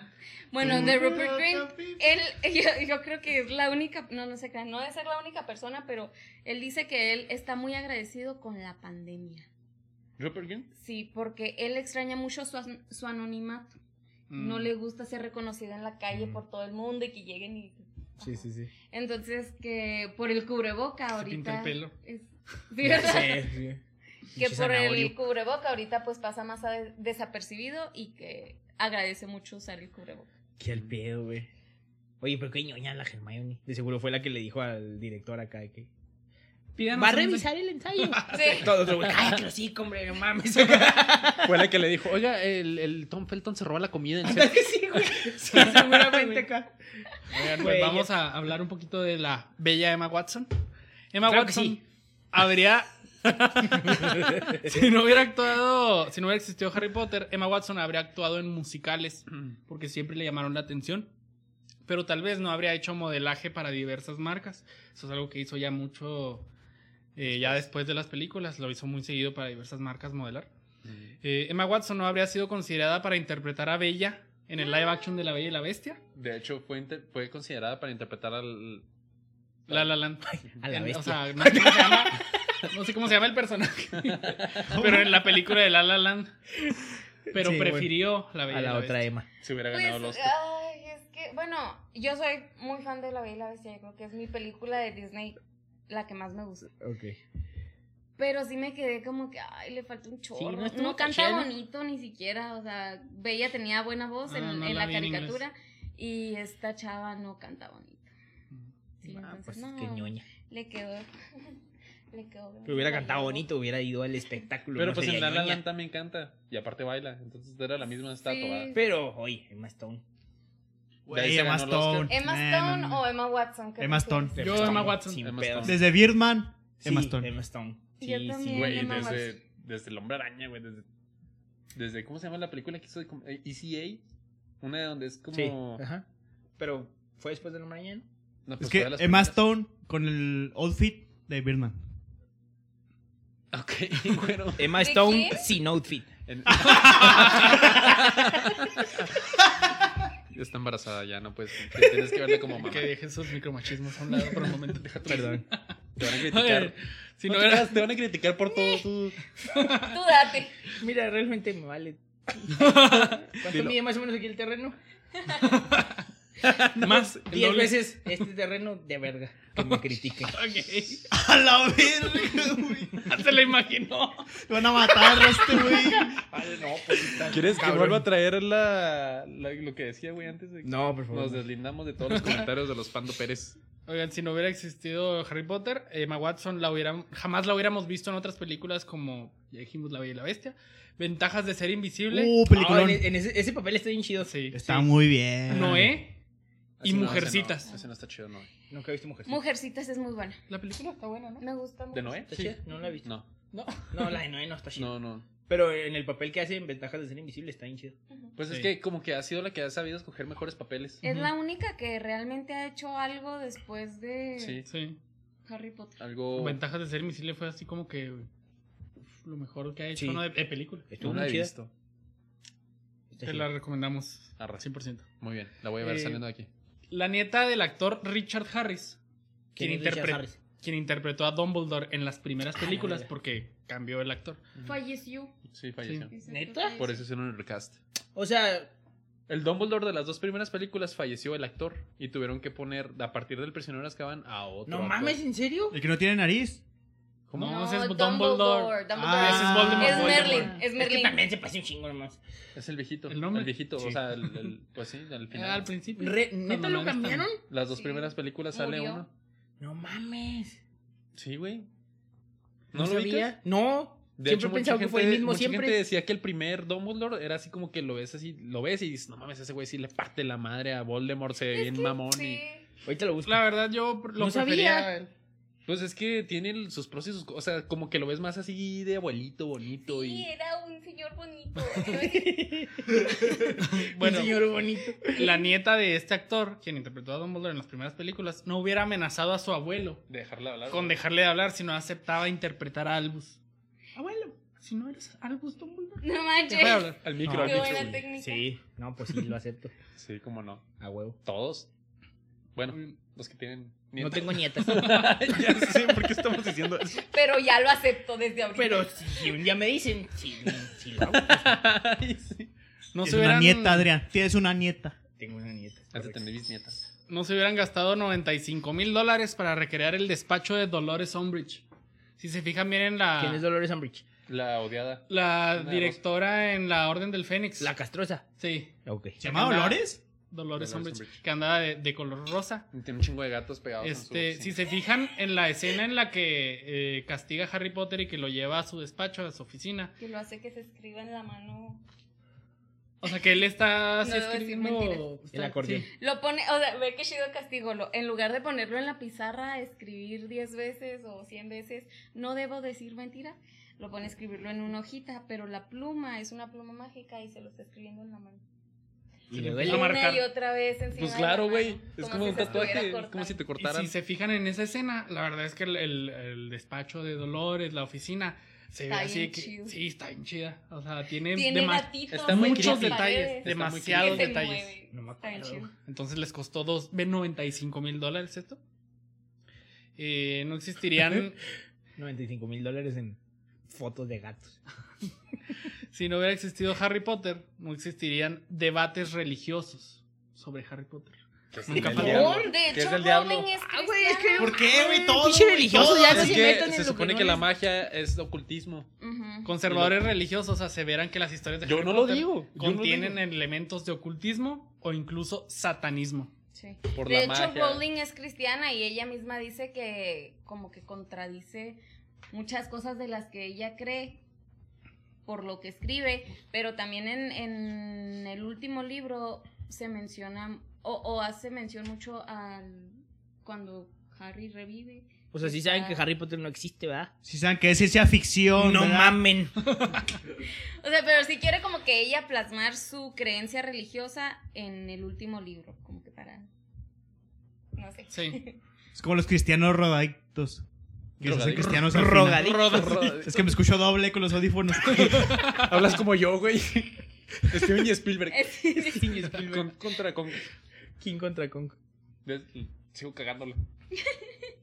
S5: Bueno, de Rupert Grint, él, yo, yo creo que es la única, no, no sé crean, no debe ser la única persona, pero él dice que él está muy agradecido con la pandemia.
S2: ¿Rupert Grint?
S5: Sí, porque él extraña mucho su, an- su anonimato.
S1: Mm.
S5: No le gusta ser reconocido en la calle por todo el mundo y que lleguen y...
S1: Sí, sí, sí.
S5: Entonces, que por el cubreboca
S1: Se pinta
S5: ahorita...
S1: el pelo.
S5: es- sí,
S3: Ya
S5: ¿verdad?
S3: sé, sí.
S5: que
S3: Pinche
S5: por el
S3: zanahorio.
S5: cubreboca ahorita pues pasa más a- desapercibido y que agradece mucho usar el cubreboca.
S3: Qué al pedo, güey. Oye, pero qué ñoña la Hermione. De seguro fue la que le dijo al director acá de que.
S1: Pídanos
S3: Va a
S1: un-
S3: revisar el ensayo.
S5: Sí.
S3: Todo otro güey. Cállate, los hocico, hombre, no mames.
S2: Fue la que le dijo, oiga, el, el Tom Felton se roba la comida. en set".
S3: sí, güey. Sí, seguramente acá.
S1: Oigan, pues
S3: Güey,
S1: vamos a hablar un poquito de la bella Emma Watson. Emma
S3: Claro que
S1: Watson
S3: sí.
S1: habría. si no hubiera actuado, si no hubiera existido Harry Potter, Emma Watson habría actuado en musicales porque siempre le llamaron la atención. Pero tal vez no habría hecho modelaje para diversas marcas. Eso es algo que hizo ya mucho, eh, ya después de las películas, lo hizo muy seguido para diversas marcas modelar. Eh, Emma Watson no habría sido considerada para interpretar a Bella en el live action de La Bella y la Bestia.
S2: De hecho, fue, inter- fue considerada para interpretar al...
S1: La La Land.
S3: A la
S1: En-
S3: bestia.
S1: O sea, no sé cómo se llama. no sé cómo se llama el personaje. pero en la película de La La Land. Pero
S3: Sí,
S1: prefirió la bella.
S3: a
S1: y
S3: la otra
S1: Bestia.
S3: Emma.
S2: Se hubiera ganado los...
S5: Pues, ay, es que, bueno, yo soy muy fan de La Bella y la Bestia. Yo creo que es mi película de Disney la que más me gusta.
S3: Ok.
S5: Pero sí me quedé como que, ay, le falta un chorro.
S3: no
S5: no,
S3: estuvo tan
S5: canta
S3: chida, ¿no?
S5: bonito ni siquiera. O sea, Bella tenía buena voz
S1: Ah,
S5: en,
S1: no
S5: en
S1: la
S5: la,
S1: vi en
S5: caricatura. y esta chava no canta bonito. Sí,
S3: Ah,
S5: entonces,
S3: pues
S5: no,
S3: qué ñoña.
S5: le quedó. le quedó. bien.
S3: Que hubiera
S5: La
S3: cantado
S5: llevó.
S3: bonito, hubiera ido al espectáculo.
S2: Pero
S3: no
S2: pues en
S3: sería
S2: La La
S3: ñoña.
S2: Land también canta. Y aparte baila. Entonces era la misma estatua.
S5: Sí.
S2: ¿verdad?
S3: Pero, oye, Emma Stone.
S2: De ahí
S4: Güey,
S2: se
S4: Emma
S2: ganó el Oscar.
S4: Stone.
S5: ¿Emma
S4: Nah,
S5: Stone
S4: no, no.
S5: o Emma Watson? ¿Qué
S4: Emma
S5: prefieres?
S4: Stone.
S1: Yo, Emma Watson.
S3: Sin
S2: Emma
S3: pedos.
S2: Stone.
S4: Desde Birdman, Emma
S3: Sí,
S4: Stone.
S3: Emma Stone. Sí,
S5: Yo
S3: sí.
S5: también.
S2: Güey,
S5: Emma
S2: desde, desde El Hombre Araña, güey. Desde, desde... ¿Cómo se llama la película que hizo? de com- eh, ECA. Una de donde es como...
S3: Sí, ajá. Pero fue después de la mañana.
S2: No, pues,
S4: Es que
S2: todas las
S4: Emma
S2: primeras.
S4: Stone con el outfit de Birdman.
S2: Ok, bueno.
S3: Emma
S5: ¿De
S3: Stone
S5: quién?
S3: sin outfit.
S2: En- Está embarazada ya, no puedes. te Tienes que verla como mamá.
S1: Que dejen sus micromachismos a un lado por un momento.
S3: Perdón.
S2: Te van a criticar.
S1: Oye, si
S2: No
S1: no
S2: te
S1: era.
S2: creas, te van a criticar por todo tu.
S5: Tú date.
S3: Mira, realmente me vale. ¿Cuánto
S2: Dilo.
S3: mide más o menos aquí el terreno?
S1: Más. el
S3: Diez
S1: doble.
S3: veces este terreno de verga. Que me critiquen.
S1: Ok.
S4: A la verga, güey.
S1: Se la imaginó.
S4: Te Van a matar a este güey.
S3: no, pues está
S2: ¿Quieres que
S3: cabrón.
S2: vuelva a traer la, la- lo que decía, güey, antes de que
S3: No, por favor.
S2: nos deslindamos de todos los comentarios de los Pando Pérez?
S1: Oigan, si no hubiera existido Harry Potter, Emma Watson la hubiera, jamás la hubiéramos visto en otras películas como, ya dijimos, La Bella y la Bestia. Ventajas de ser invisible.
S4: Uh,
S3: Ah,
S4: peliculón.
S3: en, en ese, ese papel está bien chido.
S1: Sí.
S4: Está muy bien.
S1: Noé. Y
S2: Así no,
S1: Mujercitas.
S2: ese no- ese no está chido, no.
S3: Nunca he visto mujer.
S5: Mujercitas es muy buena.
S1: La película está buena, ¿no?
S5: Me gusta mucho.
S2: ¿De Noé?
S3: Sí, no la he visto.
S2: No,
S1: No.
S3: No, la de Noé no está chida.
S2: no, no.
S3: Pero en el papel que hace en Ventajas de ser invisible está bien chido.
S2: Pues es
S1: Sí.
S2: que como que ha sido la que ha sabido escoger mejores papeles.
S5: Es
S1: Ujú.
S5: la única que realmente ha hecho algo después de
S2: Sí,
S1: Sí.
S5: Harry Potter.
S2: algo...
S1: Ventajas de ser misil fue así como que uf, lo mejor que ha hecho
S3: Sí.
S1: ¿no? de, de película.
S3: Estuvo
S2: No la
S3: muy
S2: he
S3: chida.
S2: visto.
S3: Está
S1: Te
S3: chida.
S1: la recomendamos
S2: Arre.
S1: 100%.
S2: Muy bien, la voy a ver
S1: Eh,
S2: saliendo de aquí.
S1: La nieta del actor Richard Harris,
S3: ¿Quién
S1: quien
S3: es Richard
S1: interpreta-
S3: Harris?
S1: quien interpretó a Dumbledore en las primeras
S3: Ah, la
S1: películas
S3: verga.
S1: porque cambió el actor.
S5: Falleció.
S2: Sí, falleció.
S5: Dice
S3: ¿Neta?
S5: que falleció.
S2: Por eso hicieron el recast.
S3: O sea,
S2: El Dumbledore de las dos primeras películas falleció el actor y tuvieron que poner a partir del prisionero de Azkaban a otro.
S3: no
S2: actor.
S3: mames, ¿en serio?
S4: El que no tiene nariz.
S1: ¿Cómo?
S5: No,
S1: No, ese es
S5: Dumbledore.
S1: Dumbledore.
S5: Dumbledore.
S4: Ah, ese es Voldemort,
S5: es
S1: Voldemort.
S5: Merlin. Es
S3: Es que
S5: Merlin.
S3: también se pasó un chingo nomás.
S2: Es el viejito.
S1: ¿El
S2: El
S1: nombre?
S2: viejito,
S1: Sí.
S2: o sea, el, el- pues sí, al
S1: Ah, al
S2: final.
S1: principio.
S3: Re-
S1: Cuando
S3: ¿Neta lo
S1: no eres tan-
S3: cambiaron?
S2: Las dos
S5: Sí.
S2: primeras películas sale
S5: Murió.
S2: uno.
S3: No mames.
S2: Sí, güey.
S3: No,
S2: ¿No, lo
S3: sabía.
S2: ubicas?
S3: No.
S2: De
S3: siempre
S2: hecho, mucha
S3: pensaba que fue el
S2: gente-
S3: mismo
S2: mucha
S3: siempre.
S2: gente decía que el primer Dumbledore era así como que lo ves así, lo ves y dices, no mames, ese güey sí le parte la madre a Voldemort, se ve
S5: Es
S2: bien
S5: que
S2: mamón.
S5: sí.
S2: Y...
S3: Ahorita lo busco.
S1: La verdad, yo lo
S3: no
S1: prefería.
S3: sabía.
S2: Pues es que tiene el- sus pros y sus cosas, o sea, como que lo ves más así de abuelito, bonito y...
S5: Sí, eh. era un señor bonito.
S1: Bueno,
S3: Un señor bonito.
S1: la nieta de este actor, quien interpretó a Dumbledore en las primeras películas, no hubiera amenazado a su abuelo
S2: Dejarla hablar.
S1: con dejarle de hablar si no aceptaba interpretar a Albus.
S3: Abuelo.
S1: Si no eres Albus Dumbledore.
S5: no
S1: Deja de
S5: manches.
S1: hablar.
S2: Al micro,
S1: No,
S2: al
S5: Qué
S2: micro.
S5: buena
S2: güey.
S5: técnica.
S3: Sí, no, pues sí, lo acepto.
S2: Sí, cómo no.
S3: A huevo.
S2: Todos. Bueno,
S1: Bueno,
S2: los que tienen...
S3: No
S2: nietos.
S3: tengo nietas.
S2: ya sé por qué estamos diciendo eso.
S5: Pero ya lo acepto desde ahorita.
S3: Pero si si un día me dicen, sí, sí lo hago. pues,
S2: Ay, sí.
S1: No
S4: Es
S1: se, hubieran,
S4: una nieta, Adrián. Tienes una nieta.
S3: Tengo una nieta.
S2: Has de tener bisnietas.
S1: no se hubieran gastado 95 mil dólares para recrear el despacho de Dolores Umbridge. Si se fijan, miren
S3: ¿Quién es
S1: la,
S3: Ah. Dolores Umbridge?
S2: La odiada.
S1: la
S2: Una
S1: directora en la Orden del Fénix.
S3: La castrosa.
S1: Sí,
S3: Ok.
S4: ¿Se llama Dolores?
S1: Dolores
S2: Dolores
S1: Umbridge,
S2: Umbridge.
S1: que andaba de, de color rosa.
S2: Y Tiene un chingo de gatos pegados
S1: Este,
S2: en su...
S1: si
S2: sí.
S1: se fijan en la escena en la que eh, castiga a Harry Potter y que lo lleva a su despacho, a su oficina,
S5: Que lo hace que se escriba en la mano.
S1: o sea que él está así
S5: No debo decir
S1: escribiendo
S3: El acordeón.
S1: sí.
S5: Lo pone, o sea, ve que chido castigo. Lo, en lugar de ponerlo en la pizarra, escribir 10 veces o 100 veces, no debo decir mentira. Lo pone a escribirlo en una hojita, pero la pluma es una pluma mágica y se lo está escribiendo en la mano.
S3: Y le
S1: Lo
S5: Y
S3: duele.
S5: una
S1: marcar.
S5: y otra vez encima.
S2: Pues
S5: de la
S2: claro,
S5: mano,
S2: güey. Es como
S5: si
S2: un
S5: se estuviera
S2: tatuaje. Es como
S5: cortando.
S2: si te
S1: Y
S2: cortaran.
S1: si se fijan en esa escena, la verdad es que el, el- el despacho de Dolores, la oficina, se
S5: Está
S1: ve así
S5: bien
S1: que
S5: chido.
S1: sí, está bien chida. O sea, tiene,
S5: Tiene
S1: dema-
S5: gatitos,
S2: está muy
S5: muchos
S2: creepy.
S5: detalles.
S2: Está muy creepy.
S1: demasiados
S5: que se
S1: detalles.
S5: mueven.
S3: No me
S5: Está bien
S3: acuerdo.
S5: chido.
S1: Entonces les costó dos, ve 95 mil dólares esto. Eh, no existirían
S3: 95 mil dólares en fotos de gatos.
S1: Si no hubiera existido Harry Potter, no existirían debates religiosos sobre Harry Potter.
S2: Que es
S1: Nunca
S2: el
S1: falta.
S2: diablo.
S5: De
S2: Que es
S5: hecho,
S2: el diablo.
S5: Rowling es
S3: Ah,
S5: cristiana.
S4: ¿Por qué, güey? Todo.
S3: Pinche
S4: güey,
S3: religioso,
S4: todo.
S3: ya
S2: Es
S3: se
S2: que
S3: metan en
S2: se
S3: lo
S2: supone
S3: no
S2: que la
S3: es.
S2: magia es ocultismo.
S5: Ujú.
S1: Conservadores religiosos aseveran que las historias de
S2: Yo
S1: Harry
S2: no lo
S1: Potter
S2: digo, yo no lo
S1: contienen
S2: digo.
S1: elementos de ocultismo o incluso satanismo.
S5: Sí.
S2: Por
S5: de
S2: la
S5: hecho,
S2: magia.
S5: Rowling es cristiana y ella misma dice que como que contradice muchas cosas de las que ella cree por lo que escribe, pero también en, en el último libro se menciona o, o hace mención mucho al cuando Harry revive.
S3: O sea, sí saben que Harry Potter no existe, ¿verdad?
S4: Si saben que es ciencia ficción.
S3: No
S4: ¿verdad?
S3: mamen.
S5: O sea, pero si quiere como que ella plasmar su creencia religiosa en el último libro, como que para... No sé.
S1: Sí.
S4: Es como los cristianos rodadictos. Que se hacen
S2: Drogadictos.
S4: cristianos al final.
S3: Rogadicto.
S4: Es que me escucho doble con los audífonos.
S2: Hablas como yo, güey. Steven y Spielberg.
S5: Es-
S2: Con- contra con.
S3: King contra Kong.
S2: de- Sigo cagándolo.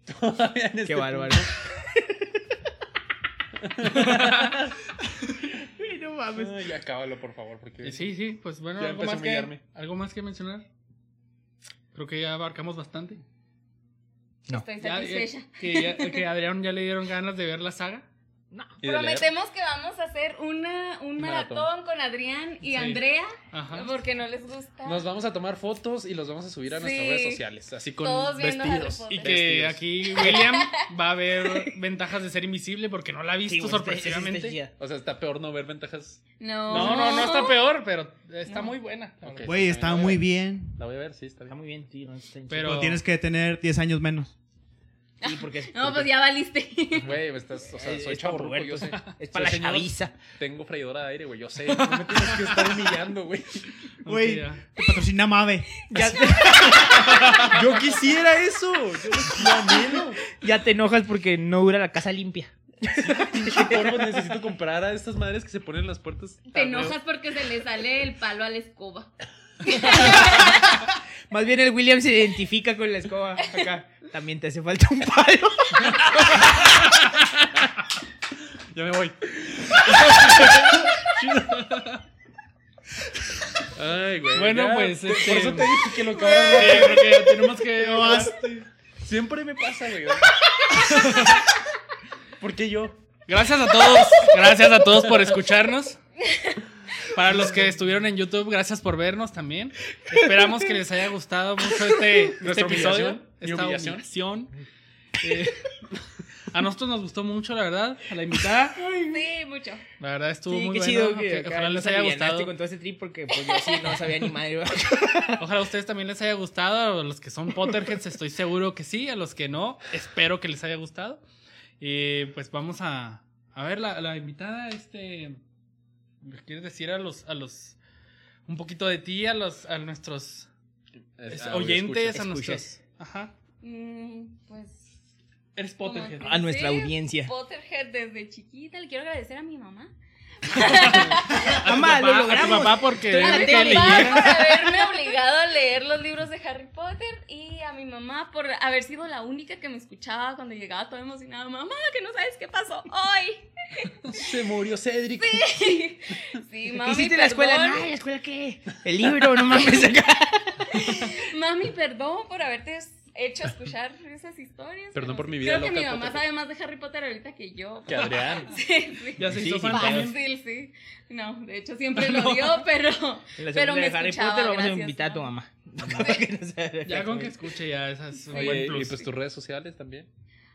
S2: Todavía en
S3: Qué
S2: este
S3: bárbaro. Ay, no mames.
S2: punto. Ay, acábalo, por favor, porque.
S1: Sí, sí, pues bueno,
S2: Ya
S1: algo
S2: empezó a
S1: más, que,
S2: humillarme.
S1: algo más que mencionar. Creo que ya abarcamos bastante.
S5: Estoy
S1: Ya, eh,
S5: satisfecha.
S1: que, ya- que a Adrián ya le dieron ganas de ver la saga.
S3: No.
S2: Y de leer.
S5: Prometemos que vamos a hacer una, un
S2: Maratón.
S5: maratón, con Adrián y
S2: Sí.
S5: Andrea
S1: Ajá.
S5: porque no les gusta.
S2: Nos vamos a tomar fotos y los vamos a subir a nuestras
S5: Sí.
S2: redes sociales. Así con
S5: Todos viendo
S2: vestidos.
S5: Harry
S1: Y
S5: Potter.
S1: que aquí William va a ver ventajas de ser invisible porque no la ha visto
S3: Sí, güey,
S1: sorpresivamente.
S3: este- este está chida.
S2: O sea, está peor no ver ventajas.
S5: No.
S1: no, no, no está peor, pero está
S5: No.
S1: muy buena. la
S2: Ok.
S1: verdad.
S4: Güey, está muy bien.
S2: La voy a ver, sí, está
S3: Está
S2: bien.
S3: muy bien, sí. No, está bien
S1: Pero-
S4: Pero tienes que tener 10 años menos.
S3: chido. Sí, porque es-
S5: No, pues ya valiste.
S2: Güey, me estás, o sea,
S3: Es-
S2: soy
S3: Eh, es pa'
S2: chaburruco, yo
S3: pubertos.
S2: sé.
S3: es
S2: Soy
S3: para la
S2: señor.
S3: chaviza.
S2: Tengo freidora de aire, güey, yo sé. No me tienes que estar humillando, güey.
S1: Aunque
S4: Güey,
S1: ya.
S4: te patrocina Mave.
S3: Ya,
S2: Yo quisiera eso. Yo lo anhelo.
S3: ya te enojas porque no dura la casa limpia.
S2: Pinche polvo, necesito comprar a estas madres que se ponen en las puertas. Ah,
S5: Te enojas porque se le sale el palo a la escoba.
S3: Más bien el William se identifica con la escoba acá. También te hace falta un palo.
S2: Ya me voy. Ay, güey.
S1: Bueno,
S2: ya.
S1: pues,
S2: Te-
S1: este-
S2: Por eso te dije que lo
S1: Sí,
S2: cabrón.
S1: creo que ya tenemos que.
S2: Siempre me pasa, güey. Ah, ¿Por qué yo?
S1: Gracias a todos, gracias a todos por escucharnos. Para los que estuvieron en YouTube, gracias por vernos también. Esperamos que les haya gustado mucho este, este
S2: Nuestra
S1: episodio,
S2: humillación, mi
S1: esta
S2: humillación.
S1: humillación. Eh, a nosotros nos gustó mucho, la verdad, a la invitada.
S5: Sí, mucho.
S1: La verdad estuvo
S3: Sí,
S1: muy
S3: qué
S1: bueno.
S3: chido que
S1: Ok,
S3: acá
S1: ojalá les
S3: nos
S1: haya
S3: alivianaste
S1: gustado.
S3: con todo ese trip porque pues yo sí no sabía ni madre.
S1: Ojalá a ustedes también les haya gustado. A los que son Potterheads, estoy seguro que sí. A los que no, espero que les haya gustado. Y pues vamos a, a ver la, la invitada. Este, ¿les ¿Quieres decir a los, a los un poquito de ti, a los a nuestros es- oyentes, a
S3: escuchas.
S1: nuestros. Ajá.
S5: Mm, pues.
S1: Eres
S5: como
S1: Potterhead.
S5: que
S3: A nuestra
S5: sí,
S3: audiencia.
S5: Potterhead desde chiquita. Le quiero agradecer a mi mamá.
S1: A tu
S3: Mamá, lo
S1: papá- A tu
S3: logramos.
S1: papá porque
S3: Estoy
S1: él
S5: A
S3: en
S5: mi
S1: te
S3: que
S5: papá
S1: leyera.
S5: por haberme obligado a leer los libros de Harry Potter y a mi mamá por haber sido la única que me escuchaba cuando llegaba toda emocionada. Mamá, que no sabes qué pasó hoy.
S2: Se murió Cedric.
S5: Sí,
S3: ¿Qué
S5: mami,
S3: hiciste en la escuela? No,
S5: perdón.
S3: ¿en la escuela qué? El libro, no mames acá.
S5: Mami, perdón por haberte hecho escuchar esas historias.
S2: Perdón
S5: pero
S2: por mi vida
S5: Creo que
S2: loca,
S5: mi mamá
S2: Potter.
S5: sabe más de Harry Potter ahorita que yo.
S2: Que Adrián.
S5: Sí, sí.
S1: Ya se
S3: Sí,
S1: hizo
S3: sí,
S1: fan también.
S5: Fácil, sí. No, de hecho siempre lo dio, pero.
S3: En la
S5: Pero
S3: segunda
S5: me
S3: de Harry
S5: escuchaba,
S3: Potter vamos a
S5: gracias,
S3: invitar a tu
S5: mamá.
S3: mamá. Para que no se-
S1: Ya con que escuche ya esas. un
S2: Oye,
S1: buen
S2: y
S1: plus.
S2: pues tus redes sociales también.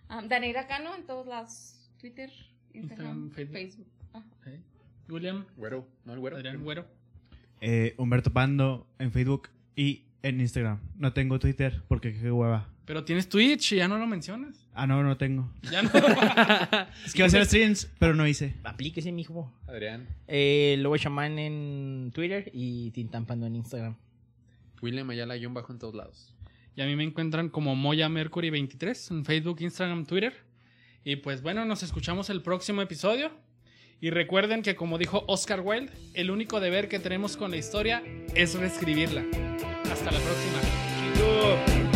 S5: Um, Danaira Cano en todos lados: Twitter, Instagram,
S1: Instagram, Facebook.
S5: Facebook. Ah.
S1: Ok. William,
S2: Güero, ¿no el güero?
S1: Adrián Güero.
S4: Eh, Humberto Pando en Facebook y en Instagram. No tengo Twitter porque qué hueva.
S1: Pero tienes Twitch y ya no lo mencionas.
S4: Ah, no, no tengo.
S1: Ya no.
S4: Es que iba a hacer streams, pero no hice.
S3: Aplíquese, mijo.
S2: Adrián.
S3: Eh, Lobo Shaman en Twitter y Tintán Pando en Instagram.
S2: William Ayala, guión bajo en todos lados.
S1: Y a mí me encuentran como Moya Mercury 23 en Facebook, Instagram, Twitter. Y pues bueno, nos escuchamos el próximo episodio. Y recuerden que como dijo Oscar Wilde, el único deber que tenemos con la historia es reescribirla. Hasta la próxima.
S3: Chido.